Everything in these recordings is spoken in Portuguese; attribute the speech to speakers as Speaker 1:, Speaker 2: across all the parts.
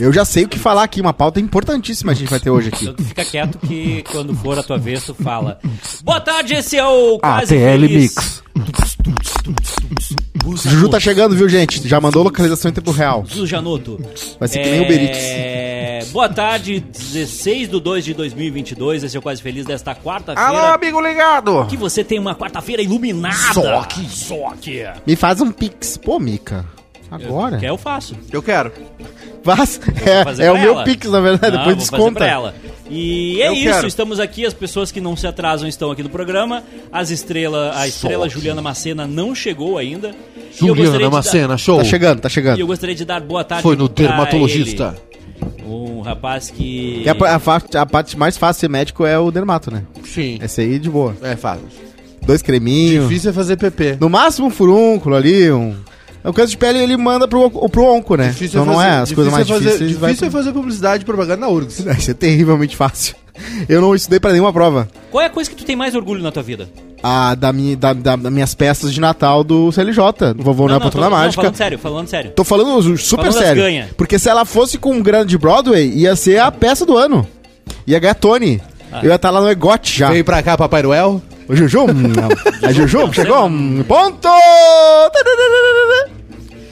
Speaker 1: Eu já sei o que falar aqui, uma pauta importantíssima a gente vai ter hoje aqui.
Speaker 2: Então tu fica quieto que quando for a tua vez tu fala. Boa tarde, esse é o Quase
Speaker 3: ATL
Speaker 2: Feliz.
Speaker 3: Mix.
Speaker 1: Juju tá chegando, viu, gente? Já mandou localização em tempo real.
Speaker 2: do Januto.
Speaker 1: Vai ser que nem Uber Eats.
Speaker 2: É, Boa tarde, 16 de 2 de 2022. Esse é o Quase Feliz desta
Speaker 3: Alô,
Speaker 2: quarta-feira.
Speaker 3: amigo ligado!
Speaker 2: Que você tem uma quarta-feira iluminada.
Speaker 1: Só que-
Speaker 2: Só que. é.
Speaker 1: Me faz um pix. Pô, Mica. Agora?
Speaker 2: Que eu faço.
Speaker 3: Eu quero.
Speaker 1: Faz.
Speaker 2: fazer
Speaker 1: É, é o
Speaker 2: pra
Speaker 1: meu
Speaker 2: ela.
Speaker 1: pix, na verdade.
Speaker 2: Não,
Speaker 1: Depois
Speaker 2: Ah, vou fazer pra
Speaker 1: desconta.
Speaker 2: ela. E é
Speaker 3: Eu
Speaker 2: isso,
Speaker 3: quero.
Speaker 2: estamos aqui, as pessoas que não se atrasam estão aqui no programa. As estrela, a estrela Juliana Macena não chegou ainda. E eu gostaria de dar-
Speaker 4: Juliana Macena, show.
Speaker 1: Tá chegando, tá
Speaker 2: E eu
Speaker 1: chegando.
Speaker 2: gostaria de dar boa tarde
Speaker 4: Foi no
Speaker 2: pra
Speaker 4: dermatologista.
Speaker 2: ele, Um rapaz que
Speaker 1: E a, pa- a fa- a parte mais fácil de ser médico é o dermato, né?
Speaker 4: Sim.
Speaker 1: Essa aí de boa.
Speaker 4: É fácil.
Speaker 1: Dois creminhos.
Speaker 4: Difícil é fazer PP.
Speaker 1: No máximo um furúnculo ali, um. O câncer de pele ele manda pro, onco- pro onco, né? então não é as coisas mais
Speaker 4: difíceis.
Speaker 1: difíceis.
Speaker 4: Difícil
Speaker 1: vai
Speaker 4: é
Speaker 1: pro-
Speaker 4: fazer publicidade e propaganda na URGS.
Speaker 1: Isso é terrivelmente fácil. Eu não estudei pra nenhuma prova.
Speaker 2: Qual é a coisa que tu tem mais orgulho na tua vida?
Speaker 1: A, da minha, da, da- das minhas peças de Natal do CLJ, do Vovô Noel Patrulha
Speaker 2: tô-
Speaker 1: Mágica.
Speaker 2: falando sério, falando sério.
Speaker 1: Tô falando super
Speaker 2: Falando das
Speaker 1: sério.
Speaker 2: ganha.
Speaker 1: Porque se ela fosse com um grande Broadway, ia ser a peça do ano. Ia ganhar Tony.
Speaker 2: Ah.
Speaker 1: Eu ia estar lá no Egote já.
Speaker 4: Veio pra cá, Papai Noel.
Speaker 1: O Juju? Não. A Juju chegou? Hum, Ponto!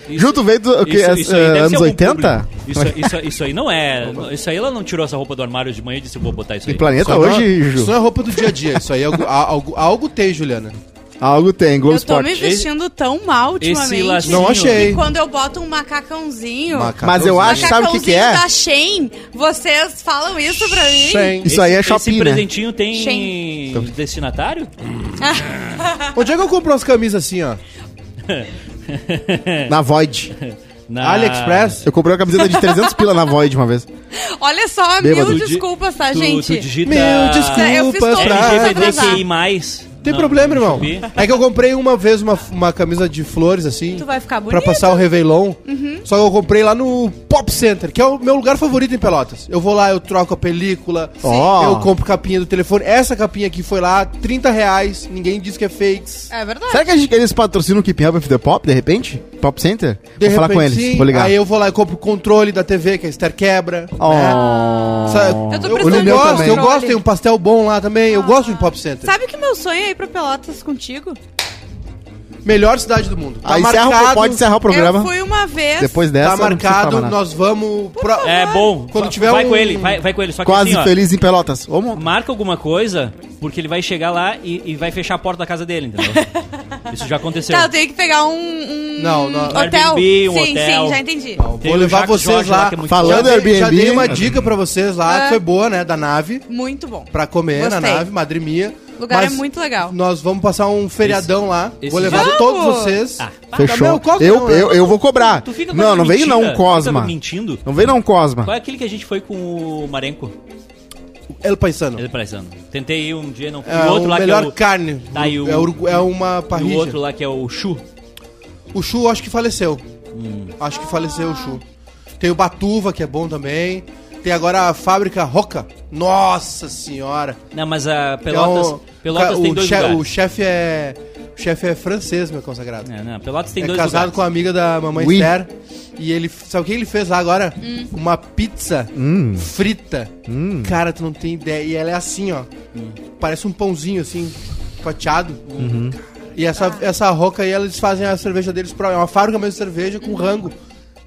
Speaker 2: Isso-
Speaker 1: Junto veio do que,
Speaker 2: isso- isso aí deve ser
Speaker 1: anos
Speaker 2: algum
Speaker 1: 80?
Speaker 2: público. Isso, isso, isso aí não é. não- Isso aí ela não tirou essa roupa do armário de manhã e disse: vou botar isso aí.
Speaker 1: Tem planeta
Speaker 4: Isso não é-
Speaker 1: hoje,
Speaker 4: Isso
Speaker 1: Juju?
Speaker 4: não é roupa do dia a dia. Isso aí é algo, a- algo, algo tem, Juliana.
Speaker 1: Algo tem, Globo
Speaker 5: Eu tô
Speaker 1: Sport.
Speaker 5: me vestindo tão mal
Speaker 2: Esse
Speaker 5: ultimamente.
Speaker 2: lacinho- Não
Speaker 4: achei.
Speaker 5: que Quando eu boto um macacãozinho.
Speaker 4: Maca-
Speaker 1: Mas eu acho, sabe o que, que é?
Speaker 5: da Shein. Vocês falam isso pra mim?
Speaker 4: Shein.
Speaker 1: Isso aí é
Speaker 2: Esse
Speaker 1: shopping, né?
Speaker 2: presentinho tem
Speaker 5: Shein.
Speaker 2: destinatário?
Speaker 4: Onde é que eu compro umas camisas assim, ó?
Speaker 1: Na Void.
Speaker 2: Na-
Speaker 4: AliExpress?
Speaker 1: Eu comprei uma camiseta de 300 pila na Void uma vez.
Speaker 5: Olha só,
Speaker 1: Bêbado.
Speaker 5: mil
Speaker 2: Tu di-
Speaker 5: desculpas, tá,
Speaker 2: tu-
Speaker 5: gente?
Speaker 2: Tu digita.
Speaker 4: Meu,
Speaker 5: eu fiz
Speaker 4: desculpas
Speaker 5: todo
Speaker 4: pra...
Speaker 5: mundo.
Speaker 2: LGBTQI+. mais.
Speaker 4: Tem problema, irmão. É que eu comprei uma vez uma, uma camisa de flores, assim.
Speaker 5: Tu vai ficar
Speaker 4: Pra
Speaker 5: bonito.
Speaker 4: passar o Réveillon. Só que eu comprei lá no Pop Center, que é o meu lugar favorito em Pelotas. Eu vou lá, eu troco a película,
Speaker 1: Ó.
Speaker 4: eu compro capinha do telefone. Essa capinha aqui foi lá, 30 reais, ninguém diz que é fakes.
Speaker 5: É verdade.
Speaker 1: Será que a gente- eles patrocinam o Keeping Up with the Pop, de repente? Pop Center?
Speaker 4: De
Speaker 1: Vou falar com eles,
Speaker 4: repente, sim.
Speaker 1: vou ligar.
Speaker 4: Aí eu vou lá e compro o controle da TV, que a Esther quebra.
Speaker 2: É.
Speaker 1: Oh.
Speaker 4: Sabe?
Speaker 5: Eu tô
Speaker 4: Eu,
Speaker 5: precisando
Speaker 4: eu,
Speaker 5: de
Speaker 4: gosto,
Speaker 5: controle.
Speaker 4: eu gosto, tem um pastel bom lá também. Eu gosto de Pop Center.
Speaker 5: Sabe que meu sonho é ir pra Pelotas contigo?
Speaker 4: Melhor cidade do mundo. Tá
Speaker 1: Aí encerra o-
Speaker 4: marcado,
Speaker 1: pode encerrar o programa.
Speaker 5: Eu fui uma vez.
Speaker 1: Depois dessa,
Speaker 4: tá
Speaker 1: não precisa
Speaker 4: marcado,
Speaker 1: falar nada.
Speaker 4: nós vamos... pra-
Speaker 2: É bom.
Speaker 4: Quando
Speaker 2: Fa-
Speaker 4: tiver
Speaker 2: vai
Speaker 4: um-
Speaker 2: com ele, vai, vai com ele. Só que
Speaker 1: Quase
Speaker 2: assim, ó,
Speaker 1: feliz em Pelotas. Ô, mon-
Speaker 2: marca alguma coisa, porque ele vai chegar lá e, e vai fechar a porta da casa dele, entendeu? Isso já aconteceu.
Speaker 5: Tá, eu tenho que pegar um, um
Speaker 4: Não, não.
Speaker 5: hotel.
Speaker 2: Airbnb, um
Speaker 5: sim,
Speaker 2: hotel.
Speaker 5: sim, já
Speaker 2: Tem
Speaker 5: entendi.
Speaker 4: Vou
Speaker 2: o
Speaker 4: levar
Speaker 2: Jacques
Speaker 4: vocês
Speaker 2: Jorge
Speaker 4: lá.
Speaker 2: que é muito
Speaker 1: Falando
Speaker 2: bom.
Speaker 4: já, dei,
Speaker 1: Airbnb,
Speaker 4: já dei uma
Speaker 1: né?
Speaker 4: dica pra vocês lá, que
Speaker 5: É.
Speaker 4: foi boa, né? Da nave,
Speaker 5: Muito bom.
Speaker 4: pra comer na
Speaker 5: Gostei.
Speaker 4: nave, madrimia.
Speaker 5: O lugar é muito legal.
Speaker 4: Nós vamos passar um feriadão lá.
Speaker 2: esse
Speaker 4: Vou levar
Speaker 5: dia-
Speaker 4: todos
Speaker 5: Vamos!
Speaker 4: vocês. Tá,
Speaker 2: Ah,
Speaker 1: Fechou.
Speaker 4: Não, Cosma
Speaker 1: eu,
Speaker 4: não, né?
Speaker 1: eu, eu vou cobrar.
Speaker 2: Tu fica com
Speaker 1: Não,
Speaker 2: essa
Speaker 1: não veio
Speaker 2: mentira,
Speaker 1: não, Cosma.
Speaker 2: fica mentindo.
Speaker 1: Não veio não, Cosma.
Speaker 2: Qual é aquele que a gente foi com o Marenco?
Speaker 4: El É Paisano.
Speaker 2: Ele parecendo. Tentei ir um dia e não fui.
Speaker 4: É
Speaker 2: o outro lá
Speaker 4: melhor
Speaker 2: que é o...
Speaker 4: carne.
Speaker 2: Tá, e o-
Speaker 4: é, Urugu- é uma
Speaker 2: e
Speaker 4: parrilha.
Speaker 2: o outro lá que é o Chu.
Speaker 4: O Chu, eu acho que faleceu.
Speaker 2: Hum.
Speaker 4: Acho que faleceu o Chu. Tem o Batuva, que é bom também. Tem agora a fábrica Roca. Nossa senhora.
Speaker 2: Não, mas a
Speaker 4: É
Speaker 2: Pelotas...
Speaker 4: um-
Speaker 2: Pelotas
Speaker 4: o
Speaker 2: tem dois
Speaker 4: che- O
Speaker 2: lugares.
Speaker 4: chefe é... O chefe é francês, meu consagrado.
Speaker 2: É, não, Pelotas tem
Speaker 4: é
Speaker 2: dois
Speaker 4: casado
Speaker 2: lugares.
Speaker 4: com a amiga da mamãe
Speaker 1: Ui.
Speaker 4: Esther. E ele. Sabe o que ele fez lá agora?
Speaker 2: Hum.
Speaker 4: Uma pizza
Speaker 1: Hum.
Speaker 4: frita. Cara, tu não tem ideia. E ela é assim, ó.
Speaker 2: Hum.
Speaker 4: Parece um pãozinho assim, fatiado.
Speaker 1: Uhum.
Speaker 4: E essa,
Speaker 2: Ah.
Speaker 4: essa roca aí, eles fazem a cerveja deles própria. É uma fábrica mesmo de cerveja com rango.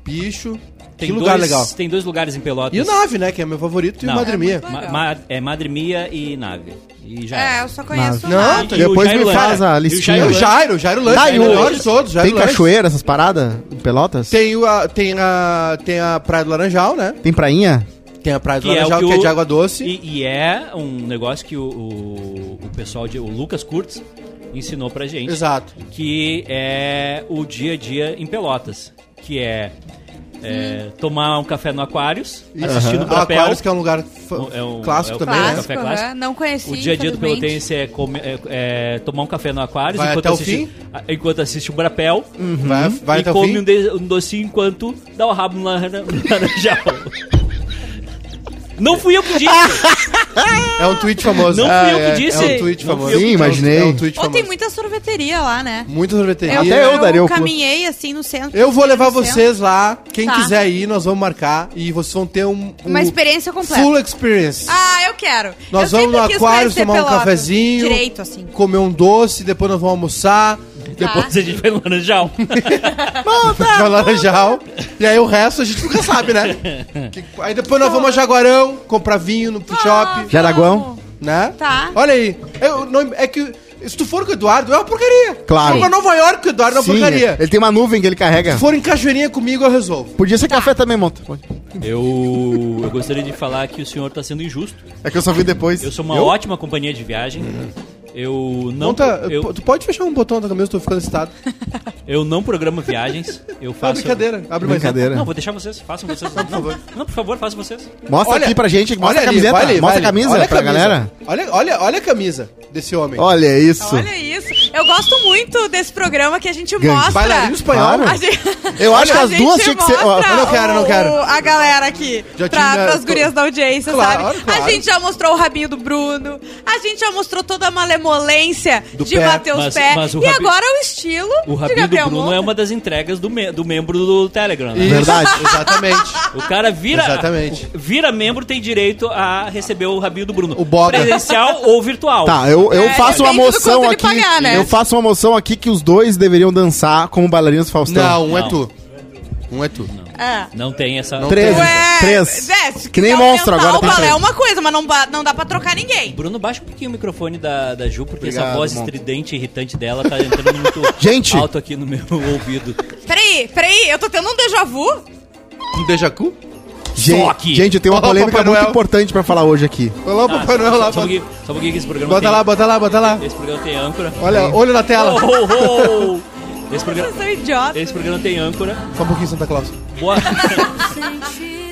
Speaker 4: Bicho.
Speaker 2: Tem
Speaker 4: que lugar
Speaker 2: dois,
Speaker 4: legal.
Speaker 2: Tem dois lugares em Pelotas.
Speaker 4: E o Nave, né? Que é meu favorito. E o
Speaker 2: Não.
Speaker 4: Madre Mia.
Speaker 2: Ma- ma- é Madre Mia e Nave. E já
Speaker 5: É,
Speaker 2: era.
Speaker 5: eu só conheço
Speaker 1: Não,
Speaker 5: o
Speaker 4: não,
Speaker 5: nada.
Speaker 2: E o
Speaker 1: Depois
Speaker 2: Jairo
Speaker 1: me
Speaker 2: Lange.
Speaker 1: faz a
Speaker 2: E o
Speaker 1: listinha.
Speaker 2: Jairo
Speaker 4: É O
Speaker 2: Lange.
Speaker 4: Jairo, o Jairo Lange.
Speaker 1: Tá,
Speaker 4: é
Speaker 1: e
Speaker 4: o
Speaker 1: o-
Speaker 4: melhor de todos. Jairo
Speaker 1: Tem
Speaker 4: Lange.
Speaker 1: cachoeira, essas paradas? em Pelotas? Tem,
Speaker 4: Tem, o- a, tem, a, tem a Praia do Laranjal, né?
Speaker 1: prainha?
Speaker 4: Tem a Praia do
Speaker 2: Que é,
Speaker 4: Laranjal,
Speaker 2: o que,
Speaker 4: que
Speaker 2: o-
Speaker 4: é de água doce.
Speaker 2: E, e é um negócio que o, o, o pessoal, de, o Lucas Kurtz, ensinou pra gente.
Speaker 4: Exato.
Speaker 2: Que é o dia a dia em Pelotas. Que é, é, tomar um café no Aquarius, assistindo o
Speaker 4: O
Speaker 2: papel.
Speaker 4: Aquarius, que é um lugar fa-
Speaker 2: É um-
Speaker 4: clássico
Speaker 2: é um
Speaker 4: também, né?
Speaker 5: Clássico,
Speaker 2: Café clássico.
Speaker 5: aham. Não conheci.
Speaker 2: O dia a dia do
Speaker 5: infelizmente.
Speaker 2: pelotense é, comer- é- é tomar um café no Aquarius
Speaker 4: Vai
Speaker 2: enquanto,
Speaker 4: até o
Speaker 2: assiste,
Speaker 4: fim?
Speaker 2: a- enquanto assiste o Brapel
Speaker 4: Vai, vai
Speaker 2: e
Speaker 4: até o
Speaker 2: come um,
Speaker 4: fim.
Speaker 2: de- um docinho enquanto dá o rabo no laran- no laranjal. Não fui eu que disse.
Speaker 4: É um tweet famoso.
Speaker 2: Não fui
Speaker 1: Ah,
Speaker 2: eu que
Speaker 1: é.
Speaker 2: disse.
Speaker 4: É um tweet
Speaker 2: Não fui eu
Speaker 4: famoso.
Speaker 2: que
Speaker 1: Sim,
Speaker 2: disse.
Speaker 1: imaginei.
Speaker 4: É um tweet
Speaker 5: Ou tem
Speaker 4: famoso.
Speaker 5: muita sorveteria lá, né?
Speaker 4: Muita sorveteria.
Speaker 1: Até eu daria o cu.
Speaker 5: caminhei assim no centro.
Speaker 4: Eu vou levar
Speaker 5: no centro.
Speaker 4: vocês lá. Quem
Speaker 5: Tá.
Speaker 4: quiser ir, nós vamos marcar. E vocês vão ter um.
Speaker 5: Uma
Speaker 4: um
Speaker 5: experiência completa.
Speaker 4: Full experience.
Speaker 5: Ah, eu quero.
Speaker 4: Nós
Speaker 5: Eu
Speaker 4: vamos no
Speaker 5: sempre quis
Speaker 4: aquário
Speaker 5: conhecer
Speaker 4: tomar um
Speaker 5: Pelotas.
Speaker 4: cafezinho.
Speaker 5: Direito, assim.
Speaker 4: Comer um doce, depois nós vamos almoçar.
Speaker 5: Ah.
Speaker 2: Depois a gente vai no Laranjal.
Speaker 5: tá
Speaker 4: de um laranjal. E aí o resto a gente nunca sabe, né? Que- aí depois nós vamos a Jaguarão, comprar vinho no food
Speaker 5: Ah,
Speaker 4: shop,
Speaker 1: Jaraguão?
Speaker 4: né?
Speaker 5: Tá.
Speaker 4: Olha aí. Eu, não- é que se tu for com o Eduardo, é uma porcaria.
Speaker 1: Claro.
Speaker 4: Se for pra Nova York com o Eduardo, é uma
Speaker 1: Sim,
Speaker 4: porcaria.
Speaker 1: ele tem uma nuvem que ele carrega.
Speaker 4: Se for em Cachoeirinha comigo, eu resolvo.
Speaker 1: Podia ser café
Speaker 2: Tá.
Speaker 1: também, Monta.
Speaker 2: Eu, eu gostaria de falar que o senhor está sendo injusto.
Speaker 1: É que eu só vi depois.
Speaker 2: Eu sou uma ótima companhia de viagem. Eu não,
Speaker 4: Monta,
Speaker 2: eu,
Speaker 4: pô, tu pode fechar um botão da camisa, eu tô ficando excitado.
Speaker 2: eu não programo viagens. Eu
Speaker 4: Tá
Speaker 2: faço.
Speaker 4: brincadeira, né? abre mais.
Speaker 1: Brincadeira.
Speaker 2: Não, vou deixar vocês. Façam vocês. Não, por favor. Não, por favor, façam vocês.
Speaker 1: Mostra
Speaker 4: Olha-
Speaker 1: aqui pra gente, mostra
Speaker 4: olha
Speaker 1: a
Speaker 4: ali,
Speaker 1: camiseta,
Speaker 4: vai ali, vai
Speaker 1: mostra a
Speaker 4: ali.
Speaker 1: camisa
Speaker 4: Olha
Speaker 1: pra galera.
Speaker 4: Olha, olha, olha a camisa desse homem.
Speaker 1: Olha isso.
Speaker 5: Olha isso. Eu gosto muito desse programa que a gente
Speaker 1: Gangue.
Speaker 5: mostra.
Speaker 4: Bailarino espanhol.
Speaker 1: Claro.
Speaker 5: A gente-
Speaker 1: Eu acho
Speaker 5: a
Speaker 1: que as
Speaker 5: gente
Speaker 1: duas tinham que ser- ó,
Speaker 5: mostra
Speaker 4: eu não quero, eu não
Speaker 5: o-
Speaker 4: quero.
Speaker 5: A galera aqui.
Speaker 4: Já
Speaker 5: Pra,
Speaker 4: tinha-
Speaker 5: pras gurias da audiência,
Speaker 4: Claro,
Speaker 5: sabe?
Speaker 4: claro.
Speaker 5: A gente já mostrou o rabinho do Bruno. A gente já mostrou toda a malemolência
Speaker 4: Do
Speaker 5: de
Speaker 4: pé.
Speaker 5: bater os
Speaker 2: Mas-
Speaker 5: pés.
Speaker 2: mas o
Speaker 5: e
Speaker 2: rabi-
Speaker 5: agora o estilo
Speaker 2: O
Speaker 5: de
Speaker 2: Rabinho do
Speaker 5: Gabriel
Speaker 2: Bruno
Speaker 5: Monta.
Speaker 2: é uma das entregas do, me- do membro do Telegram. né?
Speaker 4: Isso,
Speaker 1: Verdade.
Speaker 4: Exatamente.
Speaker 2: O cara vira.
Speaker 4: Exatamente.
Speaker 2: o- Vira membro, tem direito a receber o Rabinho do Bruno.
Speaker 4: O Boga.
Speaker 2: Presencial ou virtual.
Speaker 1: Tá, eu, eu
Speaker 5: É,
Speaker 1: faço uma
Speaker 5: depende do
Speaker 1: moção
Speaker 5: quanto ele
Speaker 1: aqui.
Speaker 5: pagar, né?
Speaker 1: Eu faço uma moção aqui que os dois deveriam dançar como bailarinos do Faustão.
Speaker 4: Não, um é
Speaker 2: Não.
Speaker 4: tu. Um é tu.
Speaker 5: É.
Speaker 2: Não tem essa.
Speaker 4: Não
Speaker 1: Três.
Speaker 4: tem.
Speaker 5: Ué,
Speaker 1: Três.
Speaker 5: é, se
Speaker 1: que nem
Speaker 5: quiser
Speaker 1: monstro
Speaker 5: aumentar
Speaker 1: agora.
Speaker 5: O
Speaker 1: Tem
Speaker 5: balé é
Speaker 1: três.
Speaker 5: uma coisa, mas não, ba- não dá pra trocar ninguém.
Speaker 2: Bruno, baixa um pouquinho o microfone da, da Ju, porque
Speaker 1: Obrigado,
Speaker 2: essa voz
Speaker 1: Monta.
Speaker 2: estridente e irritante dela tá entrando muito
Speaker 1: Gente!
Speaker 2: alto aqui no meu ouvido.
Speaker 5: Peraí, peraí, eu tô tendo um déjà vu.
Speaker 4: Um déjà vu?
Speaker 1: Gente,
Speaker 2: Só aqui.
Speaker 1: gente, eu tenho uma
Speaker 4: Olá,
Speaker 1: polêmica
Speaker 4: Papai
Speaker 1: muito
Speaker 4: Noel.
Speaker 1: importante pra falar hoje aqui.
Speaker 4: Olha lá o Papai
Speaker 2: Só
Speaker 4: Noel lá.
Speaker 2: um
Speaker 4: bota-
Speaker 2: pouquinho, só um pouquinho que esse programa
Speaker 4: Bota
Speaker 2: tem.
Speaker 4: lá, bota lá, bota lá.
Speaker 2: Esse programa tem âncora.
Speaker 4: Olha, olho na tela.
Speaker 2: Oh, oh, oh. Esse,
Speaker 5: Vocês
Speaker 2: programa,
Speaker 5: são idiotas.
Speaker 2: esse programa tem âncora.
Speaker 4: Só um pouquinho, Santa Claus.
Speaker 2: Boa,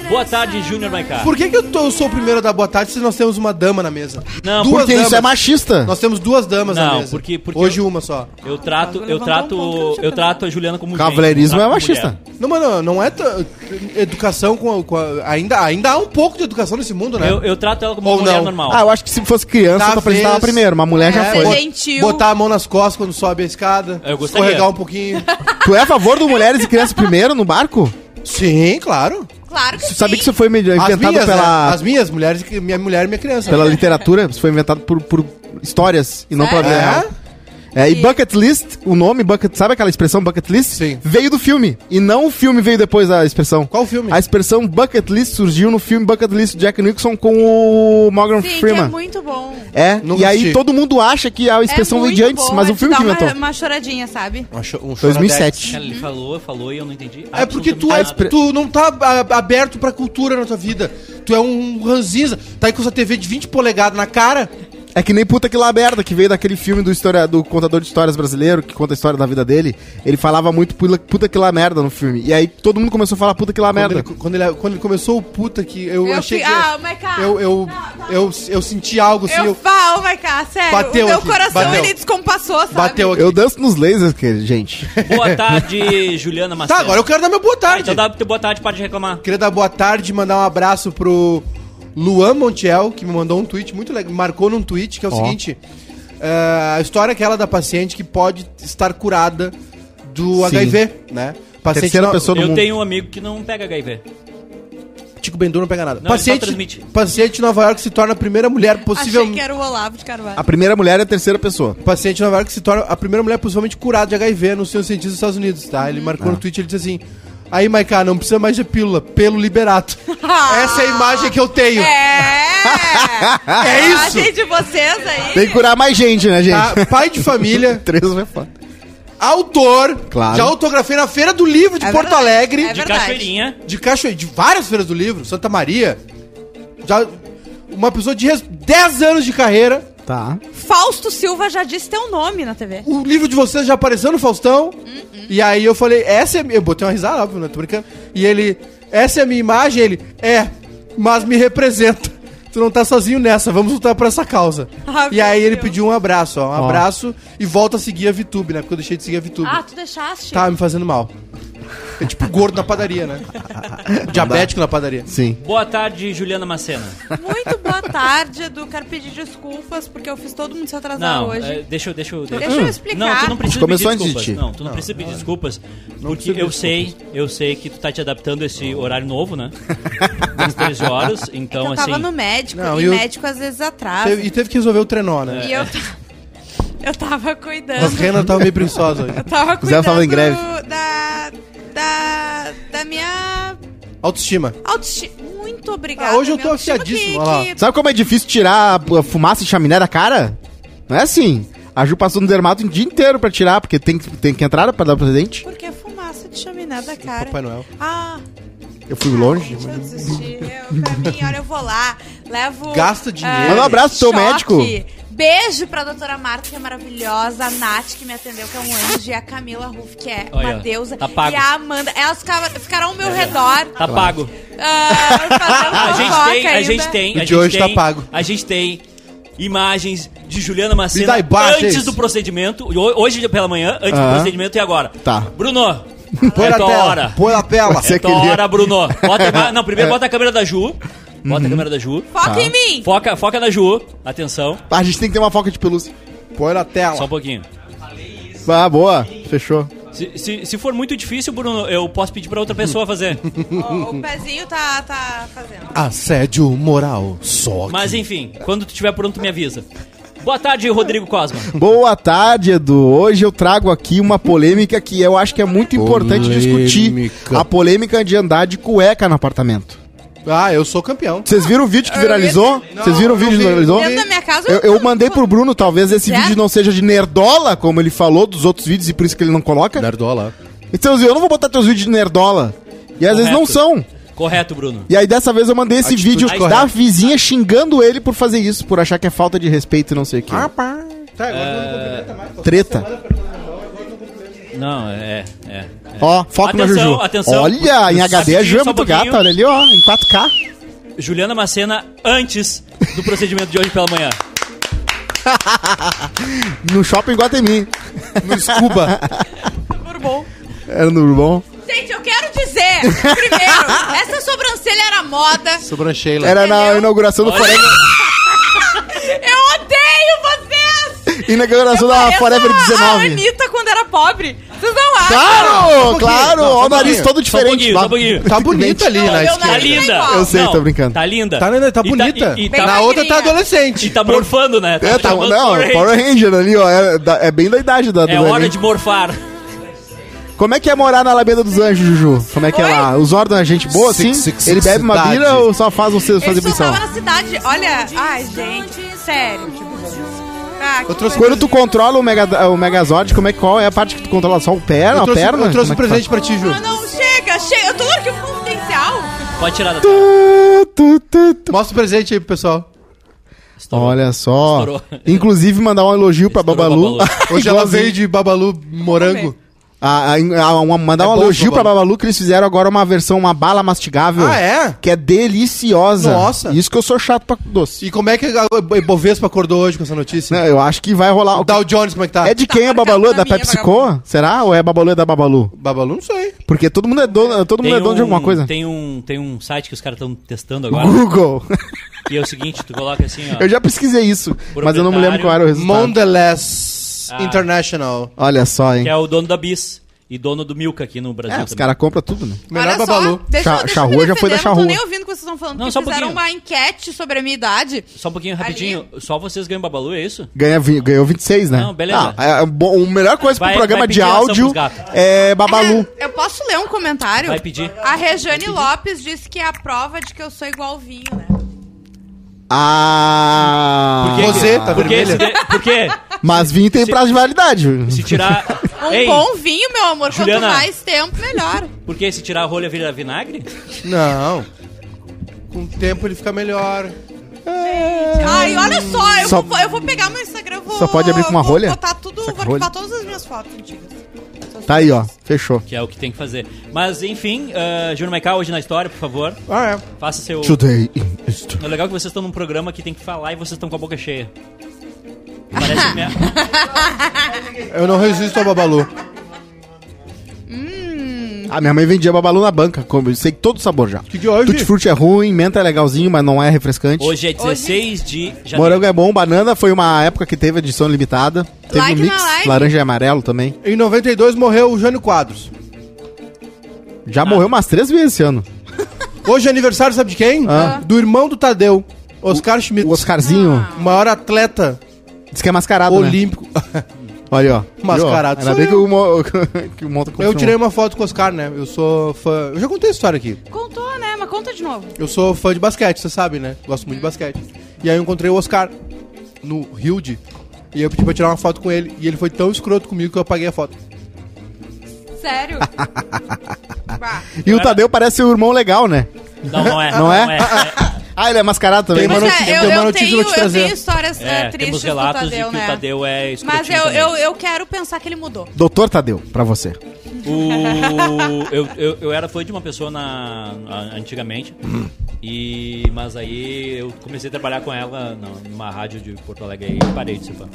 Speaker 2: Boa tarde, Júnior Maiká.
Speaker 4: Por que, que eu, tô- eu sou o primeiro da boa tarde se nós temos uma dama na mesa?
Speaker 2: Não,
Speaker 4: Duas
Speaker 1: Porque
Speaker 4: damas.
Speaker 1: isso é machista.
Speaker 4: Nós temos duas damas na
Speaker 2: Não,
Speaker 4: mesa.
Speaker 2: porque- porque
Speaker 4: Hoje
Speaker 2: eu-
Speaker 4: uma só.
Speaker 2: Eu trato, eu
Speaker 5: levantou um ponto que eu não
Speaker 2: trato,
Speaker 5: tinha
Speaker 2: eu trato a Juliana como gente,
Speaker 1: Cavaleirismo
Speaker 2: eu
Speaker 1: é
Speaker 2: trato como
Speaker 1: machista.
Speaker 2: mulher.
Speaker 4: Não, mano, não é t- educação com a, com a- ainda Ainda há um pouco de educação nesse mundo, né?
Speaker 2: Eu, eu trato ela como
Speaker 4: Ou
Speaker 2: uma mulher
Speaker 4: não.
Speaker 2: normal.
Speaker 1: Ah, eu acho que se fosse criança,
Speaker 4: Talvez-
Speaker 1: eu apresentava primeiro. Uma mulher já
Speaker 5: É,
Speaker 1: foi.
Speaker 5: gente. gentil.
Speaker 4: Botar a mão nas costas quando sobe a escada.
Speaker 2: Eu gostaria.
Speaker 4: Escorregar um pouquinho.
Speaker 1: Tu é a favor do mulheres e crianças primeiro no barco?
Speaker 4: Sim, claro.
Speaker 5: Claro que
Speaker 1: Tu
Speaker 5: sim.
Speaker 1: sabia que isso foi medi-
Speaker 4: As
Speaker 1: inventado
Speaker 4: minhas,
Speaker 1: pela,
Speaker 4: né? As minhas, mulheres, que- minha mulher e minha criança.
Speaker 1: pela literatura? Isso foi inventado por, por histórias e não pela vida
Speaker 4: É?
Speaker 1: real. É, e bucket list, o nome bucket, sabe aquela expressão bucket list?
Speaker 4: Sim.
Speaker 1: Veio do filme. E não o filme veio depois da expressão.
Speaker 4: Qual filme?
Speaker 1: A expressão bucket list surgiu no filme Bucket List de Jack Nixon com o Morgan
Speaker 5: Sim, que é
Speaker 1: Freeman.
Speaker 5: muito bom.
Speaker 1: É,
Speaker 4: Nunca
Speaker 1: e aí
Speaker 4: assisti.
Speaker 1: todo mundo acha que a expressão
Speaker 5: é
Speaker 1: veio
Speaker 5: muito
Speaker 1: de antes,
Speaker 5: bom,
Speaker 1: um mas o
Speaker 5: te
Speaker 1: filme
Speaker 5: dá
Speaker 1: que
Speaker 5: uma-
Speaker 1: inventou.
Speaker 5: Uma choradinha, sabe?
Speaker 4: Um cho- um choradex.
Speaker 1: 2007.
Speaker 2: Cara, ele falou, falou e eu não entendi.
Speaker 4: É porque tu, é,
Speaker 2: absolutamente nada.
Speaker 4: tu não tá a- aberto pra cultura na tua vida. Tu é um ranzinza. Tá aí com essa TV de 20 polegadas na cara.
Speaker 1: É que nem puta que lá aberta, que veio daquele filme do, história, do contador de histórias brasileiro, que conta a história da vida dele. Ele falava muito pula- puta que lá merda no filme. E aí todo mundo começou a falar puta que lá
Speaker 4: Quando
Speaker 1: merda.
Speaker 4: ele, quando, ele, quando ele começou o puta que eu,
Speaker 5: Eu
Speaker 4: achei
Speaker 5: fi-
Speaker 4: que...
Speaker 5: ah, mas cara,
Speaker 4: eu, eu,
Speaker 5: não, tá.
Speaker 4: eu, eu, senti algo assim.
Speaker 5: Eu
Speaker 4: Eu,
Speaker 5: falo, vai cá, sério.
Speaker 4: Bateu
Speaker 5: o meu
Speaker 4: aqui,
Speaker 5: coração,
Speaker 4: bateu.
Speaker 5: ele descompassou, sabe?
Speaker 4: bateu aqui.
Speaker 1: Eu danço nos lasers, que- gente.
Speaker 2: Boa tarde, Juliana Marcelo.
Speaker 4: Tá, agora eu quero dar meu boa tarde.
Speaker 2: Então dá pra ter boa tarde, para de reclamar.
Speaker 4: Queria dar boa tarde, mandar um abraço pro Luan Montiel, que me mandou um tweet muito legal, me marcou num tweet, que é o
Speaker 1: Ó.
Speaker 4: seguinte: é, a história é aquela da paciente que pode estar curada do
Speaker 1: Sim.
Speaker 4: HIV, né? Paciente
Speaker 1: Terceira pessoa Todo
Speaker 2: eu
Speaker 1: mundo.
Speaker 2: tenho um amigo que não pega HIV.
Speaker 4: Tico Bendu não pega nada.
Speaker 2: Não, ele só
Speaker 4: paciente,
Speaker 2: transmite.
Speaker 4: paciente de Nova York se torna a primeira mulher
Speaker 5: Achei
Speaker 4: possivelmente.
Speaker 5: que era o Olavo de Carvalho.
Speaker 1: A primeira mulher é a terceira pessoa.
Speaker 4: Paciente de Nova York se torna a primeira mulher possivelmente curada de HIV no seu cientista dos Estados Unidos, tá?
Speaker 5: Uhum.
Speaker 4: Ele marcou
Speaker 2: Ah.
Speaker 4: no tweet, ele disse assim: Aí, Maiká, não precisa mais de pílula, pelo liberato. Essa é a imagem que eu tenho.
Speaker 5: É!
Speaker 4: É isso?
Speaker 5: A gente de vocês aí.
Speaker 1: Tem que curar mais gente, né, gente?
Speaker 4: tá? Pai de família,
Speaker 1: Três vai foda.
Speaker 4: autor.
Speaker 1: Claro.
Speaker 4: Já autografei na Feira do Livro de
Speaker 5: É
Speaker 4: Porto
Speaker 5: verdade,
Speaker 4: Alegre.
Speaker 5: é
Speaker 2: De
Speaker 5: Verdade.
Speaker 2: cachoeirinha.
Speaker 4: De Cachoeira, de várias feiras do livro, Santa Maria. Já uma pessoa de res- 10 anos de carreira.
Speaker 1: Tá.
Speaker 5: Fausto Silva já disse teu nome na TV.
Speaker 4: O livro de vocês já apareceu no Faustão.
Speaker 5: Uhum.
Speaker 4: E aí eu falei, essa é. a minha- Eu botei uma risada, óbvio, né? Tô brincando. E ele, essa é a minha imagem. Ele, é, mas me representa. Tu não tá sozinho nessa, vamos lutar por essa causa.
Speaker 5: Ah,
Speaker 4: e aí
Speaker 5: meu
Speaker 4: ele
Speaker 5: Deus.
Speaker 4: pediu um abraço, ó. Um
Speaker 1: Ó.
Speaker 4: abraço e volta a seguir a VTube, né? Porque eu deixei de seguir a VTube.
Speaker 5: Ah, tu deixaste?
Speaker 4: Tava me fazendo mal. É tipo gordo na padaria, né? Diabético na padaria.
Speaker 1: Sim.
Speaker 2: Boa tarde, Juliana Macena.
Speaker 5: Muito boa tarde, Edu. Quero pedir desculpas porque eu fiz todo mundo se atrasar
Speaker 2: Não, é,
Speaker 5: hoje.
Speaker 2: deixa eu. Deixa eu,
Speaker 5: Deixa eu explicar.
Speaker 2: Não, tu não precisa pedir
Speaker 1: Começou antes de
Speaker 2: desculpas.
Speaker 1: ti. Ah.
Speaker 2: Não, tu não, precisa pedir desculpas. Porque eu sei, eu sei que tu tá te adaptando a esse horário novo, né? Das 13 horas.
Speaker 5: É Que
Speaker 2: Então,
Speaker 5: eu tava
Speaker 2: assim.
Speaker 5: no médico
Speaker 4: Não,
Speaker 5: e
Speaker 4: e o-
Speaker 5: médico às vezes atrasa.
Speaker 4: Teve- e teve que resolver o trenó, né?
Speaker 5: E eu, ta- eu tava cuidando.
Speaker 4: As renas estavam meio preguiçosas hoje.
Speaker 5: Eu tava
Speaker 1: O Zé
Speaker 5: cuidando
Speaker 1: tava em greve.
Speaker 5: da. da. da minha
Speaker 4: Autoestima.
Speaker 5: autoestima. Muito obrigada.
Speaker 4: Ah, hoje eu tô
Speaker 5: minha autoestima
Speaker 4: afiadíssimo,
Speaker 5: que-
Speaker 4: olha lá.
Speaker 5: que-
Speaker 1: Sabe como é difícil tirar a a fumaça e chaminé da cara? Não é assim. A Ju passou no dermato o dia inteiro pra tirar, porque tem, que- tem que entrar pra dar pro dente.
Speaker 5: Porque é fumaça de chaminé da cara.
Speaker 4: Papai Noel.
Speaker 5: Ah,
Speaker 1: Eu fui longe.
Speaker 5: gente, eu desisti. Eu, pra mim, olha, eu vou lá, levo... ah,
Speaker 4: Gasta dinheiro.
Speaker 1: Manda um abraço pro teu médico.
Speaker 5: Beijo pra doutora Marta, que é maravilhosa, a Nath, que me atendeu, que é um anjo, e a Camila Ruff, que é
Speaker 2: Olha,
Speaker 5: uma deusa,
Speaker 2: tá pago.
Speaker 5: e a Amanda. Elas ficavam- ficaram ao meu redor,
Speaker 2: Tá pago.
Speaker 5: ah, fazendo
Speaker 2: A gente
Speaker 5: fofoca
Speaker 2: tem, a
Speaker 5: ainda.
Speaker 2: gente tem.
Speaker 4: O
Speaker 2: a
Speaker 4: de
Speaker 2: gente
Speaker 4: hoje tá
Speaker 2: tem-
Speaker 4: pago.
Speaker 2: A gente tem imagens de Juliana
Speaker 4: Me
Speaker 2: Macena
Speaker 4: dá imagens.
Speaker 2: antes do procedimento. ho- Hoje pela manhã, antes do
Speaker 1: Aham.
Speaker 2: procedimento e agora.
Speaker 1: Tá.
Speaker 2: Bruno,
Speaker 3: Põe
Speaker 2: é
Speaker 3: na
Speaker 2: tua
Speaker 3: tela.
Speaker 2: hora.
Speaker 3: Põe na tela.
Speaker 1: Você
Speaker 2: É tua
Speaker 1: queria-
Speaker 2: hora, Bruno. Bota a ima- Não,
Speaker 4: É.
Speaker 2: primeiro bota a câmera da Ju. Bota a
Speaker 4: Uhum.
Speaker 2: câmera da Ju.
Speaker 5: Foca
Speaker 1: Tá.
Speaker 5: em mim!
Speaker 2: Foca, foca na Ju. Atenção.
Speaker 1: A gente tem que ter uma foca de pelúcia.
Speaker 3: Põe na
Speaker 2: Só um
Speaker 3: tela.
Speaker 2: pouquinho.
Speaker 1: Ah, boa. Fechou.
Speaker 2: Se, se, se for muito difícil, Bruno, eu posso pedir pra outra pessoa fazer.
Speaker 5: Ó, o pezinho tá, tá fazendo.
Speaker 4: Assédio moral. Só.
Speaker 2: Mas enfim, quando tu estiver pronto, me avisa. Boa tarde, Rodrigo Cosma.
Speaker 1: Boa tarde, Edu. Hoje eu trago aqui uma polêmica que eu acho que é muito importante discutir.
Speaker 4: Polêmica.
Speaker 1: A polêmica de andar de cueca no apartamento.
Speaker 4: Ah, eu sou campeão.
Speaker 1: Vocês viram o vídeo que viralizou? Vocês viram o vídeo que
Speaker 4: vi.
Speaker 1: viralizou?
Speaker 5: Dentro da minha casa...
Speaker 1: Eu, eu mandei pro Bruno, talvez esse
Speaker 5: Zé?
Speaker 1: vídeo não seja de nerdola, como ele falou dos outros vídeos e por isso que ele não coloca.
Speaker 4: Nerdola.
Speaker 1: Então, eu não vou botar teus vídeos de nerdola. E às vezes
Speaker 2: Correto.
Speaker 1: não são.
Speaker 2: Correto, Bruno.
Speaker 1: E aí dessa vez eu mandei esse
Speaker 4: Atitude
Speaker 1: vídeo
Speaker 4: correta.
Speaker 1: da vizinha xingando ele por fazer isso, por achar que é falta de respeito e não sei o quê.
Speaker 4: Tá, agora não cumprimenta mais.
Speaker 1: Treta.
Speaker 2: Não, é, é.
Speaker 1: Ó, foco na
Speaker 2: Atenção,
Speaker 1: Juju.
Speaker 2: atenção.
Speaker 1: Olha, em HD a Ju é
Speaker 2: Só um
Speaker 1: muito
Speaker 2: pouquinho.
Speaker 1: gata, olha ali, ó, em 4K.
Speaker 2: Juliana Macena antes do procedimento de hoje pela manhã.
Speaker 1: No shopping Guatemi.
Speaker 4: No Scuba.
Speaker 5: Bourbon.
Speaker 1: Era no Urbão.
Speaker 5: Gente, eu quero dizer, primeiro, essa sobrancelha era moda.
Speaker 4: Sobrancheila.
Speaker 1: Era na
Speaker 5: Entendeu?
Speaker 1: inauguração do
Speaker 2: Olha.
Speaker 1: Forever.
Speaker 5: Eu odeio vocês!
Speaker 1: Inauguração da
Speaker 5: Eu
Speaker 1: Forever
Speaker 5: pareço a- A
Speaker 1: 19.
Speaker 5: Anitta quando era pobre. Vocês não acham?
Speaker 1: Claro,
Speaker 4: pouquinho,
Speaker 1: claro.
Speaker 4: não, só
Speaker 1: Ó,
Speaker 4: um
Speaker 1: o nariz todo
Speaker 4: pouquinho.
Speaker 2: Só um
Speaker 1: diferente.
Speaker 2: pouquinho, só um pouquinho.
Speaker 4: Tá bonito ali
Speaker 5: Não,
Speaker 4: na
Speaker 5: eu não-
Speaker 2: Tá
Speaker 4: esquerda.
Speaker 2: linda.
Speaker 5: Eu
Speaker 1: sei, tô brincando.
Speaker 2: Tá linda.
Speaker 4: Tá, linda, tá
Speaker 2: E
Speaker 4: bonita.
Speaker 2: E, e
Speaker 5: Bem
Speaker 2: tá,
Speaker 4: Na outra tá
Speaker 2: e
Speaker 5: magrinha.
Speaker 4: adolescente.
Speaker 2: tá morfando, né?
Speaker 1: É, tá,
Speaker 2: chamando
Speaker 1: não,
Speaker 2: Power
Speaker 1: Power
Speaker 2: Rangers.
Speaker 1: Ranger ali, ó. É, da- é bem da idade da do
Speaker 2: É hora
Speaker 1: Enem.
Speaker 2: de morfar.
Speaker 1: Como é que é morar na Alameda dos Anjos, Juju? Como é que é
Speaker 5: Oi?
Speaker 1: lá? Os órgãos é gente boa,
Speaker 4: Six,
Speaker 1: assim?
Speaker 4: six, six,
Speaker 1: Ele bebe uma
Speaker 4: cidade.
Speaker 1: bira ou só faz você fazer
Speaker 5: Ele
Speaker 1: missão?
Speaker 5: surtava na cidade. Olha, ai, gente, sério. tipo, Ah, que
Speaker 4: Eu trouxe-
Speaker 5: coisa-
Speaker 1: Quando tu controla o, Mega, o Megazord, como é, que- qual é a parte que tu controla? Só o pé,
Speaker 4: Eu
Speaker 1: a
Speaker 4: trouxe,
Speaker 1: perna?
Speaker 4: eu trouxe
Speaker 1: Como
Speaker 4: um
Speaker 1: é que
Speaker 4: presente pra ti, Ju.
Speaker 5: Ah, não, chega, chega. Eu tô no arquivo confidencial.
Speaker 2: Pode tirar da
Speaker 1: faz? Tu, tu, tu.
Speaker 4: Mostra o presente aí pro pessoal.
Speaker 2: Estourou.
Speaker 1: Olha só.
Speaker 2: Estourou.
Speaker 1: Inclusive, mandar um elogio pra
Speaker 2: Estourou
Speaker 1: Babalu.
Speaker 2: Babalu.
Speaker 4: Hoje ela veio de babalu morango.
Speaker 1: A- a- a- uma- mandar
Speaker 4: É
Speaker 1: um
Speaker 4: bom,
Speaker 1: elogio
Speaker 4: Babalu.
Speaker 1: pra Babalu que eles fizeram agora uma versão, uma bala mastigável.
Speaker 4: Ah, é?
Speaker 1: Que é deliciosa.
Speaker 4: Nossa.
Speaker 1: Isso que eu sou chato pra doce.
Speaker 4: E como é que a Bovespa acordou hoje com essa notícia?
Speaker 1: Não, eu acho que vai rolar.
Speaker 4: O Dow Jones, como é que tá?
Speaker 1: É de quem a
Speaker 5: marcado
Speaker 1: Babalu? É
Speaker 5: pra
Speaker 1: da
Speaker 5: mim, é
Speaker 1: PepsiCo? Será? Ou é a Babalu é da Babalu?
Speaker 4: Babalu, não sei.
Speaker 1: Porque todo mundo é dono, todo mundo é dono de alguma coisa.
Speaker 2: Tem um, tem um site que os caras estão testando agora.
Speaker 1: Google.
Speaker 2: e é o seguinte, tu coloca assim, ó.
Speaker 1: Eu já pesquisei isso, mas eu não me lembro qual era o resultado.
Speaker 4: Mondelez
Speaker 2: Ah.
Speaker 4: International.
Speaker 1: Olha só, hein?
Speaker 2: Que é o dono da Bis e dono do Milka aqui no Brasil
Speaker 1: É, os
Speaker 2: também.
Speaker 1: caras compram tudo, né?
Speaker 4: Melhor
Speaker 5: Olha
Speaker 4: Babalu.
Speaker 5: só, deixa,
Speaker 1: Cha-
Speaker 5: deixa eu
Speaker 1: Charrua
Speaker 5: me
Speaker 1: já foi da
Speaker 5: defender, eu Não tô
Speaker 1: Charrua.
Speaker 5: nem ouvindo o que vocês estão falando.
Speaker 2: Não,
Speaker 5: porque
Speaker 2: só um
Speaker 5: fizeram
Speaker 2: pouquinho.
Speaker 5: uma enquete sobre a minha idade.
Speaker 2: Só um pouquinho, rapidinho. Só vocês ganham Babalu, é isso?
Speaker 1: Ganha, vi- ganhou 26, né?
Speaker 2: Não, beleza.
Speaker 1: Ah, é, bom, a melhor coisa
Speaker 2: Vai-
Speaker 1: pro programa
Speaker 2: vai
Speaker 1: de
Speaker 2: pedir ração
Speaker 1: áudio
Speaker 2: pros gatos.
Speaker 1: é Babalu.
Speaker 5: É, eu posso ler um comentário?
Speaker 2: Vai pedir.
Speaker 5: A Rejane Lopes disse que é a prova de que eu sou igual ao vinho, né?
Speaker 1: Ah... tá-
Speaker 2: Por quê?
Speaker 4: Rosé, tá
Speaker 2: Porque,
Speaker 4: vermelha?
Speaker 2: se, de- porque
Speaker 1: Mas vinho tem prazo de validade.
Speaker 2: se tirar...
Speaker 5: Um
Speaker 2: Ei,
Speaker 5: bom vinho, meu amor,
Speaker 2: Juliana.
Speaker 5: quanto mais tempo, melhor.
Speaker 2: porque se tirar a rolha vira vinagre?
Speaker 4: Não. Com o tempo ele fica melhor.
Speaker 5: Ai, olha só, eu,
Speaker 1: Só-
Speaker 5: vou, eu vou pegar meu Instagram, vou...
Speaker 1: Só pode abrir com uma
Speaker 5: vou
Speaker 1: rolha?
Speaker 5: botar tudo,
Speaker 1: Só
Speaker 5: vou
Speaker 1: com rolha.
Speaker 5: arquivar todas as minhas fotos antigas.
Speaker 1: Tá aí, ó. Fechou.
Speaker 2: Que é o que tem que fazer. Mas, enfim, uh, Júnior Maiká, hoje na história, por favor.
Speaker 4: Ah, é.
Speaker 2: Faça seu...
Speaker 1: Today in history.
Speaker 2: É legal que vocês estão num programa que tem que falar e vocês estão com a boca cheia. Parece é- minha...
Speaker 4: é. Eu não resisto ao Babalu.
Speaker 1: Ah, minha mãe vendia babalu na banca, como eu sei todo o sabor já.
Speaker 4: Que que hoje?
Speaker 1: Tutti-frutti é ruim, menta é legalzinho, mas não é refrescante.
Speaker 2: Hoje é 16 de janeiro.
Speaker 1: Morango é bom, banana foi uma época que teve edição limitada. Teve
Speaker 5: Like
Speaker 1: um
Speaker 5: na
Speaker 1: mix,
Speaker 5: live.
Speaker 1: laranja e amarelo também.
Speaker 4: Em 92 morreu o Jânio Quadros. Ah.
Speaker 1: Já morreu umas três vezes esse ano.
Speaker 4: Hoje é aniversário, sabe de quem?
Speaker 1: Ah.
Speaker 4: Do irmão do Tadeu, Oscar Schmidt.
Speaker 1: O Oscarzinho,
Speaker 5: Ah.
Speaker 4: O maior atleta
Speaker 1: diz que é mascarado, né?
Speaker 4: olímpico.
Speaker 1: Olha, ó.
Speaker 4: Mascarado.
Speaker 1: Viu, ó? Ainda
Speaker 4: Sou
Speaker 1: bem que
Speaker 4: eu.
Speaker 1: o, Mo... que o Monta
Speaker 4: Eu
Speaker 1: confirmou.
Speaker 4: tirei uma foto com o Oscar, né? Eu sou fã. Eu já contei a história aqui.
Speaker 5: Contou, né? Mas conta de novo.
Speaker 4: Eu sou fã de basquete, você sabe, né? Gosto muito de basquete. E aí eu encontrei o Oscar no Hilde. E eu pedi pra tirar uma foto com ele. E ele foi tão escroto comigo que eu apaguei a foto.
Speaker 5: Sério? Bah.
Speaker 1: E o Tadeu parece o irmão legal, né?
Speaker 2: Não, não é.
Speaker 1: Não é? Ah, ele é mascarado também.
Speaker 4: Tem
Speaker 5: Mas
Speaker 4: uma
Speaker 1: mano.
Speaker 4: notícia-
Speaker 5: é, eu,
Speaker 4: tem uma
Speaker 5: eu,
Speaker 4: notícia pra
Speaker 5: tenho,
Speaker 4: te
Speaker 5: eu
Speaker 4: trazer.
Speaker 5: tenho histórias
Speaker 2: É,
Speaker 5: eh,
Speaker 2: temos
Speaker 5: tristes do
Speaker 2: relatos
Speaker 5: Tadeu,
Speaker 2: de que
Speaker 5: né?
Speaker 2: o Tadeu é
Speaker 5: Mas
Speaker 2: escrotinho
Speaker 5: eu,
Speaker 2: também.
Speaker 5: eu, eu quero pensar que ele mudou.
Speaker 1: Doutor Tadeu, pra você.
Speaker 2: O- eu, eu, eu era fã de uma pessoa na, a- antigamente, e, mas aí eu comecei a trabalhar com ela na- numa rádio de Porto Alegre e parei de ser fã.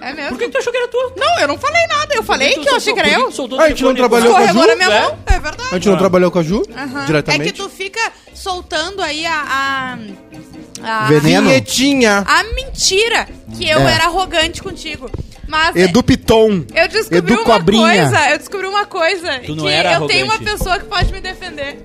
Speaker 5: É
Speaker 2: Por
Speaker 5: mesmo?
Speaker 2: que que tu achou que era tu?
Speaker 5: Não, eu não falei nada. Eu falei que eu achei que era eu.
Speaker 2: Soltou
Speaker 4: Ah, a gente não trabalhou com a
Speaker 5: Escorregou
Speaker 4: Ju?
Speaker 5: na minha
Speaker 2: É?
Speaker 5: mão. É
Speaker 4: A
Speaker 5: verdade.
Speaker 4: gente não trabalhou com a Ju
Speaker 5: Aham. É
Speaker 4: diretamente.
Speaker 5: que tu fica soltando aí a... a, a
Speaker 1: Veneno.
Speaker 4: Vinhetinha.
Speaker 5: A mentira que eu
Speaker 1: É.
Speaker 5: era arrogante contigo. Mas
Speaker 1: Edu Piton.
Speaker 5: eu descobri
Speaker 1: Edu
Speaker 5: uma
Speaker 1: Cobrinha.
Speaker 5: coisa. Eu descobri uma coisa.
Speaker 2: Tu não
Speaker 5: que
Speaker 2: era
Speaker 5: eu tenho uma
Speaker 2: arrogante.
Speaker 5: pessoa que pode me defender.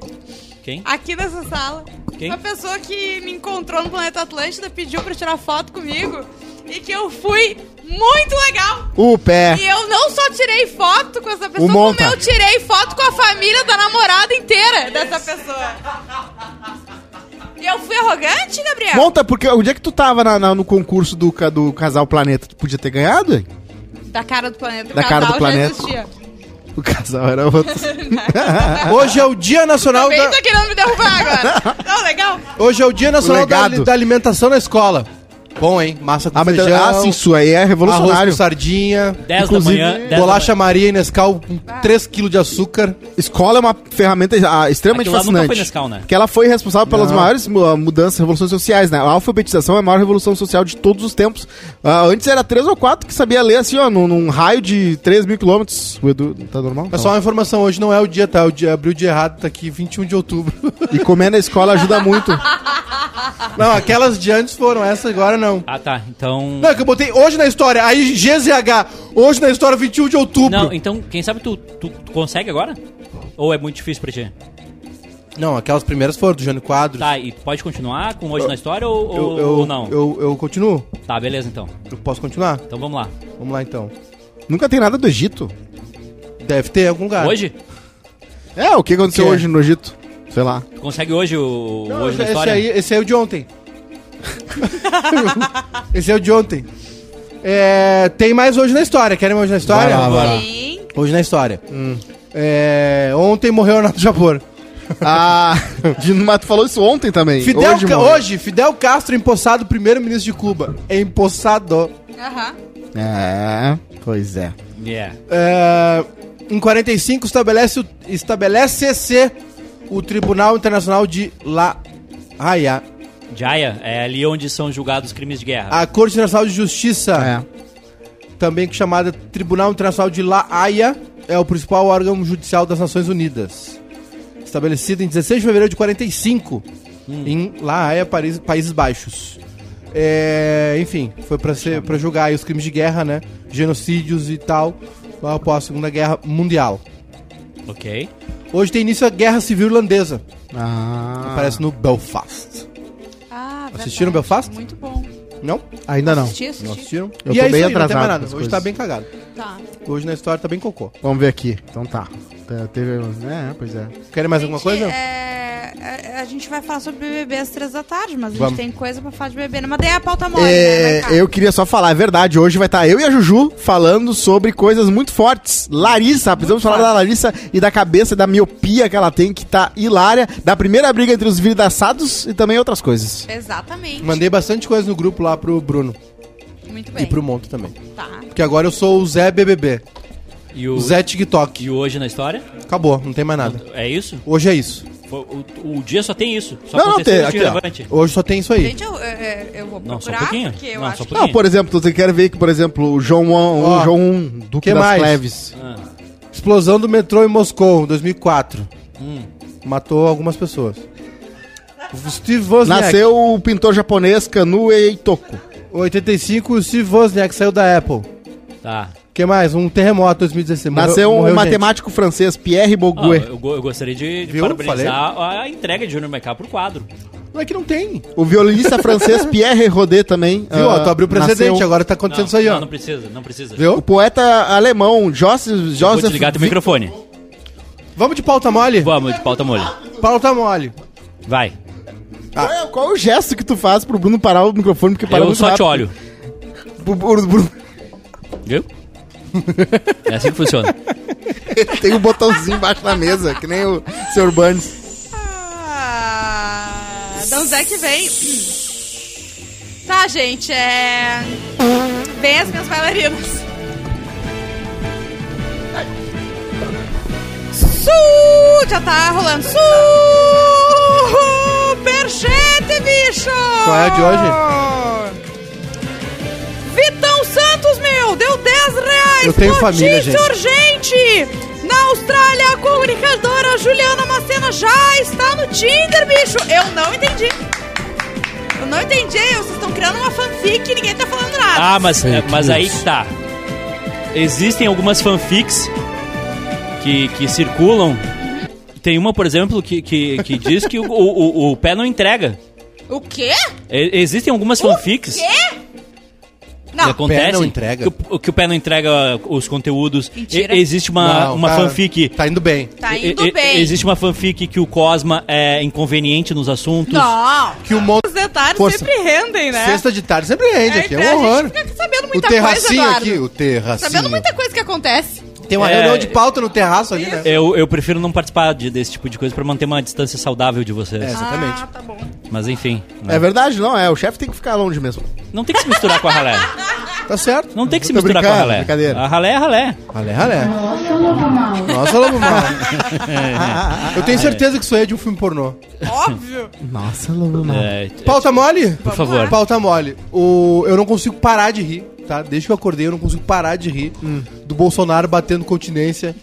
Speaker 2: Quem?
Speaker 5: Aqui nessa sala.
Speaker 2: Quem?
Speaker 5: Uma pessoa que me encontrou no Planeta Atlântida, pediu pra tirar foto comigo. E que eu fui muito legal.
Speaker 1: O pé.
Speaker 5: E eu não só tirei foto com essa pessoa,
Speaker 1: É. O
Speaker 5: como
Speaker 1: Monta.
Speaker 5: eu tirei foto com a família da namorada inteira dessa pessoa. E eu fui arrogante, Gabriel?
Speaker 1: Monta, porque onde é que tu tava na- na- no concurso do, ca- do Casal Planeta? Tu podia ter ganhado, hein?
Speaker 5: Da cara do planeta. O
Speaker 1: Da cara do
Speaker 5: casal já
Speaker 1: planeta.
Speaker 5: existia.
Speaker 1: O casal era outro.
Speaker 4: Hoje é o Dia Nacional
Speaker 5: Também
Speaker 4: da...
Speaker 5: ah, tá querendo me derrubar agora. Não, legal.
Speaker 4: Hoje é o Dia Nacional da,
Speaker 1: legado.
Speaker 4: da Alimentação na Escola. então, Bom, hein? Massa com
Speaker 1: Ah, mas,
Speaker 4: feijão,
Speaker 1: ah, sim, isso aí é
Speaker 4: arroz
Speaker 1: revolucionário.
Speaker 4: com sardinha,
Speaker 2: 10 da
Speaker 1: Inclusive,
Speaker 2: manhã. 10 da
Speaker 4: bolacha
Speaker 2: manhã.
Speaker 4: Maria e Nescau com 3kg de açúcar.
Speaker 1: Escola é uma ferramenta ah, extremamente
Speaker 2: Aquilo lá nunca
Speaker 1: fascinante.
Speaker 2: foi Nescau, né?
Speaker 1: Porque ela foi responsável pelas maiores mu- ah, mudanças, revoluções sociais, né? A alfabetização é a maior revolução social de todos os tempos. Ah, antes era três ou quatro que sabia ler assim, ó, num, num raio de 3 mil quilômetros. O Edu, tá normal?
Speaker 4: É só uma informação, hoje não é o dia, tá? O dia abriu de errado, tá aqui 21 de outubro.
Speaker 1: E comer na escola ajuda muito.
Speaker 4: Não, aquelas de antes foram, essa agora não.
Speaker 2: Ah, tá. Então.
Speaker 4: Não, é que eu botei hoje na história, aí GZH, hoje na história 21 de outubro.
Speaker 2: Não,
Speaker 4: Não,
Speaker 2: então, quem sabe tu, tu, tu consegue agora? Ou é muito difícil pra ti?
Speaker 4: aquelas primeiras foram, do Jânio Quadros.
Speaker 2: Tá, e tu pode continuar com hoje na história ou,
Speaker 4: Eu,
Speaker 2: ou-
Speaker 4: eu,
Speaker 2: ou não?
Speaker 4: Eu, eu continuo?
Speaker 2: Tá, beleza então.
Speaker 4: Eu posso continuar?
Speaker 2: Então vamos lá.
Speaker 4: Vamos lá então.
Speaker 1: Nunca tem nada do Egito.
Speaker 4: Deve ter em algum lugar.
Speaker 2: Hoje?
Speaker 1: É, o que aconteceu
Speaker 4: Que é?
Speaker 1: hoje no Egito? Sei lá.
Speaker 2: Tu consegue hoje o
Speaker 4: Não,
Speaker 2: hoje na
Speaker 4: esse,
Speaker 2: história?
Speaker 4: aí, esse aí é o de ontem. esse é o de ontem. É, tem mais hoje na história. Querem hoje na história?
Speaker 1: Vai Hum. lá, vai lá.
Speaker 5: Sim.
Speaker 4: Hoje na história. É, ontem morreu Renato Japor.
Speaker 1: Ah, de, mas tu falou isso ontem também.
Speaker 4: Fidel Ca-
Speaker 1: morreu.
Speaker 4: hoje, Fidel Castro empossado primeiro-ministro de Cuba. Empossado.
Speaker 5: Aham.
Speaker 1: É, pois é.
Speaker 2: Yeah.
Speaker 4: É, em 45 estabelece o- estabelece-se o Tribunal Internacional de La Haya.
Speaker 2: Jaya é ali onde são julgados crimes de guerra.
Speaker 4: A Corte Internacional de Justiça,
Speaker 1: É.
Speaker 4: também chamada Tribunal Internacional de La Haya, é o principal órgão judicial das Nações Unidas. Estabelecido em 16 de fevereiro de 45,
Speaker 1: Hum.
Speaker 4: em La Haya, Paris- Países Baixos. É, enfim, foi pra ser para julgar aí os crimes de guerra, né? Genocídios e tal, lá após a Segunda Guerra Mundial. Ah.
Speaker 2: Ok.
Speaker 4: Hoje tem início a Guerra Civil Irlandesa.
Speaker 1: Ah,
Speaker 4: Aparece no Belfast.
Speaker 5: Ah, verdade.
Speaker 4: Assistiram Belfast?
Speaker 5: Muito bom.
Speaker 4: Não?
Speaker 1: ainda não.
Speaker 5: Assisti,
Speaker 4: Não
Speaker 5: assisti.
Speaker 4: assistiram?
Speaker 1: Eu
Speaker 4: e
Speaker 1: tô
Speaker 4: é isso
Speaker 1: bem
Speaker 4: aí, não tem mais
Speaker 1: atrasado
Speaker 4: nada.
Speaker 1: com as
Speaker 4: Hoje tá
Speaker 1: coisas.
Speaker 4: bem cagado.
Speaker 5: Tá.
Speaker 4: Hoje na história tá bem cocô.
Speaker 1: Vamos ver aqui. Então tá. Te- Teve, né? Pois é.
Speaker 4: Querem mais alguma
Speaker 5: Gente,
Speaker 4: coisa?
Speaker 5: é, a- a gente vai falar sobre BBB às três da tarde, mas a
Speaker 4: Vamos.
Speaker 5: gente tem coisa pra falar de BBB. Mas daí é a pauta mole, né?
Speaker 1: É,
Speaker 5: Vai, cara?
Speaker 1: eu queria só falar, é verdade. Hoje vai estar eu e a Juju falando sobre coisas muito fortes. Larissa, precisamos falar da Larissa e da cabeça e da miopia que ela tem, que tá hilária. Da primeira briga entre os vidaçados e também outras coisas.
Speaker 5: Exatamente.
Speaker 4: Mandei bastante coisa no grupo lá pro Bruno
Speaker 5: Muito bem.
Speaker 4: e pro Monto também.
Speaker 5: Tá.
Speaker 4: Porque agora eu sou o Zé BBB,
Speaker 2: E o
Speaker 4: o Zé TikTok.
Speaker 2: e o hoje na história?
Speaker 4: Acabou, não tem mais nada.
Speaker 2: É isso?
Speaker 4: Hoje é isso.
Speaker 2: Foi- o, o dia só tem isso. Só
Speaker 1: Não, não
Speaker 2: aconteceu
Speaker 1: tem,
Speaker 2: isso de
Speaker 1: aqui, ó.
Speaker 2: relevante.
Speaker 4: Hoje só tem isso aí.
Speaker 5: Gente, eu, eu, eu vou
Speaker 2: Não, só um
Speaker 5: procurar,
Speaker 2: pouquinho.
Speaker 5: porque eu
Speaker 2: Não,
Speaker 5: acho
Speaker 2: só um
Speaker 5: que...
Speaker 1: Não, por exemplo, você quer ver que, por exemplo, o João, o
Speaker 4: Ó,
Speaker 1: João Duque
Speaker 4: que
Speaker 1: das
Speaker 4: mais?
Speaker 1: Cleves.
Speaker 2: Ah,
Speaker 4: Explosão do metrô em Moscou, 2004. Hum, Matou algumas pessoas. Steve Wozniak.
Speaker 1: Nasceu o pintor japonês Kanu Eitoko.
Speaker 4: 85, o Steve Wozniak saiu da Apple.
Speaker 2: Tá.
Speaker 4: que mais? Um terremoto 2016. Morreu-
Speaker 1: Nasceu um
Speaker 4: morreu gente.
Speaker 1: matemático francês, Pierre
Speaker 2: Ah,
Speaker 1: Bourguet.
Speaker 2: eu, go- eu gostaria de, de
Speaker 4: Viu?
Speaker 2: parabenizar a entrega de Júnior Maiká pro quadro.
Speaker 4: Não é que não tem.
Speaker 1: O violinista francês Pierre Rodet também.
Speaker 4: Viu?
Speaker 1: ah,
Speaker 4: ó, tu abriu o precedente,
Speaker 1: nasceu.
Speaker 4: agora tá acontecendo
Speaker 2: não,
Speaker 4: isso aí, ó.
Speaker 2: não, não precisa, não precisa.
Speaker 4: Viu?
Speaker 1: O poeta alemão Joseph,
Speaker 4: Então
Speaker 2: Vou
Speaker 1: Joseph
Speaker 2: desligar teu
Speaker 1: Vi-
Speaker 2: microfone.
Speaker 4: Vamos de pauta mole?
Speaker 2: Vamos, de pauta mole.
Speaker 4: Pauta mole.
Speaker 2: Vai.
Speaker 1: Qual, é, qual é o gesto que tu faz pro Bruno parar o microfone? Porque parou
Speaker 2: eu
Speaker 1: muito
Speaker 2: só te
Speaker 1: rápido.
Speaker 2: olho.
Speaker 1: Bu- bu- Bruno-
Speaker 2: Viu? É assim que funciona.
Speaker 1: Tem um botãozinho embaixo da mesa, que nem o seu Urbanis.
Speaker 5: Ah, Donzec vem. Tá, gente, é. Vem as minhas bailarinas. Su! Já tá rolando. Superchat, bicho!
Speaker 4: Qual é a de
Speaker 5: hoje? Vitão Santos, meu! Deu 10 reais!
Speaker 4: Eu tenho família,
Speaker 5: Notícia
Speaker 4: gente.
Speaker 5: urgente! Na Austrália, a comunicadora Juliana Macena já está no Tinder, bicho! Eu não entendi. Eu não entendi. Vocês estão criando uma fanfic e ninguém tá falando nada.
Speaker 2: Ah, mas,
Speaker 4: Fake
Speaker 2: mas aí
Speaker 4: news.
Speaker 2: que tá. Existem algumas fanfics que, que circulam. Tem uma, por exemplo, que, que, que diz que o, o, o- o pé não entrega.
Speaker 5: O quê?
Speaker 2: E- existem algumas fanfics que
Speaker 5: Quê? Não,
Speaker 2: acontecem
Speaker 4: não entrega.
Speaker 2: Que, o, que o pé não entrega os conteúdos.
Speaker 5: Mentira.
Speaker 2: E- existe uma,
Speaker 4: Não,
Speaker 2: uma
Speaker 4: tá-
Speaker 2: fanfic.
Speaker 4: Tá indo bem.
Speaker 5: tá indo
Speaker 2: e- e-
Speaker 5: bem.
Speaker 2: Existe uma fanfic que o Cosma é inconveniente nos assuntos.
Speaker 5: Não.
Speaker 4: Que o monte
Speaker 5: Os detalhes
Speaker 1: Força.
Speaker 5: sempre rendem, né?
Speaker 4: Sexta de tarde sempre rende aqui, é
Speaker 5: a
Speaker 4: um horror.
Speaker 5: gente fica sabendo
Speaker 4: O
Speaker 5: muita coisa,
Speaker 4: terracinho
Speaker 5: Eduardo.
Speaker 4: aqui, o terracinho.
Speaker 5: Sabendo muita coisa que acontece.
Speaker 4: Tem uma
Speaker 2: É.
Speaker 4: reunião de pauta no terraço ali, né?
Speaker 2: Eu, eu prefiro não participar de- desse tipo de coisa pra manter uma distância saudável de vocês.
Speaker 4: É. Exatamente.
Speaker 5: Ah, tá bom.
Speaker 2: Mas enfim. né?
Speaker 1: É verdade, não é. O chefe tem que ficar longe mesmo.
Speaker 4: É.
Speaker 2: Não tem que se misturar com a ralé.
Speaker 4: Tá certo.
Speaker 2: Não tem que se
Speaker 1: Tô
Speaker 2: misturar com a
Speaker 1: brincando,
Speaker 2: ralé.
Speaker 1: brincadeira.
Speaker 2: A ralé é ralé.
Speaker 4: Ralé, ralé.
Speaker 3: Nossa, lobo mal.
Speaker 4: Nossa, Lobo Mal. Eu tenho certeza que isso aí é de um filme pornô.
Speaker 5: Óbvio.
Speaker 1: Nossa, Lobo
Speaker 4: Ah.
Speaker 2: É,
Speaker 4: Pauta mole?
Speaker 2: por favor.
Speaker 4: Pauta mole. O... Eu não consigo parar de rir, tá? Desde que eu acordei, eu não consigo parar de rir
Speaker 2: Hum.
Speaker 4: do Bolsonaro batendo continência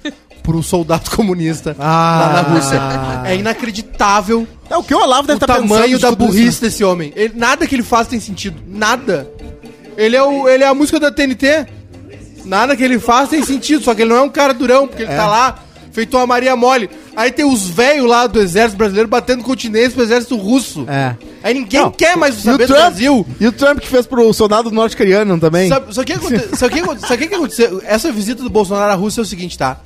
Speaker 4: por um soldado comunista
Speaker 1: Ah.
Speaker 4: lá na Rússia. É inacreditável
Speaker 1: É o que o Olavo deve
Speaker 4: o
Speaker 1: estar pensando.
Speaker 4: tamanho
Speaker 1: de
Speaker 4: da
Speaker 1: tudo isso, né?
Speaker 4: burrice desse homem. Ele- nada que ele faz tem sentido. Nada. Ele é, o, ele é a música da TNT. Nada que ele faz tem sentido, só que ele não é um cara durão, porque ele tá lá, feito uma Maria Mole. Aí tem os velhos lá do exército brasileiro batendo continência pro exército russo.
Speaker 1: É.
Speaker 4: Aí ninguém
Speaker 1: Não,
Speaker 4: quer mais
Speaker 1: E o,
Speaker 4: saber do
Speaker 1: Trump,
Speaker 4: Brasil.
Speaker 1: e o Trump que fez pro soldado norte-coreano também.
Speaker 4: Sabe, sabe o que aconte- sabe o que aconte- sabe o que que aconteceu? Essa visita do Bolsonaro à Rússia é o seguinte, tá?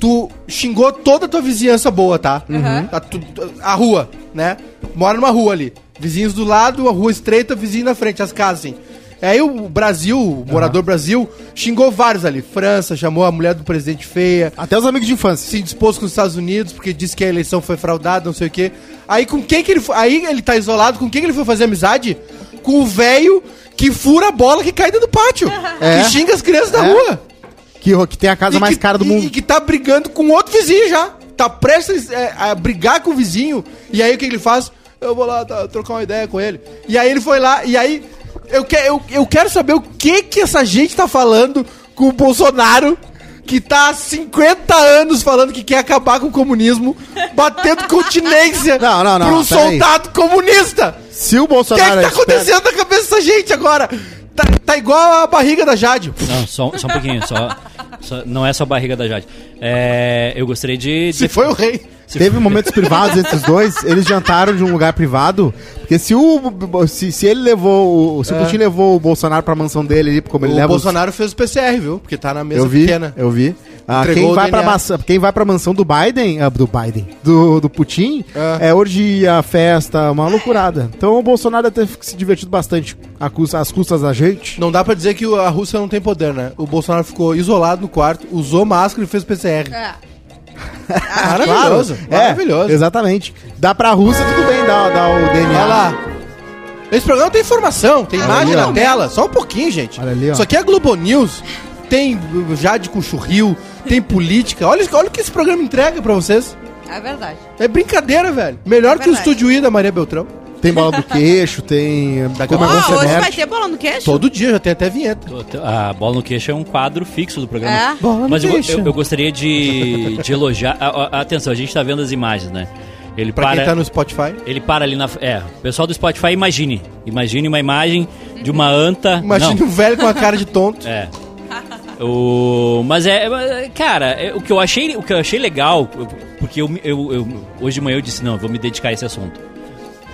Speaker 4: Tu xingou toda a tua vizinhança boa, tá?
Speaker 5: Uhum.
Speaker 4: A, tu- tu- a rua, né? Mora numa rua ali. Vizinhos do lado, a rua estreita, vizinho na frente, as casas, assim. Aí o Brasil, o morador Brasil, xingou vários ali. França, chamou a mulher do presidente feia,
Speaker 1: Até os amigos de infância.
Speaker 4: se indispôs com os Estados Unidos porque disse que a eleição foi fraudada, não sei o quê. Aí com quem que ele foi, aí ele tá isolado, com quem que ele foi fazer amizade? Com o velho que fura a bola que cai dentro do pátio,
Speaker 1: É.
Speaker 4: que xinga as crianças da
Speaker 1: É.
Speaker 4: rua.
Speaker 1: Que, que tem a casa
Speaker 4: E
Speaker 1: mais
Speaker 4: que-
Speaker 1: cara do
Speaker 4: e-
Speaker 1: mundo.
Speaker 4: E que tá brigando com outro vizinho já. Tá prestes é, a brigar com o vizinho. E aí o que ele faz? Eu vou lá tá, trocar uma ideia com ele. E aí ele foi lá, e aí. Eu, que, eu, eu quero saber o que que essa gente tá falando com o Bolsonaro, que tá há 50 anos falando que quer acabar com o comunismo, batendo continência
Speaker 1: Não, não, não,
Speaker 4: pra um
Speaker 1: pera aí.
Speaker 4: soldado comunista.
Speaker 1: Se o
Speaker 4: O que, é que
Speaker 1: Bolsonaro.
Speaker 4: tá
Speaker 1: é esperto-
Speaker 4: acontecendo na cabeça dessa gente agora? Tá, tá igual a barriga da Jade.
Speaker 2: Não, só, só um pouquinho. Só, só- não é só a barriga da Jade. É, eu gostaria de.
Speaker 4: Se um
Speaker 2: de-
Speaker 4: foi o rei.
Speaker 2: se
Speaker 1: Teve momentos privados entre os dois, eles jantaram de um lugar privado, porque se o se, se ele levou, o- se o Putin levou o Bolsonaro pra mansão dele ali, como ele
Speaker 4: É. O
Speaker 1: leva os-
Speaker 4: Bolsonaro fez o PCR, viu? Porque tá na mesa
Speaker 1: eu vi,
Speaker 4: pequena.
Speaker 1: eu vi. Ah,
Speaker 4: Entregou
Speaker 1: quem,
Speaker 4: o
Speaker 1: vai pra
Speaker 4: DNA.
Speaker 1: maçã- quem vai pra mansão do Biden, ah, do Biden, do, do Putin,
Speaker 4: Ah.
Speaker 1: é orgia, festa, uma loucurada. Então o Bolsonaro deve ter se divertido bastante à custa- às custas da gente.
Speaker 4: Não dá pra dizer que a Rússia não tem poder, né? O Bolsonaro ficou isolado no quarto, usou máscara e fez PCR.
Speaker 5: É.
Speaker 4: Maravilhoso,
Speaker 1: Claro,
Speaker 4: maravilhoso.
Speaker 1: É, exatamente. Dá pra Rússia, tudo bem dar, dar o DNA.
Speaker 4: Olha lá. Esse programa tem informação, tem imagem
Speaker 1: ali,
Speaker 4: na
Speaker 1: ó.
Speaker 4: tela, só um pouquinho, gente.
Speaker 1: Olha ali, ó.
Speaker 4: Isso aqui é Globo News, tem uh, Jade com churril, tem política. Olha, olha o que esse programa entrega pra vocês.
Speaker 5: É verdade.
Speaker 4: É brincadeira, velho. Melhor
Speaker 5: É
Speaker 4: que o
Speaker 5: verdade.
Speaker 4: Estúdio I da Maria Beltrão.
Speaker 1: Tem bola do queixo, tem.
Speaker 4: Daqui a
Speaker 1: Como
Speaker 5: Ó,
Speaker 1: é bom
Speaker 4: pouco
Speaker 1: ser
Speaker 5: hoje
Speaker 1: nerd.
Speaker 5: vai ter bola no queixo?
Speaker 4: Todo dia, já tem até vinheta.
Speaker 2: A bola no queixo é um quadro fixo do programa.
Speaker 5: É.
Speaker 4: Bola no
Speaker 2: Mas eu,
Speaker 4: queixo.
Speaker 2: eu, eu gostaria de, de elogiar. a- a- atenção, a gente tá vendo as imagens, né? Ele
Speaker 4: Pra
Speaker 2: para.
Speaker 4: quem tá no Spotify.
Speaker 2: Ele para ali na. É, o pessoal do Spotify, imagine. Imagine uma imagem de uma anta.
Speaker 4: Imagina
Speaker 2: Não,
Speaker 4: um velho com a cara de tonto.
Speaker 2: é. O, mas é, é, cara, é, o que eu achei, o que eu achei legal, eu- porque eu, eu- eu- hoje de manhã eu disse não, eu vou me dedicar a esse assunto.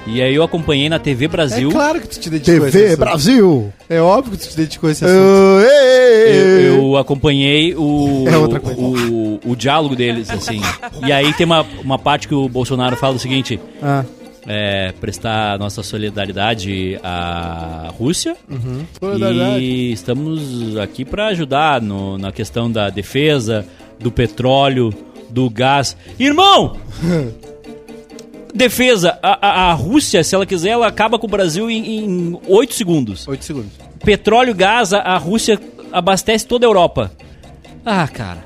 Speaker 2: E aí eu acompanhei na TV Brasil.
Speaker 4: É claro que tu te dedicou a esse
Speaker 1: TV
Speaker 4: assunto.
Speaker 1: Brasil!
Speaker 4: É óbvio que tu te dedicou a esse assunto.
Speaker 1: Eu, ei,
Speaker 2: Eu, eu acompanhei o,
Speaker 1: É outra coisa.
Speaker 2: o, o diálogo deles, assim. E aí tem uma, uma parte que o Bolsonaro fala o seguinte:
Speaker 1: Ah,
Speaker 2: é, prestar nossa solidariedade à Rússia.
Speaker 1: Uhum. Solidariedade.
Speaker 2: E estamos aqui para ajudar no- na questão da defesa, do petróleo, do gás. Irmão! Defesa, a, a- a Rússia, se ela quiser, ela acaba com o Brasil em, em 8 segundos.
Speaker 4: Oito segundos.
Speaker 2: Petróleo, gás, a, a Rússia abastece toda a Europa. Ah, cara.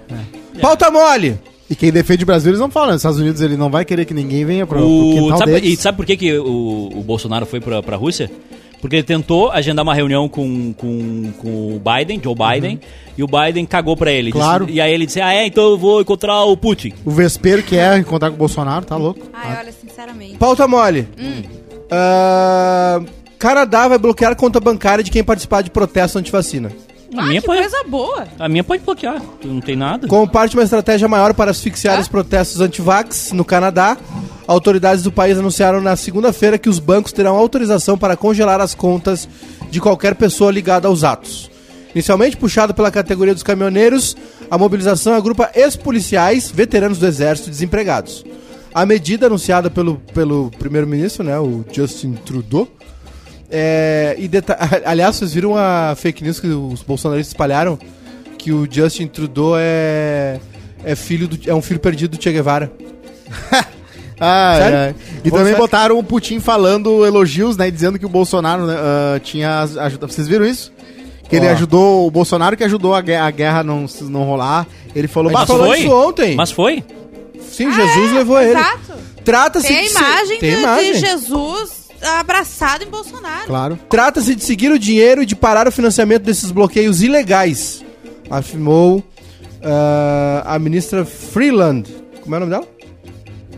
Speaker 4: É. Pauta mole!
Speaker 1: E quem defende o Brasil, eles não falam. Nos Estados Unidos ele não vai querer que ninguém venha pro, pro
Speaker 2: O,
Speaker 1: quintal
Speaker 2: sabe, e
Speaker 1: deles.
Speaker 2: sabe por que, que o, o Bolsonaro foi pra, pra Rússia? Porque ele tentou agendar uma reunião com, com, com o Biden, Joe Biden, e o Biden cagou pra ele. Disse-
Speaker 1: Claro.
Speaker 2: e aí ele disse, ah é, então eu vou encontrar o Putin.
Speaker 1: O vespeiro que é encontrar com o Bolsonaro, tá louco.
Speaker 5: Ai, olha, sinceramente.
Speaker 4: Pauta mole. Ah, Canadá vai bloquear a conta bancária de quem participar de protesto antivacina.
Speaker 2: A,
Speaker 5: Ah,
Speaker 2: minha
Speaker 5: que
Speaker 2: pode,
Speaker 5: coisa boa.
Speaker 2: a minha pode bloquear, não tem nada.
Speaker 4: Como parte de uma estratégia maior para asfixiar os protestos antivax no Canadá, autoridades do país anunciaram na segunda-feira que os bancos terão autorização para congelar as contas de qualquer pessoa ligada aos atos. Inicialmente puxado pela categoria dos caminhoneiros, a mobilização agrupa ex-policiais, veteranos do exército e desempregados. A medida anunciada pelo, pelo primeiro-ministro, né, o Justin Trudeau, é, e deta- Aliás, vocês viram a fake news que os bolsonaristas espalharam? Que o Justin Trudeau é. É, filho do, é um filho perdido do Che Guevara.
Speaker 1: Ah,
Speaker 4: Sério?
Speaker 1: é. E
Speaker 4: Vou
Speaker 1: também
Speaker 4: sério.
Speaker 1: botaram o Putin falando elogios, né? Dizendo que o Bolsonaro né, ah, tinha aj- ajudado. Vocês viram isso? Que ele
Speaker 4: Ó.
Speaker 1: ajudou, o Bolsonaro que ajudou a guerra, a guerra não, se- não rolar. Ele falou,
Speaker 4: Mas
Speaker 1: "Bah,
Speaker 4: falou
Speaker 2: foi?
Speaker 4: isso ontem.
Speaker 2: Mas foi?
Speaker 4: Sim, Jesus levou ele.
Speaker 5: Ah, é? Exato.
Speaker 4: Trata-se
Speaker 5: Tem a
Speaker 4: de se-
Speaker 5: imagem,
Speaker 4: tem
Speaker 5: de-
Speaker 4: imagem.
Speaker 5: de Jesus abraçado em Bolsonaro.
Speaker 1: Claro.
Speaker 4: Trata-se de seguir o dinheiro e de parar o financiamento desses bloqueios ilegais, afirmou ah, a ministra Freeland. Como é o nome dela?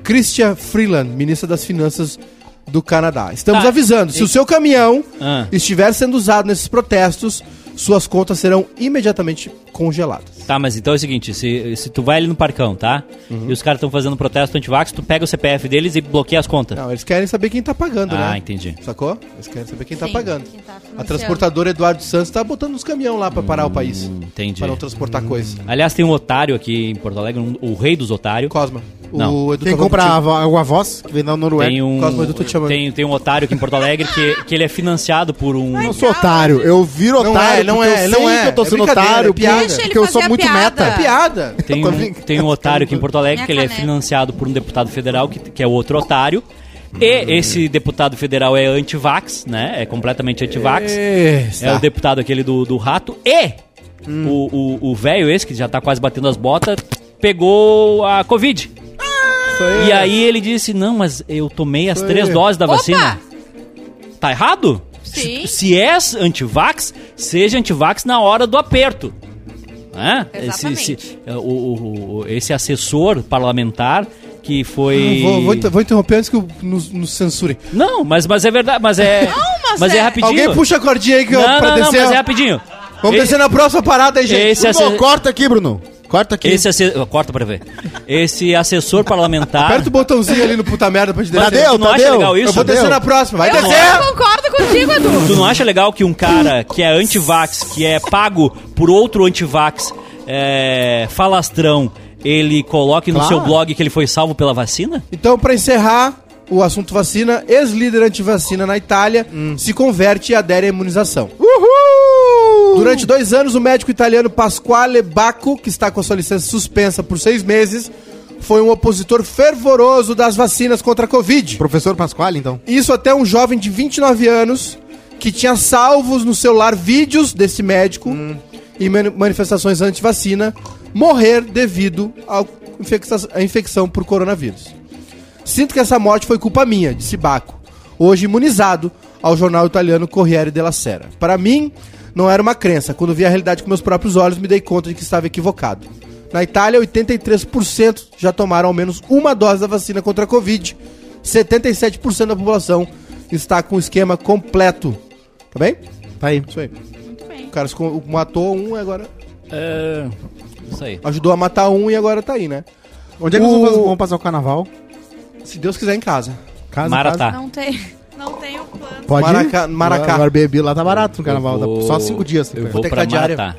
Speaker 4: Christia Freeland, ministra das Finanças do Canadá. Estamos
Speaker 2: Tá.
Speaker 4: avisando: se o seu caminhão
Speaker 2: Ah.
Speaker 4: estiver sendo usado nesses protestos, suas contas serão imediatamente congeladas.
Speaker 2: Tá, mas então é o seguinte, se, se tu vai ali no parcão, tá? E os caras estão fazendo protesto antivax, tu pega o CPF deles e bloqueia as contas.
Speaker 4: Não, eles querem saber quem tá pagando,
Speaker 2: ah,
Speaker 4: né?
Speaker 2: entendi.
Speaker 4: Sacou? Eles querem saber quem tá
Speaker 5: Sim,
Speaker 4: pagando.
Speaker 5: quem tá
Speaker 4: a
Speaker 5: financiando.
Speaker 4: transportadora Eduardo Santos tá botando uns caminhão lá pra parar o país.
Speaker 2: Hum, entendi.
Speaker 4: Pra não transportar coisa.
Speaker 2: Aliás, tem um otário aqui em Porto Alegre, um- o rei dos otários.
Speaker 4: Cosma.
Speaker 2: Não.
Speaker 4: O Edu
Speaker 1: Quem
Speaker 4: tá falando
Speaker 1: compra a,
Speaker 4: contigo.
Speaker 1: vo- a voz, que vem da Noruega.
Speaker 2: Tem um,
Speaker 4: Cosmo Edu tá te chamando.
Speaker 2: tem, tem um otário aqui em Porto Alegre que, que ele é financiado por um.
Speaker 1: Eu não sou otário, eu viro
Speaker 4: Não
Speaker 1: otário,
Speaker 4: é, não
Speaker 1: porque
Speaker 4: é,
Speaker 1: eu
Speaker 4: não
Speaker 1: sei
Speaker 4: é.
Speaker 1: que eu tô
Speaker 4: É
Speaker 1: sendo
Speaker 4: brincadeira,
Speaker 1: otário,
Speaker 4: é piada.
Speaker 1: porque-
Speaker 5: Deixa ele
Speaker 1: porque eu sou
Speaker 5: fazer a
Speaker 1: muito
Speaker 5: piada.
Speaker 1: meta.
Speaker 4: piada.
Speaker 2: Tem
Speaker 1: Tô
Speaker 2: um,
Speaker 1: brincando.
Speaker 2: tem um otário aqui em Porto Alegre
Speaker 5: Minha
Speaker 2: que ele é
Speaker 5: caneca.
Speaker 2: financiado por um deputado federal que, que é outro otário. E esse deputado federal é anti-vax, né? É completamente anti-vax. É
Speaker 4: Tá.
Speaker 2: o deputado aquele do, do rato. E
Speaker 4: Hum.
Speaker 2: o- o o velho, esse que já tá quase batendo as botas, pegou a Covid. E aí ele disse: Não, mas eu tomei as três doses da
Speaker 5: Opa!
Speaker 2: vacina. Tá errado?
Speaker 5: Sim.
Speaker 2: Se, se é antivax, seja antivax na hora do aperto. Né? Esse,
Speaker 5: Exatamente.
Speaker 2: esse- o- o- o- esse assessor parlamentar que foi.
Speaker 4: Ah, Vou, vou inter- vou interromper antes que eu nos, nos censure.
Speaker 2: Não, mas, mas é verdade, mas é.
Speaker 5: mas
Speaker 2: mas é,
Speaker 5: é-
Speaker 2: rapidinho.
Speaker 4: Alguém puxa a cordinha aí que eu,
Speaker 2: não,
Speaker 4: pra
Speaker 2: não, não,
Speaker 4: descer.
Speaker 2: mas é rapidinho.
Speaker 4: Vamos
Speaker 2: E-
Speaker 4: descer na próxima parada aí, gente.
Speaker 2: Esse
Speaker 1: Bruno,
Speaker 2: assessor.
Speaker 1: corta aqui, Bruno. Corta aqui.
Speaker 2: Esse asse- oh, Corta pra ver. Esse assessor parlamentar.
Speaker 4: Aperta o botãozinho ali no puta merda pra gente descer.
Speaker 1: Tadeu,
Speaker 2: é tu não acha
Speaker 1: Tadeu,
Speaker 2: legal
Speaker 1: eu
Speaker 2: isso?
Speaker 4: Eu vou descer
Speaker 1: Tadeu.
Speaker 4: na próxima. Vai
Speaker 5: Eu
Speaker 4: descer!
Speaker 5: não concordo contigo, Edu.
Speaker 2: Tu não acha legal que um cara que é antivax, que é pago por outro antivax, é, falastrão, ele coloque no
Speaker 1: Claro.
Speaker 2: seu blog que ele foi salvo pela vacina?
Speaker 4: Então, pra encerrar o assunto vacina, ex-líder antivacina na Itália se converte e adere à imunização.
Speaker 1: Uhul!
Speaker 4: Durante dois anos, o médico italiano Pasquale Bacco, que está com a sua licença suspensa por seis meses, foi um opositor fervoroso das vacinas contra a Covid.
Speaker 1: Professor Pasquale, então.
Speaker 4: Isso até um jovem de 29 anos que tinha salvos no celular vídeos desse médico em mani- manifestações anti-vacina morrer devido à infecta- à infecção por coronavírus. Sinto que essa morte foi culpa minha, disse Baco. hoje imunizado ao jornal italiano Corriere della Sera. Para mim, não era uma crença. Quando vi a realidade com meus próprios olhos, me dei conta de que estava equivocado. Na Itália, 83% já tomaram ao menos uma dose da vacina contra a Covid. 77% da população está com o esquema completo. Tá bem?
Speaker 1: Tá aí.
Speaker 4: Isso aí.
Speaker 5: Muito
Speaker 4: O
Speaker 5: bem.
Speaker 4: cara se co- matou um e agora
Speaker 2: É, Isso aí.
Speaker 4: ajudou a matar um e agora tá aí, né?
Speaker 1: Onde é que nós
Speaker 4: O-
Speaker 1: vamos- vamos passar o carnaval?
Speaker 4: Se Deus quiser, em casa.
Speaker 1: Casa,
Speaker 2: Maratá.
Speaker 5: Não tem. Não tem o plano.
Speaker 1: Pode
Speaker 4: Maracá-
Speaker 1: ir?
Speaker 4: Maracá.
Speaker 1: O Airbnb lá tá barato no carnaval. dá
Speaker 2: Eu vou-
Speaker 1: Só cinco dias. né?
Speaker 2: Eu vou
Speaker 4: ter que
Speaker 2: pra
Speaker 4: dar diária.
Speaker 2: Maratá.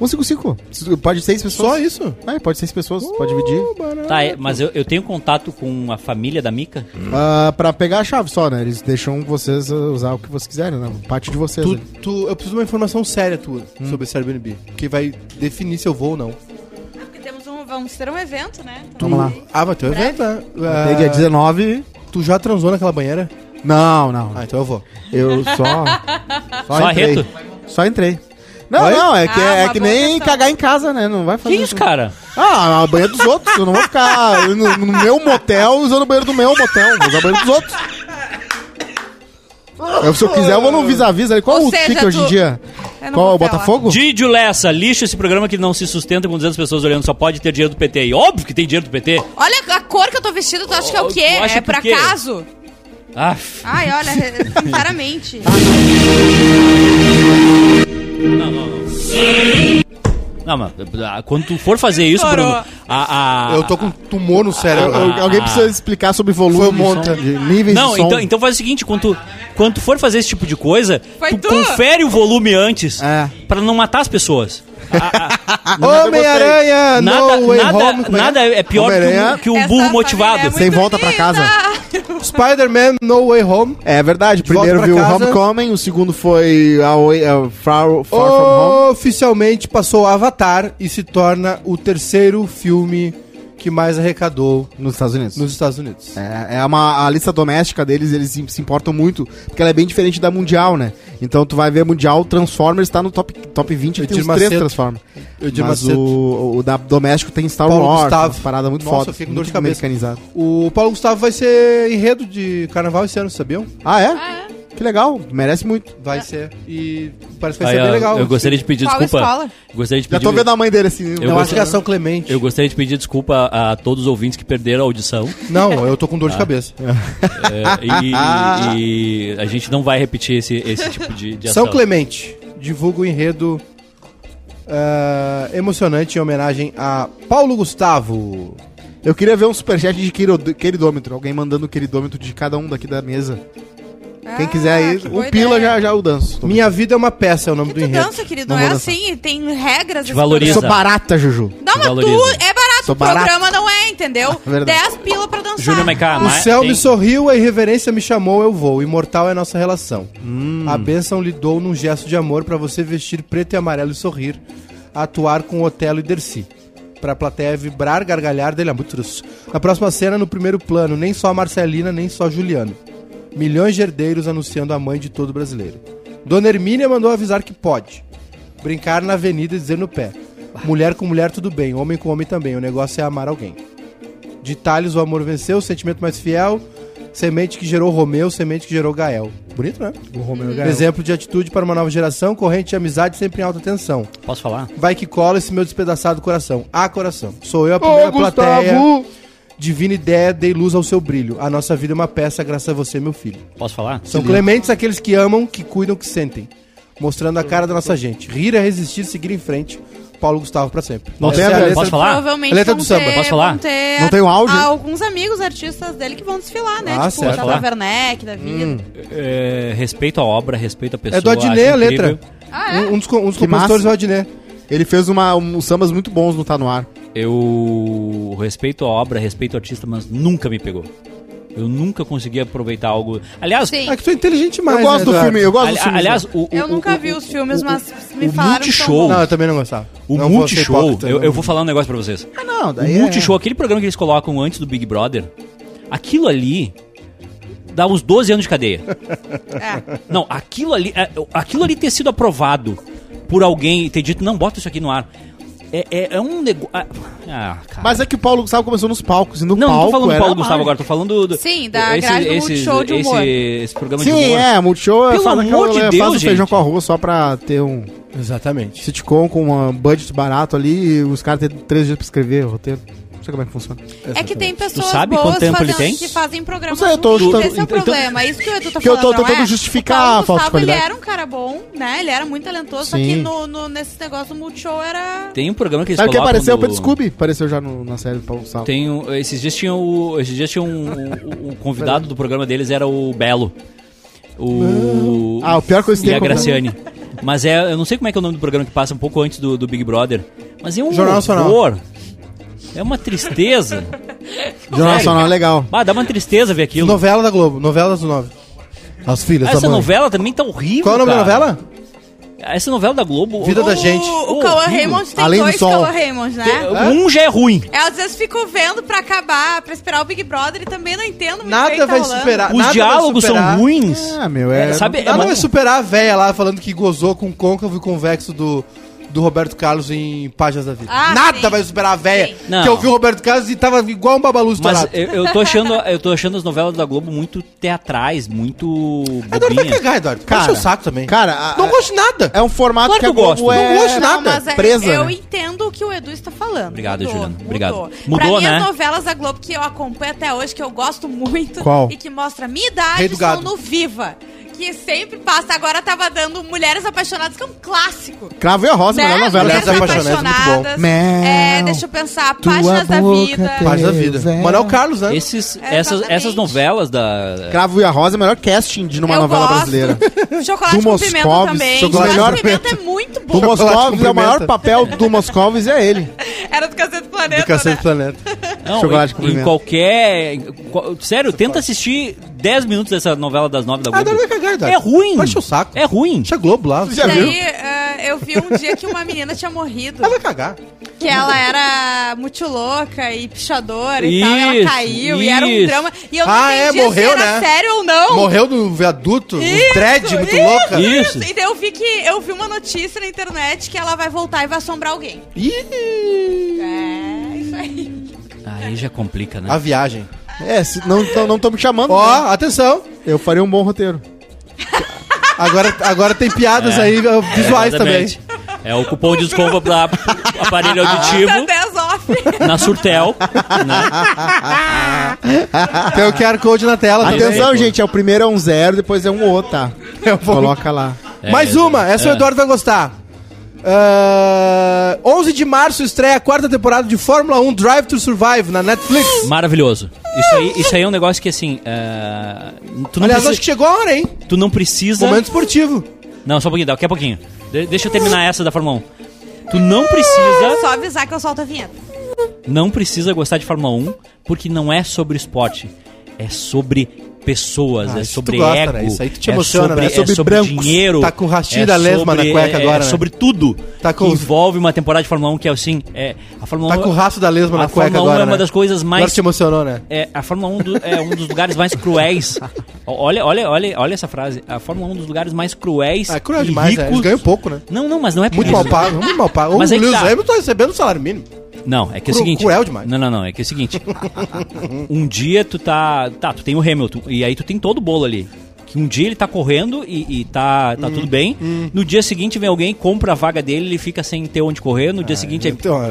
Speaker 1: Um cinco, cinco. Pode seis pessoas.
Speaker 4: Só isso?
Speaker 1: É, pode seis pessoas. pode dividir.
Speaker 2: Tá, é, mas eu, eu tenho contato com a família da Mica.
Speaker 1: Ah, pra pegar a chave só, né? Eles deixam vocês ah, usar o que vocês quiserem, né? Parte de vocês.
Speaker 4: Tu,
Speaker 1: né?
Speaker 4: tu- eu preciso de uma informação séria tua
Speaker 1: Hum.
Speaker 4: sobre esse Airbnb, que vai definir se eu vou ou não.
Speaker 5: Ah, Porque temos um, vamos ter um evento, né? Então,
Speaker 1: Vamos lá.
Speaker 4: Ah, vai ter um evento, né?
Speaker 1: Tem dia 19.
Speaker 4: Tu já transou naquela banheira?
Speaker 1: Não, não.
Speaker 4: Ah, então eu vou.
Speaker 1: Eu só.
Speaker 2: Só
Speaker 1: entrei.
Speaker 2: reto?
Speaker 1: Só entrei. Não,
Speaker 4: Oi?
Speaker 1: não, é que,
Speaker 5: Ah,
Speaker 1: é
Speaker 5: uma
Speaker 1: que
Speaker 5: boa
Speaker 1: nem
Speaker 5: questão.
Speaker 1: cagar em casa, né? Não vai
Speaker 2: Que
Speaker 1: fazer.
Speaker 2: isso, cara?
Speaker 1: Ah, a banheira dos outros. Eu não vou ficar no, no meu motel usando o banheiro do meu motel. Vou usar o banheiro dos outros. Eu, se eu quiser, eu vou no vis-a-vis ali. Qual
Speaker 5: Ou
Speaker 1: o
Speaker 5: seja,
Speaker 1: tique hoje em
Speaker 5: tu-
Speaker 1: dia?
Speaker 5: Eu não
Speaker 1: Qual?
Speaker 5: vou
Speaker 1: O
Speaker 5: falar.
Speaker 1: Botafogo?
Speaker 2: Dídio Lessa, lixo esse programa que não se sustenta com 200 pessoas olhando, só pode ter dinheiro do PT. E óbvio que tem dinheiro do PT.
Speaker 5: Olha a cor que eu tô vestida, tu acha que é o
Speaker 2: Oh,
Speaker 5: quê?
Speaker 2: tu acha
Speaker 5: É
Speaker 2: que o
Speaker 5: pra
Speaker 2: quê?
Speaker 5: caso?
Speaker 2: Ah,
Speaker 5: Ai, olha, sinceramente.
Speaker 2: não, não, não. Não, mas ah, quando tu for fazer isso,
Speaker 5: Estourou.
Speaker 2: Bruno, a, a-
Speaker 4: eu tô com tumor no cérebro.
Speaker 1: Al- alguém precisa explicar sobre volume,
Speaker 4: Ah. Foi um monta.
Speaker 1: de som, de níveis
Speaker 2: Não,
Speaker 1: de som.
Speaker 2: então, então faz o seguinte, quando tu, quando tu for fazer esse tipo de coisa,
Speaker 5: Vai
Speaker 2: tu,
Speaker 5: tu.
Speaker 2: confere o volume antes,
Speaker 1: É.
Speaker 2: pra não matar as pessoas. A- a-
Speaker 4: Homem-Aranha,
Speaker 2: nada,
Speaker 4: no way
Speaker 2: nada,
Speaker 4: home. como é que
Speaker 2: nada é pior que um,
Speaker 1: Homem-Aranha.
Speaker 2: que um
Speaker 5: Essa
Speaker 2: burro
Speaker 5: família é
Speaker 2: motivado.
Speaker 5: muito
Speaker 1: Sem volta pra casa.
Speaker 4: é? Spider-Man, no way home.
Speaker 1: É verdade. O
Speaker 4: De volta
Speaker 1: primeiro
Speaker 4: pra
Speaker 1: viu o
Speaker 4: casa.
Speaker 1: Homecoming, o segundo foi Away, uh, Far, Far From Home.
Speaker 4: Oficialmente passou Avatar e se torna o terceiro filme que mais arrecadou
Speaker 1: Nos Estados Unidos.
Speaker 4: nos Estados Unidos.
Speaker 1: É, é uma, a lista doméstica deles, eles se, se importam muito, porque ela é bem diferente da Mundial, né? Então tu vai ver a Mundial, Transformers tá no top, top 20,
Speaker 4: Eu
Speaker 1: tem
Speaker 4: tiro
Speaker 1: uns três
Speaker 4: maceto.
Speaker 1: Transformers.
Speaker 4: Eu digo
Speaker 1: Mas
Speaker 4: Macedo.
Speaker 1: o, o da doméstico tem Star
Speaker 4: Paulo
Speaker 1: Wars,
Speaker 4: Gustavo.
Speaker 1: umas parada muito
Speaker 4: Nossa,
Speaker 1: foda,
Speaker 4: eu fiquei com dor
Speaker 1: muito
Speaker 4: de cabeça.
Speaker 1: americanizado.
Speaker 4: O Paulo Gustavo vai ser enredo de carnaval esse ano, sabiam?
Speaker 1: Ah, é?
Speaker 5: Ah, é.
Speaker 1: Que legal, merece muito.
Speaker 4: Vai ser. E parece que vai
Speaker 2: É. Aí,
Speaker 4: ser
Speaker 2: ó,
Speaker 4: é bem legal.
Speaker 2: Eu gostaria de pedir
Speaker 5: Qual
Speaker 2: desculpa.
Speaker 5: escola?
Speaker 2: Gostaria de
Speaker 1: Já
Speaker 2: pedir,
Speaker 1: tô vendo a mãe dele assim.
Speaker 2: Eu
Speaker 4: Eu
Speaker 1: não,
Speaker 4: acho que é São Clemente.
Speaker 2: eu gostaria de pedir desculpa a, a todos os ouvintes que perderam a audição.
Speaker 4: Não, eu tô com
Speaker 2: Ah,
Speaker 4: dor de cabeça.
Speaker 2: é, e- e, a gente não vai repetir esse, esse tipo de, de ação.
Speaker 4: São Clemente divulga o enredo ah, emocionante em homenagem a Paulo Gustavo.
Speaker 1: Eu queria ver um superchat de querid- queridômetro, alguém mandando o queridômetro de cada um daqui da mesa. Quem quiser aí,
Speaker 5: Ah, que boa
Speaker 1: o Pila
Speaker 5: ideia.
Speaker 1: já, já o danço.
Speaker 4: Minha vida é uma peça, é o nome do
Speaker 5: Tu
Speaker 4: enredo.
Speaker 5: dança, querido, não,
Speaker 1: Não
Speaker 5: é
Speaker 1: vou dançar.
Speaker 5: assim, tem regras. esse
Speaker 2: Valoriza.
Speaker 1: Sou barata, Juju.
Speaker 5: programa. Dá uma
Speaker 2: Valoriza.
Speaker 5: tu, é barato,
Speaker 1: Sou
Speaker 5: o
Speaker 1: barato.
Speaker 5: programa não é, entendeu?
Speaker 1: Verdade.
Speaker 5: 10 pila pra dançar.
Speaker 2: Júnior Maiká,
Speaker 4: O
Speaker 2: mas
Speaker 4: céu
Speaker 2: tem-
Speaker 4: me sorriu, a irreverência me chamou, eu vou. Imortal é nossa relação.
Speaker 2: Hum.
Speaker 4: A bênção lhe dou num gesto de amor pra você vestir preto e amarelo e sorrir, atuar com Otelo e Dercy. Pra plateia vibrar, gargalhar, dele é muito truço. Na próxima cena, no primeiro plano, nem só a Marcelina, nem só Juliano. Milhões de herdeiros anunciando a mãe de todo brasileiro. Dona Hermínia mandou avisar que pode. Brincar na avenida e dizer no pé. Mulher com mulher, tudo bem. Homem com homem também. O negócio é amar alguém. De Thales, o amor venceu, o sentimento mais fiel, semente que gerou Romeu, semente que gerou Gael. Bonito, né?
Speaker 1: O Romeu
Speaker 4: Exemplo de atitude para uma nova geração, corrente de amizade sempre em alta tensão.
Speaker 2: Posso falar?
Speaker 4: Vai que cola esse meu despedaçado coração. Ah, coração. Sou eu a primeira plateia. Divina ideia, dei luz ao seu brilho. A nossa vida é uma peça, graças a você, meu filho.
Speaker 2: Posso falar?
Speaker 4: São clementes aqueles que amam, que cuidam, que sentem. Mostrando a cara da nossa gente. Rir é resistir, seguir em frente. Paulo Gustavo pra sempre.
Speaker 1: Não
Speaker 4: Essa
Speaker 1: tem
Speaker 4: é
Speaker 1: a ver,
Speaker 4: letra
Speaker 2: posso
Speaker 4: de-
Speaker 2: falar?
Speaker 5: Provavelmente
Speaker 4: Letra do
Speaker 5: vão
Speaker 4: samba,
Speaker 5: ter,
Speaker 2: posso falar?
Speaker 5: vão ter
Speaker 1: Não tem o áudio?
Speaker 5: Alguns amigos artistas dele que vão desfilar, né?
Speaker 4: Ah,
Speaker 5: tipo,
Speaker 4: certo.
Speaker 5: o Tata
Speaker 2: Falar?
Speaker 5: Werneck, da vida.
Speaker 1: Hum.
Speaker 2: É, respeito à obra, respeito à pessoa.
Speaker 4: É do Adnet
Speaker 2: acho
Speaker 4: a letra.
Speaker 2: incrível.
Speaker 5: Ah, é?
Speaker 4: Um, um dos, co- um dos
Speaker 1: Que
Speaker 4: compositores
Speaker 1: massa.
Speaker 4: é o Adnet.
Speaker 1: Ele fez uma, um sambas muito bons no Tá No Ar.
Speaker 2: Eu respeito a obra, respeito o artista, mas nunca me pegou. Eu nunca consegui aproveitar algo. Aliás,
Speaker 5: Sim.
Speaker 4: É que tu é inteligente mais.
Speaker 1: eu gosto do filme, eu gosto
Speaker 2: ali-
Speaker 1: do filme.
Speaker 2: aliás,
Speaker 4: né?
Speaker 2: o, o-
Speaker 5: Eu
Speaker 2: o-
Speaker 5: nunca
Speaker 2: o-
Speaker 5: vi
Speaker 2: o-
Speaker 5: os filmes,
Speaker 2: o-
Speaker 5: mas me
Speaker 2: o
Speaker 5: falaram que são
Speaker 2: Multishow.
Speaker 4: Não, eu também não gostava.
Speaker 2: O
Speaker 4: Não vou ser
Speaker 2: Multishow,
Speaker 4: hipócrita,
Speaker 2: eu,
Speaker 4: não. É.
Speaker 2: eu vou falar um negócio pra vocês.
Speaker 1: Ah, não,
Speaker 2: O Multishow, aquele programa que eles colocam antes do Big Brother, aquilo ali dá uns 12 anos de cadeia.
Speaker 5: É.
Speaker 2: Não, aquilo ali, é, aquilo ali ter sido aprovado por alguém e ter dito, não, bota isso aqui no ar. É, é, é um negócio. Ah, cara.
Speaker 1: Mas é que o Paulo Gustavo começou nos palcos, e no
Speaker 2: não, não tô
Speaker 1: palco
Speaker 2: falando do
Speaker 1: era
Speaker 2: Paulo
Speaker 1: uma
Speaker 2: Gustavo
Speaker 1: margem.
Speaker 2: agora, tô falando do.
Speaker 5: Sim, da grade do Multishow de humor.
Speaker 2: Esse, esse programa de
Speaker 1: Sim,
Speaker 2: humor.
Speaker 1: é, Multishow
Speaker 2: Pelo
Speaker 1: faz,
Speaker 2: amor de
Speaker 1: aquela,
Speaker 2: Deus,
Speaker 1: faz o feijão
Speaker 2: gente.
Speaker 1: com arroz só pra ter um
Speaker 4: é- Exatamente.
Speaker 1: sitcom com um budget barato ali e os caras têm três dias pra escrever o roteiro. Não sei como é que funciona.
Speaker 5: É que tem pessoas
Speaker 2: sabe
Speaker 5: boas
Speaker 2: quanto tempo ele
Speaker 5: fazendo-
Speaker 2: tem?
Speaker 5: que fazem programas
Speaker 1: Não sei, eu tô
Speaker 5: ruins,
Speaker 1: chutando-
Speaker 5: esse é o
Speaker 2: então- então-
Speaker 5: problema, é isso que o Edu tá
Speaker 1: Que eu
Speaker 5: falando,
Speaker 1: tô tentando
Speaker 5: não é?
Speaker 1: justificar
Speaker 5: O Paulo
Speaker 1: a falta de
Speaker 5: Gustavo,
Speaker 1: qualidade.
Speaker 5: Ele era um cara bom, né? Ele era muito talentoso, só que
Speaker 1: Sim.
Speaker 5: no, no, nesse negócio do Multishow era...
Speaker 2: Tem um programa que eles
Speaker 1: Sabe o que
Speaker 2: colocam
Speaker 1: apareceu? O
Speaker 2: do-
Speaker 1: Pedro Scooby apareceu já no- na série do Paulo Gustavo.
Speaker 2: Tem um- esses dias tinha o, esses dias tinha um, o- o convidado do programa deles era o Belo. O
Speaker 1: Ah, o pior que eu
Speaker 2: e
Speaker 1: escutei
Speaker 2: a
Speaker 4: é
Speaker 2: Graciane. Mas é, eu não sei como é que é o nome do programa que passa um pouco antes do, do Big Brother, mas é um
Speaker 4: Jornal Nacional.
Speaker 2: horror. É uma tristeza.
Speaker 1: Jornal Nacional é legal.
Speaker 2: Bah, dá uma tristeza ver aquilo.
Speaker 4: Novela da Globo, novela das nove. As filhas
Speaker 2: Essa
Speaker 4: da mãe.
Speaker 2: novela também tá horrível.
Speaker 4: Qual é o nome da
Speaker 2: cara.
Speaker 4: novela?
Speaker 2: Essa novela da Globo.
Speaker 4: Vida
Speaker 2: o-
Speaker 4: da Gente.
Speaker 5: O, o
Speaker 2: Oh,
Speaker 5: Cauã
Speaker 2: horrível.
Speaker 5: Raymond tem
Speaker 1: Além do
Speaker 5: dois
Speaker 1: Sol.
Speaker 5: Cauã Raymond, né?
Speaker 2: Um já é ruim.
Speaker 5: Eu às vezes fico vendo pra acabar, pra esperar o Big Brother e também não entendo muito bem o
Speaker 4: Nada
Speaker 5: que tá
Speaker 4: vai
Speaker 5: rolando.
Speaker 4: superar.
Speaker 2: Os
Speaker 4: Ah, nada
Speaker 2: diálogos
Speaker 4: vai superar, Ah.
Speaker 2: são ruins.
Speaker 1: É, meu, é.
Speaker 2: Sabe, é
Speaker 4: Nada
Speaker 2: uma-
Speaker 4: vai superar a véia lá falando que gozou com o côncavo e convexo do, do Roberto Carlos em Páginas da Vida.
Speaker 5: Ah,
Speaker 4: nada
Speaker 5: sim.
Speaker 4: vai superar a véia.
Speaker 5: Sim.
Speaker 2: Não.
Speaker 4: Que eu vi o Roberto Carlos e tava igual um babalu
Speaker 2: Mas
Speaker 4: estourado.
Speaker 2: eu, eu tô achando, eu tô achando as novelas da Globo muito teatrais, muito
Speaker 4: Eduardo vai
Speaker 2: bobinhas.
Speaker 4: cagar, Eduardo.
Speaker 1: Cara,
Speaker 4: Cara, o saco também.
Speaker 1: cara, a-
Speaker 4: não gosto de nada.
Speaker 1: É um formato que
Speaker 2: Claro que
Speaker 1: a
Speaker 2: eu
Speaker 1: Globo
Speaker 2: gosto.
Speaker 1: é...
Speaker 4: Não gosto nada.
Speaker 5: Mas é-
Speaker 1: presa,
Speaker 5: eu
Speaker 1: né?
Speaker 5: entendo o que o Edu está falando.
Speaker 2: Obrigado, Juliana.
Speaker 5: mudou.
Speaker 2: Obrigado.
Speaker 5: pra
Speaker 2: Mudou,
Speaker 5: mim,
Speaker 2: né?
Speaker 5: as novelas da Globo que eu acompanho até hoje, que eu gosto muito
Speaker 1: Qual?
Speaker 5: e que mostra a minha
Speaker 4: Rei
Speaker 5: idade,
Speaker 4: do
Speaker 5: são
Speaker 4: Gado.
Speaker 5: no Viva. Que sempre passa. Agora tava dando Mulheres Apaixonadas, que é um clássico.
Speaker 1: Cravo e a
Speaker 5: Né?
Speaker 1: Rosa, melhor novela.
Speaker 5: Mulheres
Speaker 1: Essa-
Speaker 4: Apaixonadas, muito
Speaker 5: Apaixonadas.
Speaker 1: bom.
Speaker 5: É,
Speaker 1: Mel,
Speaker 5: deixa eu pensar.
Speaker 1: tua
Speaker 5: Páginas da
Speaker 1: boca
Speaker 5: Vida.
Speaker 1: tem-
Speaker 4: Páginas da Vida.
Speaker 1: Véia.
Speaker 4: Manoel Carlos, né?
Speaker 2: Esses, essas,
Speaker 5: É, Exatamente.
Speaker 2: essas novelas da.
Speaker 1: Cravo e a Rosa é o melhor casting de uma
Speaker 5: eu
Speaker 1: novela
Speaker 5: gosto.
Speaker 1: brasileira.
Speaker 5: Chocolate
Speaker 1: Do
Speaker 5: com pimenta
Speaker 1: Moscovis,
Speaker 5: também.
Speaker 1: chocolate
Speaker 5: Chocolate
Speaker 1: melhor-
Speaker 5: com pimenta é muito
Speaker 1: Do
Speaker 5: bom.
Speaker 1: Moscovis,
Speaker 4: com
Speaker 1: é o maior
Speaker 4: pimenta.
Speaker 1: papel do Moscovis é ele.
Speaker 5: Era do Cacete do Planeta,
Speaker 4: Do Cacete do
Speaker 5: né?
Speaker 4: Planeta.
Speaker 2: Não,
Speaker 1: Chocolate
Speaker 2: em-
Speaker 1: com
Speaker 2: em,
Speaker 1: pimenta.
Speaker 2: qualquer. em qual- sério, tenta assistir 10 minutos dessa novela das 9 da
Speaker 4: Ah,
Speaker 2: Globo.
Speaker 4: Eduardo vai cagar, Eduardo.
Speaker 2: é ruim.
Speaker 4: Vai encher o saco.
Speaker 2: É ruim.
Speaker 4: Deixa a Globo lá.
Speaker 1: Já
Speaker 5: Daí,
Speaker 1: viu?
Speaker 5: eh, eu vi um dia que uma menina tinha morrido.
Speaker 4: Ela Ah, vai cagar.
Speaker 5: Que ela era muito louca e pichadora e tal. e
Speaker 2: Isso,
Speaker 5: Ela caiu e era um
Speaker 2: isso.
Speaker 5: drama. E eu não
Speaker 4: Ah, é,
Speaker 5: entendia
Speaker 4: morreu,
Speaker 5: se era
Speaker 4: né?
Speaker 5: sério ou não.
Speaker 4: Morreu no viaduto, no
Speaker 5: Isso,
Speaker 4: dread, muito
Speaker 5: isso,
Speaker 4: louca.
Speaker 2: É um Isso.
Speaker 5: E daí eu vi que eu vi uma notícia na internet que ela vai voltar e vai assombrar alguém.
Speaker 4: Ih,
Speaker 5: É, isso aí.
Speaker 2: Aí já complica, né?
Speaker 4: A viagem.
Speaker 1: É, se- não estão não tão me chamando.
Speaker 4: Ó,
Speaker 1: né?
Speaker 4: atenção.
Speaker 1: Eu faria um bom roteiro.
Speaker 4: Agora, agora tem piadas aí uh, visuais também.
Speaker 2: É. Exatamente. É o cupom de desconto para aparelho
Speaker 5: Tá
Speaker 2: auditivo
Speaker 5: 10 off.
Speaker 2: na Surtel. né?
Speaker 4: Tem o QR Code na tela tá
Speaker 2: Ah,
Speaker 4: também.
Speaker 2: tem.
Speaker 1: Atenção,
Speaker 2: pô.
Speaker 1: gente, é o primeiro é um zero, depois é um outro, tá? Coloca lá.
Speaker 2: É,
Speaker 4: Mais uma, essa o
Speaker 2: é.
Speaker 4: Eduardo vai gostar. Ah, 11 de março estreia a quarta temporada de Fórmula 1 Drive to Survive na Netflix.
Speaker 2: Hum. Maravilhoso. Isso aí, isso aí é um negócio que assim. é, tu, não
Speaker 4: Aliás,
Speaker 2: precisa,
Speaker 4: acho que chegou a hora, hein?
Speaker 2: tu não precisa.
Speaker 4: Momento esportivo.
Speaker 2: Não, só um pouquinho, daqui a pouquinho. De- deixa eu terminar essa da Fórmula 1. Tu não precisa,
Speaker 5: Só avisar que eu solto a vinheta.
Speaker 2: não precisa gostar de Fórmula 1, porque não é sobre esporte. É sobre pessoas,
Speaker 4: Ah,
Speaker 2: é
Speaker 4: isso tu
Speaker 2: sobre
Speaker 4: gosta,
Speaker 2: ego,
Speaker 4: né? Isso aí tu te emociona,
Speaker 2: é sobre,
Speaker 4: né?
Speaker 2: é sobre,
Speaker 4: Sobre brancos.
Speaker 2: dinheiro.
Speaker 4: Tá com o rastinho da lesma na cueca
Speaker 2: é-
Speaker 4: agora,
Speaker 2: É
Speaker 4: né?
Speaker 2: sobre tudo
Speaker 4: Tá com
Speaker 2: que
Speaker 4: os-
Speaker 2: envolve uma temporada de Fórmula 1 que é assim, é a Fórmula
Speaker 4: Tá
Speaker 2: 1
Speaker 4: com o raço da lesma
Speaker 2: a
Speaker 4: na cueca
Speaker 2: Fórmula 1
Speaker 4: agora.
Speaker 2: é uma
Speaker 4: né?
Speaker 2: das coisas
Speaker 4: Agora
Speaker 2: mais
Speaker 4: te emocionou, né?
Speaker 2: é, a Fórmula 1 do- é um dos lugares mais cruéis. O- Olha, olha, olha, olha essa frase. A Fórmula 1 é um dos lugares mais cruéis.
Speaker 4: Ah, é cruel
Speaker 2: e
Speaker 4: demais, né?
Speaker 2: ricos.
Speaker 4: Eles ganham pouco, né?
Speaker 2: Não, não, mas não é por
Speaker 4: Muito
Speaker 2: isso.
Speaker 4: mal pago, muito mal pago.
Speaker 2: Mas
Speaker 4: o
Speaker 2: é que
Speaker 4: Lewis
Speaker 2: tá.
Speaker 4: Hamilton tá recebendo um salário mínimo.
Speaker 2: Não, é que é o
Speaker 4: Cru-
Speaker 2: seguinte.
Speaker 4: cruel demais.
Speaker 2: Não, não, não. É que é o seguinte. um dia tu tá. Tá, tu tem o Hamilton. E aí tu tem todo o bolo ali. Que um dia ele tá correndo e, e tá,
Speaker 4: Hum,
Speaker 2: tá tudo bem. No dia seguinte vem alguém, compra a vaga dele, ele fica sem ter onde correr. No dia seguinte. aí-
Speaker 4: Então,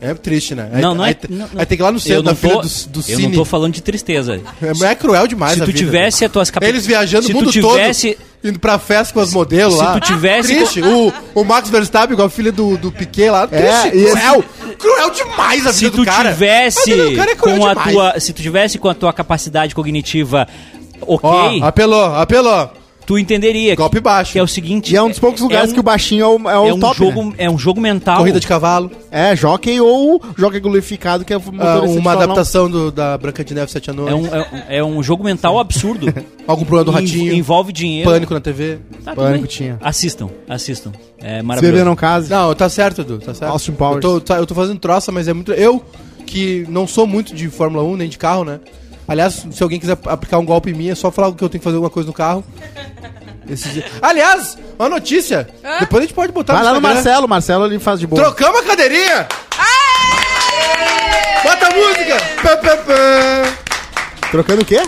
Speaker 4: é, é triste, né?
Speaker 2: Não, não é-
Speaker 4: Aí, aí,
Speaker 2: não, não.
Speaker 4: aí tem que ir lá no
Speaker 2: Eu
Speaker 4: centro
Speaker 2: não,
Speaker 4: da
Speaker 2: tô,
Speaker 4: fila do, do
Speaker 2: eu
Speaker 4: cine.
Speaker 2: não tô falando de tristeza.
Speaker 4: É, é cruel demais
Speaker 2: Se
Speaker 4: a
Speaker 2: tu
Speaker 4: vida.
Speaker 2: tivesse as tuas
Speaker 4: Eles viajando
Speaker 2: se
Speaker 4: o mundo
Speaker 2: tu tivesse,
Speaker 4: todo, indo pra festa com as modelos
Speaker 2: Se
Speaker 4: lá.
Speaker 2: tu tivesse- É,
Speaker 4: Triste. O, o Max Verstappen com a filha do, do Piquet lá. triste.
Speaker 1: e esse-
Speaker 4: Cruel. Cruel demais a vida
Speaker 2: se
Speaker 4: do
Speaker 2: tu
Speaker 4: cara.
Speaker 2: tivesse
Speaker 4: A vida do cara é cruel
Speaker 2: com a
Speaker 4: demais.
Speaker 2: tua, se tu tivesse com a tua capacidade cognitiva OK,
Speaker 4: Ó, apelou, apelou.
Speaker 2: tu entenderia
Speaker 4: Golpe
Speaker 2: que,
Speaker 4: baixo.
Speaker 2: que é o seguinte,
Speaker 1: E é um dos poucos lugares
Speaker 2: um-
Speaker 1: que o baixinho é o, é o
Speaker 2: é um
Speaker 1: top,
Speaker 2: jogo,
Speaker 1: né?
Speaker 2: é um jogo mental.
Speaker 4: Corrida de cavalo.
Speaker 1: É, jockey ou jockey glorificado, que é o motorista
Speaker 4: ah,
Speaker 1: de
Speaker 4: uma
Speaker 1: Fórmula 1.
Speaker 4: adaptação do- da Branca de Neve Sete Anões.
Speaker 2: é um, é, um- é um jogo mental absurdo.
Speaker 4: Algum problema do
Speaker 2: Env-
Speaker 4: ratinho.
Speaker 2: Envolve dinheiro.
Speaker 4: Pânico na TV.
Speaker 2: Tá, tudo
Speaker 1: Pânico
Speaker 2: bem.
Speaker 1: tinha.
Speaker 2: Assistam, assistam. É
Speaker 1: Se
Speaker 2: maravilhoso.
Speaker 1: beber não casa.
Speaker 4: Não, tá certo, Edu, tá certo.
Speaker 1: Austin Powers.
Speaker 4: Eu tô, tá- eu tô fazendo troça, mas é muito. Eu, que não sou muito de Fórmula 1 nem de um carro, né? Aliás, se alguém quiser aplicar um golpe em mim, é só falar que eu tenho que fazer alguma coisa no carro. esses dias. Aliás, uma notícia.
Speaker 5: Hã?
Speaker 4: Depois a gente pode botar
Speaker 1: Vai lá no
Speaker 4: tá Instagram.
Speaker 1: Marcelo, Marcelo ele faz de boa.
Speaker 4: Trocamos a cadeirinha! Bota a música! Pá, pá, pá.
Speaker 1: Trocando o quê?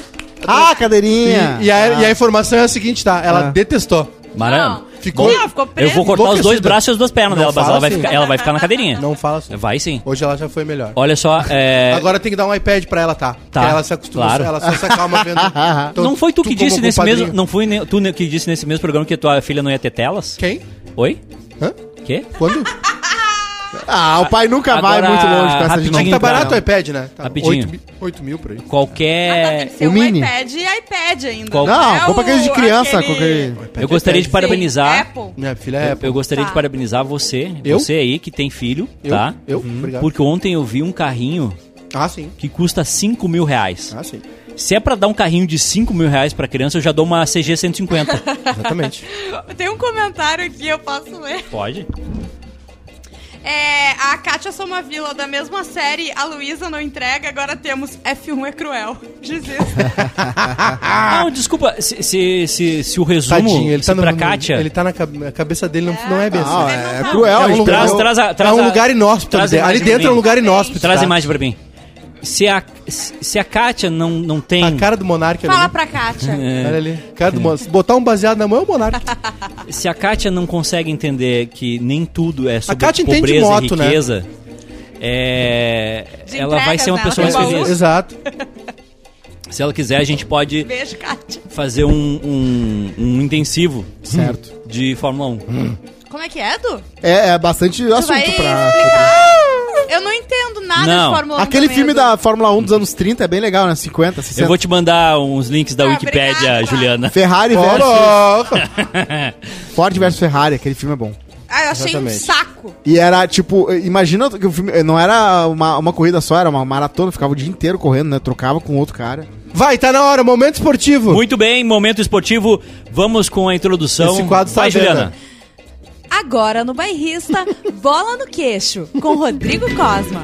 Speaker 1: Ah, cadeirinha.
Speaker 4: E, e a, e a informação é a seguinte, tá? Ela
Speaker 1: Ah.
Speaker 4: detestou.
Speaker 2: Maravilha.
Speaker 5: Não.
Speaker 4: Ficou-
Speaker 5: Não, ficou
Speaker 2: Eu
Speaker 5: preso.
Speaker 2: vou cortar os dois
Speaker 4: Enlouquecida.
Speaker 2: braços e as duas pernas
Speaker 4: Não
Speaker 2: dela, mas
Speaker 4: fala
Speaker 2: ela vai,
Speaker 4: assim.
Speaker 2: ficar, ela vai ficar na cadeirinha.
Speaker 4: Não fala assim.
Speaker 2: Vai sim.
Speaker 4: Hoje ela já foi melhor.
Speaker 2: Olha só, é...
Speaker 4: Agora tem que dar um iPad pra ela, tá? Porque ela se acostuma,
Speaker 2: claro.
Speaker 4: ela só se acalma vendo. Então,
Speaker 2: não foi tu, que
Speaker 4: como
Speaker 2: disse nesse
Speaker 4: compadrinho-
Speaker 2: mesmo. Não foi ne- tu ne- que disse nesse mesmo programa que tua filha não ia ter telas?
Speaker 4: Quem?
Speaker 2: Oi?
Speaker 4: Hã?
Speaker 2: Quê?
Speaker 4: Quando?
Speaker 1: Ah, o pai nunca vai
Speaker 2: Agora,
Speaker 1: muito longe com essa de
Speaker 2: rapidinho,
Speaker 1: novo.
Speaker 4: tá barato
Speaker 2: não.
Speaker 4: o iPad, né? Tá,
Speaker 2: então. Rapidinho.
Speaker 4: 8 mil, oito mil por aí.
Speaker 5: Ah, tá, tem
Speaker 2: Qualquer.
Speaker 5: que ser
Speaker 1: O
Speaker 5: um
Speaker 1: mini.
Speaker 5: iPad e iPad ainda. é
Speaker 2: Qual-
Speaker 1: Não, compra
Speaker 5: o-
Speaker 1: É
Speaker 4: é
Speaker 1: aquele de criança,
Speaker 5: aquele-
Speaker 1: compra aquele-
Speaker 2: eu gostaria de
Speaker 5: Sim,
Speaker 2: parabenizar.
Speaker 5: Apple.
Speaker 4: Minha filha é.
Speaker 2: Eu, eu gostaria
Speaker 5: Tá.
Speaker 2: de parabenizar você,
Speaker 4: Eu?
Speaker 2: você aí que tem filho,
Speaker 4: Eu?
Speaker 2: tá?
Speaker 4: Eu? Obrigado.
Speaker 2: Porque ontem eu vi um carrinho
Speaker 4: Ah, sim.
Speaker 2: que custa 5 mil reais.
Speaker 4: Ah, sim.
Speaker 2: Se é pra dar um carrinho de 5 mil reais pra criança, eu já dou uma CG 150.
Speaker 4: Exatamente.
Speaker 5: Tem um comentário aqui, eu posso ler.
Speaker 2: Pode?
Speaker 5: É, a Kátia Somavila, da mesma série, a Luísa não entrega, agora temos F1 é cruel. Diz isso.
Speaker 2: Ah. não, desculpa, se, se, se, se o resumo
Speaker 4: Ah. Tadinho, ele
Speaker 2: se
Speaker 4: tá no-
Speaker 2: pra
Speaker 4: no-
Speaker 2: Kátia.
Speaker 4: Ele tá na cabe- a cabeça dele, não, não é bem
Speaker 1: Não,
Speaker 4: assim.
Speaker 1: é
Speaker 5: Não,
Speaker 1: cruel.
Speaker 4: é um
Speaker 1: a gente
Speaker 4: lugar-
Speaker 2: Traz,
Speaker 1: perdeu.
Speaker 2: traz, a-
Speaker 4: É
Speaker 2: traz
Speaker 4: um
Speaker 2: a-
Speaker 4: lugar inóspito.
Speaker 2: traz a
Speaker 4: ali
Speaker 2: imagem pra
Speaker 4: dentro é um
Speaker 2: mim.
Speaker 4: lugar inóspito.
Speaker 2: Traz a
Speaker 4: tá?
Speaker 2: imagem pra mim. Se a, se se a Kátia não, não tem.
Speaker 4: A cara do Monark ali.
Speaker 5: Fala pra Kátia.
Speaker 2: é, Então
Speaker 4: Olha ali. Cara do Monark. Se botar um baseado na mão é o Monark.
Speaker 2: se a Kátia não consegue entender que nem tudo é sobre
Speaker 4: Kátia entende
Speaker 2: pobreza
Speaker 4: moto,
Speaker 2: e
Speaker 4: né?
Speaker 2: riqueza, é,
Speaker 5: De
Speaker 2: ela vai
Speaker 5: entregas,
Speaker 2: ser uma
Speaker 5: né?
Speaker 2: pessoa mais
Speaker 5: Ela tem
Speaker 2: feliz.
Speaker 4: Exato.
Speaker 2: Se ela quiser, a gente pode
Speaker 5: Beijo, Kátia.
Speaker 2: fazer um, um, um intensivo
Speaker 1: Certo.
Speaker 2: de Fórmula 1.
Speaker 1: Hum.
Speaker 5: Como é que é, Du?
Speaker 1: É, é bastante
Speaker 5: Tu vai né?
Speaker 1: assunto pra.
Speaker 5: explicar? Eu não entendo nada
Speaker 2: Não.
Speaker 5: de Fórmula 1
Speaker 1: Aquele
Speaker 5: também,
Speaker 1: filme
Speaker 5: Du.
Speaker 1: da Fórmula 1 dos anos 30 é bem legal, né? 50, 60.
Speaker 2: Eu vou te mandar uns links da
Speaker 5: Ah,
Speaker 2: Wikipédia,
Speaker 5: obrigada.
Speaker 2: Juliana.
Speaker 1: Ferrari versus.
Speaker 4: Ora!
Speaker 1: Ford versus Ferrari, aquele filme é bom.
Speaker 5: Ah, eu achei um
Speaker 4: Exatamente.
Speaker 5: saco.
Speaker 1: E era tipo, imagina que o filme não era uma, uma corrida só, era uma maratona, ficava o dia inteiro correndo, né? Trocava com outro cara.
Speaker 4: Vai, tá na hora. Momento esportivo.
Speaker 2: Muito bem, momento esportivo. Vamos com a introdução.
Speaker 4: Esse quadro tá
Speaker 2: Vai,
Speaker 4: à
Speaker 1: né?
Speaker 4: venda.
Speaker 2: Juliana.
Speaker 5: Agora no Bairrista, Bola no Queixo, com Rodrigo Cosma.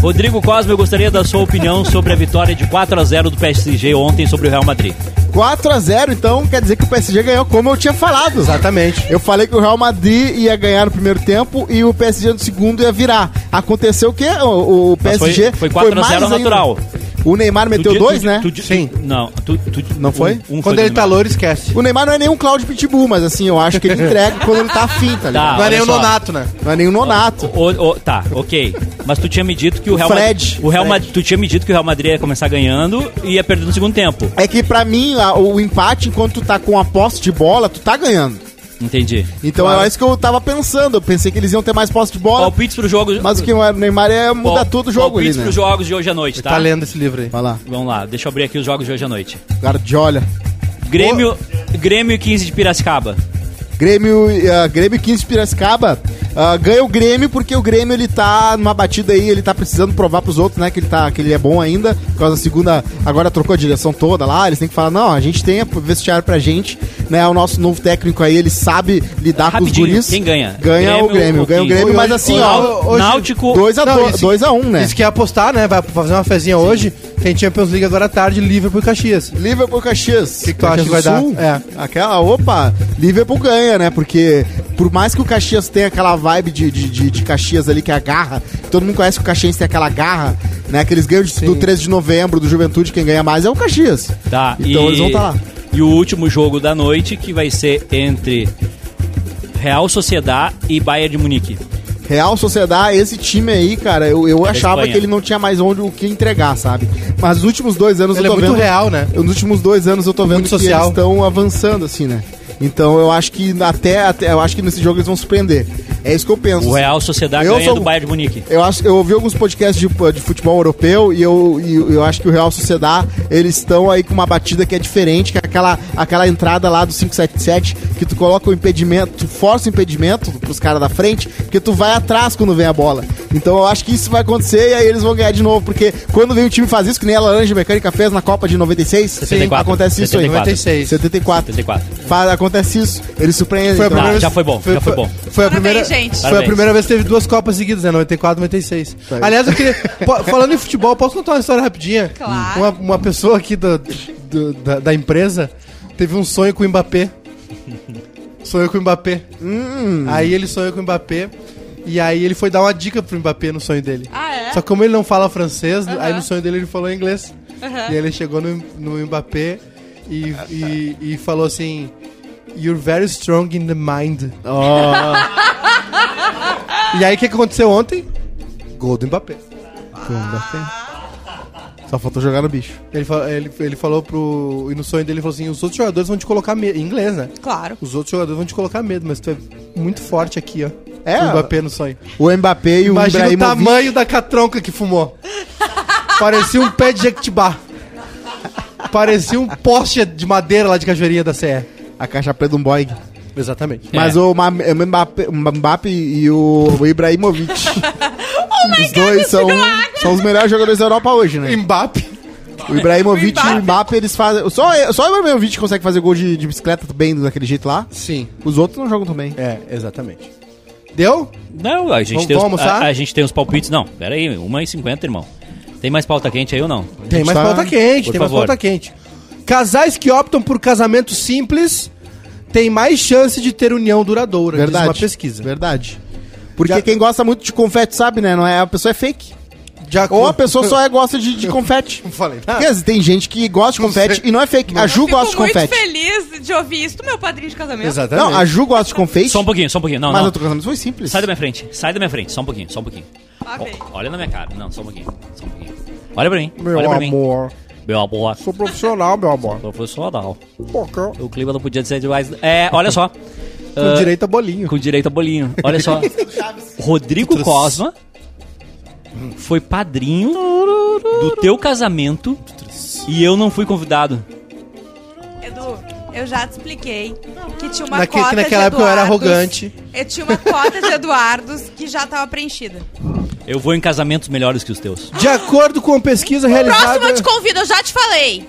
Speaker 2: Rodrigo Cosme, eu gostaria da sua opinião sobre a vitória de 4 a 0 do PSG ontem sobre o Real Madrid.
Speaker 1: 4x0, então quer dizer que o PSG ganhou como eu tinha falado.
Speaker 4: Exatamente.
Speaker 1: Eu falei que o Real Madrid ia ganhar no primeiro tempo e o PSG no segundo ia virar. Aconteceu o quê? O, o PSG
Speaker 2: foi 4 a 0
Speaker 1: mais ainda.
Speaker 2: natural.
Speaker 1: O Neymar meteu
Speaker 2: di-
Speaker 1: dois,
Speaker 2: di-
Speaker 1: né?
Speaker 2: tu di-
Speaker 4: Sim.
Speaker 2: Não, tu- tu- um,
Speaker 1: Não foi?
Speaker 4: Quando
Speaker 2: foi
Speaker 4: ele
Speaker 2: do
Speaker 4: tá
Speaker 2: Neymar.
Speaker 4: louro, esquece.
Speaker 1: O Neymar não é nenhum Cláudio Pitbull, mas assim, eu acho que ele entrega quando ele tá afim, tá ligado?
Speaker 4: Não é
Speaker 2: Ah, olha
Speaker 4: nem o
Speaker 2: só.
Speaker 4: Nonato,
Speaker 2: Tá.
Speaker 4: né?
Speaker 1: Não é nenhum nonato.
Speaker 2: O- o- tá, ok. Mas tu tinha me dito que o,
Speaker 1: O
Speaker 2: Real
Speaker 1: Fred.
Speaker 2: Madrid, o Real
Speaker 1: Fred.
Speaker 2: Madrid, tu tinha me dito que o Real Madrid ia começar ganhando e ia perder no segundo tempo.
Speaker 1: É que pra mim, a- o empate, enquanto tu tá com a posse de bola, tu tá ganhando.
Speaker 2: Entendi.
Speaker 1: Então é isso que eu tava pensando. Eu pensei que eles iam ter mais posse de bola,
Speaker 2: Palpites pro jogo.
Speaker 1: mas o que o Neymar é muda todo o jogo ali,
Speaker 2: Palpites
Speaker 1: né?
Speaker 2: pros jogos de hoje à noite,
Speaker 4: Tá.
Speaker 2: tá?
Speaker 4: lendo esse livro aí.
Speaker 1: Vai lá,
Speaker 2: Vamos lá, deixa eu abrir aqui os jogos de hoje à noite.
Speaker 1: Guardiola.
Speaker 2: Grêmio, Grêmio e 15 de Piracicaba.
Speaker 1: Grêmio, ah, Grêmio 15 Piracicaba ah, ganha o Grêmio porque o Grêmio ele tá numa batida aí, ele tá precisando provar pros outros, né, que ele tá que ele é bom ainda. Por causa da segunda, agora trocou a direção toda lá, eles têm que falar, não, a gente tem vestiário pra gente, né? O nosso novo técnico aí, ele sabe lidar com
Speaker 2: Rapidinho,
Speaker 1: os guris.
Speaker 2: quem ganha?
Speaker 1: Ganha o Grêmio,
Speaker 2: ou
Speaker 1: ganha o
Speaker 2: 15?
Speaker 1: Grêmio, mas
Speaker 4: Hoje-
Speaker 1: assim,
Speaker 4: hoje-
Speaker 1: ó,
Speaker 4: hoje-
Speaker 2: Náutico.
Speaker 1: 2 a
Speaker 4: Não,
Speaker 1: do-
Speaker 4: isso-
Speaker 1: dois a 1, um, né?
Speaker 4: Isso que é apostar, né? Vai fazer uma fezinha hoje. Tem Champions League agora à tarde, Liverpool e Caxias.
Speaker 1: Liverpool e Caxias. O
Speaker 4: que tu acha que vai dar? É.
Speaker 1: Aquela, opa, Liverpool ganha, né? Porque por mais que o Caxias tenha aquela vibe de, de, de, de Caxias ali, que é a garra, todo mundo conhece que o Caxiense tem aquela garra, né? Que eles ganham de- do 13 de novembro, do Juventude, quem ganha mais é o Caxias.
Speaker 2: Tá,
Speaker 1: Então
Speaker 2: e-
Speaker 1: eles vão estar lá.
Speaker 2: E o último jogo da noite que vai ser entre Real Sociedad e Bayern de Munique.
Speaker 1: Real Sociedade, esse time aí, cara, eu, eu achava
Speaker 2: Espanha.
Speaker 1: que ele não tinha mais onde o que entregar, sabe? Mas nos últimos dois anos
Speaker 4: Ele
Speaker 1: eu
Speaker 4: é
Speaker 1: tô
Speaker 4: muito
Speaker 1: vendo.
Speaker 4: real, né?
Speaker 1: Nos últimos dois anos eu tô vendo
Speaker 4: Muito
Speaker 1: que
Speaker 4: social.
Speaker 1: eles estão avançando, assim, né? Então eu acho que até, até- Eu acho que nesse jogo eles vão surpreender. É isso que eu penso.
Speaker 2: O Real Sociedad
Speaker 1: Eu
Speaker 2: ganha
Speaker 1: sou-
Speaker 2: do Bayern de Munique.
Speaker 1: Eu, acho, eu ouvi alguns podcasts de, de futebol europeu e eu, e eu acho que o Real Sociedad, eles estão aí com uma batida que é diferente, que é aquela, aquela entrada lá do 577, que tu coloca o impedimento, tu força o impedimento pros caras da frente, porque tu vai atrás quando vem a bola. Então eu acho que isso vai acontecer e aí eles vão ganhar de novo, porque quando vem o time fazer isso, que nem a Laranja Mecânica fez na Copa de 96,
Speaker 2: 74.
Speaker 1: acontece isso aí.
Speaker 4: 96.
Speaker 1: 74.
Speaker 2: 74.
Speaker 1: Faz, acontece isso, eles surpreendem.
Speaker 4: Foi a
Speaker 1: então.
Speaker 4: primeira
Speaker 2: Ah,
Speaker 4: vez-
Speaker 2: já foi bom, já foi bom.
Speaker 4: Foi a primeira,
Speaker 5: Parabéns,
Speaker 4: Foi
Speaker 5: gente.
Speaker 4: a
Speaker 2: Parabéns. Tá
Speaker 4: primeira vez que teve duas Copas seguidas, né? 94 96. Aliás, eu queria. po- falando em futebol, posso contar uma história rapidinha?
Speaker 5: Claro.
Speaker 4: Uma, uma pessoa aqui do, do- da, da empresa teve um sonho com o Mbappé. sonhou com o Mbappé.
Speaker 5: Hum.
Speaker 4: Aí ele sonhou com o Mbappé. E aí ele foi dar uma dica pro Mbappé no sonho dele.
Speaker 5: Ah, é?
Speaker 4: Só que como ele não fala francês, aí
Speaker 5: Aham.
Speaker 4: no sonho dele ele falou em inglês.
Speaker 5: Aham.
Speaker 4: E aí ele chegou no, no Mbappé e, e, e falou assim... You're very strong in the mind.
Speaker 5: Oh.
Speaker 4: E aí o que que aconteceu ontem? Gol do Mbappé.
Speaker 1: Só faltou jogar no bicho.
Speaker 4: Ele, fa- ele, ele falou pro. E no sonho dele ele falou assim: os outros jogadores vão te colocar medo. Em inglês, né?
Speaker 5: Claro.
Speaker 4: Os outros jogadores vão te colocar medo, mas tu é muito forte aqui, ó.
Speaker 1: É,
Speaker 4: O Mbappé no sonho.
Speaker 1: O Mbappé e o
Speaker 4: Imagina o
Speaker 1: Ibrahimovic.
Speaker 4: tamanho da catronca que fumou. Parecia um pé de jequitibá. Parecia um poste de madeira lá de cajueirinha da CE.
Speaker 1: A caixa preta de um boy.
Speaker 4: Exatamente.
Speaker 1: Mas o, Ma- o Mbappé, o Mbappé e o o Ibrahimovic. os dois são, são os melhores jogadores da Europa hoje, né?
Speaker 4: Mbappé.
Speaker 1: O Ibrahimovic
Speaker 5: O
Speaker 1: e
Speaker 5: Mbappé.
Speaker 1: o Mbappé, eles fazem. Só, só o Ibrahimovic consegue fazer gol de, de bicicleta bem daquele jeito lá.
Speaker 4: Sim.
Speaker 1: Os outros não jogam também.
Speaker 4: É, exatamente. Deu?
Speaker 2: Não, a gente,
Speaker 4: Vamos-
Speaker 2: tem
Speaker 4: vamos
Speaker 2: os, a,
Speaker 4: almoçar?
Speaker 2: a gente tem os palpites. Não, pera aí, 1h50, irmão. Tem mais pauta quente aí ou não?
Speaker 4: Tem mais
Speaker 1: tá-
Speaker 4: pauta quente,
Speaker 2: Por
Speaker 4: tem mais
Speaker 2: favor.
Speaker 4: pauta quente. Casais que optam por casamento simples têm mais chance de ter união duradoura, diz
Speaker 1: Verdade.
Speaker 4: uma pesquisa.
Speaker 1: Verdade. Porque
Speaker 4: Já-
Speaker 1: quem gosta muito de confete sabe, né? Não é, a pessoa é fake.
Speaker 4: De
Speaker 1: Ou a
Speaker 4: acordo-
Speaker 1: pessoa só é, gosta de, de confete.
Speaker 4: Não falei nada.
Speaker 1: Porque tem gente que gosta de
Speaker 4: Não
Speaker 1: confete
Speaker 4: sei.
Speaker 1: e não é fake. A Ju
Speaker 5: Fico
Speaker 1: gosta de
Speaker 5: muito
Speaker 1: confete.
Speaker 5: feliz de ouvir isso do meu padrinho de casamento.
Speaker 4: Exatamente.
Speaker 1: Não, a Ju gosta de confete,
Speaker 2: Só um pouquinho, só um pouquinho. Não,
Speaker 1: mas
Speaker 2: não.
Speaker 1: a tua casamento foi simples.
Speaker 2: Sai da minha frente, sai da minha frente, só um pouquinho, só um pouquinho.
Speaker 5: Ah,
Speaker 2: O-
Speaker 5: bem.
Speaker 2: olha na minha cara. Não, só um pouquinho, só um pouquinho. Olha pra mim.
Speaker 1: Meu
Speaker 2: olha pra
Speaker 1: amor.
Speaker 2: mim. Meu amor.
Speaker 1: Sou profissional, meu amor.
Speaker 2: Profissional.
Speaker 1: Pocão.
Speaker 2: O clima não podia ser demais. É, olha só.
Speaker 4: Com
Speaker 2: Ah,
Speaker 4: direito a bolinho.
Speaker 2: com direito a bolinho. Olha só. Rodrigo Cosma foi padrinho do teu casamento e eu não fui convidado.
Speaker 5: Edu, eu já te expliquei que tinha uma
Speaker 4: Naque- que
Speaker 5: cota
Speaker 4: naquela
Speaker 5: de
Speaker 4: época eu era
Speaker 5: Eduardos-
Speaker 4: arrogante.
Speaker 5: Eu tinha uma cota de Eduardos que já tava preenchida.
Speaker 2: Eu vou em casamentos melhores que os teus.
Speaker 4: De acordo com pesquisa realizada.
Speaker 5: Próximo eu te convido, eu já te falei.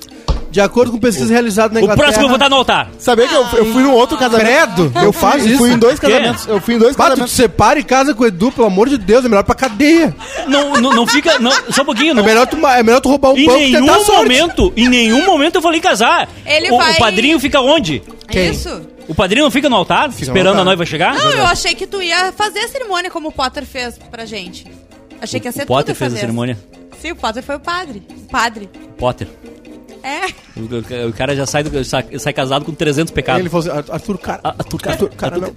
Speaker 4: De acordo com pesquisa realizada na
Speaker 2: O
Speaker 4: Inglaterra.
Speaker 2: próximo eu vou estar no altar.
Speaker 1: Sabia que eu, eu fui num outro casamento.
Speaker 4: Credo,
Speaker 1: Eu
Speaker 4: eu
Speaker 1: fui,
Speaker 4: faço
Speaker 1: eu
Speaker 4: isso.
Speaker 1: fui em dois
Speaker 2: Quê?
Speaker 1: casamentos. Eu fui em dois
Speaker 4: Bato, tu
Speaker 1: casamentos.
Speaker 4: separa e casa com o Edu, pelo amor de Deus, é melhor pra cadeia.
Speaker 2: Não, não, não fica. Não, só um pouquinho.
Speaker 4: É
Speaker 2: Não.
Speaker 4: melhor tu, ma- é melhor tu roubar um
Speaker 2: Em
Speaker 4: banco e tentar a
Speaker 2: nenhum
Speaker 4: sorte.
Speaker 2: momento, em nenhum momento eu falei casar.
Speaker 5: Ele
Speaker 2: o,
Speaker 5: vai-
Speaker 2: o padrinho fica onde?
Speaker 5: É
Speaker 4: Quem?
Speaker 5: isso?
Speaker 2: O padrinho não fica no altar, esperando
Speaker 4: altar.
Speaker 2: a noiva chegar?
Speaker 5: Não, eu achei que tu ia fazer a cerimônia como o Potter fez pra gente. Achei que ia ser
Speaker 2: O Potter
Speaker 5: tu que
Speaker 2: fez a
Speaker 5: fazia.
Speaker 2: cerimônia.
Speaker 5: Sim, o Potter foi o padre. O padre.
Speaker 2: Potter.
Speaker 5: É.
Speaker 2: O, o- o cara já sai, do- sai, sai casado com 300 pecados.
Speaker 4: Ele falou assim, "Ar- Arthur, cara,
Speaker 2: Ah, Arthur, cara,
Speaker 4: não."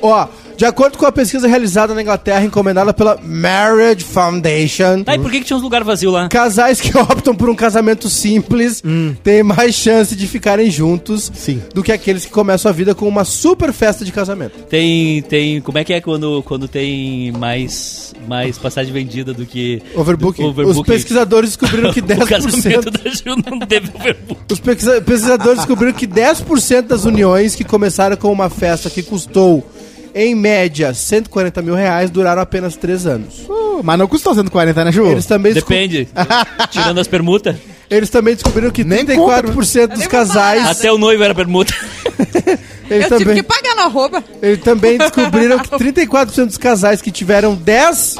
Speaker 4: Ó, de acordo com a pesquisa realizada na Inglaterra, encomendada pela Marriage Foundation,
Speaker 2: Tá, e por que, que tinha uns lugar vazio lá?
Speaker 4: casais que optam por um casamento simples
Speaker 2: Hum.
Speaker 4: têm mais chance de ficarem juntos
Speaker 1: Sim.
Speaker 4: do que aqueles que começam a vida com uma super festa de casamento.
Speaker 2: Tem, tem, como é que é quando, quando tem mais, mais passagem vendida do que...
Speaker 4: Overbooking.
Speaker 2: do-
Speaker 4: Os pesquisadores descobriram que
Speaker 2: O casamento
Speaker 4: 10%...
Speaker 2: da Ju não teve overbooking.
Speaker 4: Os pesquisa- pesquisadores descobriram que 10% das uniões que começaram com uma festa que custou, em média, 140 mil reais, duraram apenas 3 anos.
Speaker 1: Uh, Mas não custou 140, né, Ju?
Speaker 4: Eles também, desco-
Speaker 2: Depende. Tirando as permutas.
Speaker 4: eles também descobriram que
Speaker 1: Nem
Speaker 4: 34%
Speaker 5: Eu
Speaker 4: dos
Speaker 5: nem vou falar.
Speaker 4: casais.
Speaker 2: Até o noivo era permuta.
Speaker 4: Eles
Speaker 5: eu
Speaker 4: também,
Speaker 5: tive que pagar na roupa.
Speaker 4: eles também descobriram que 34% dos casais que tiveram 10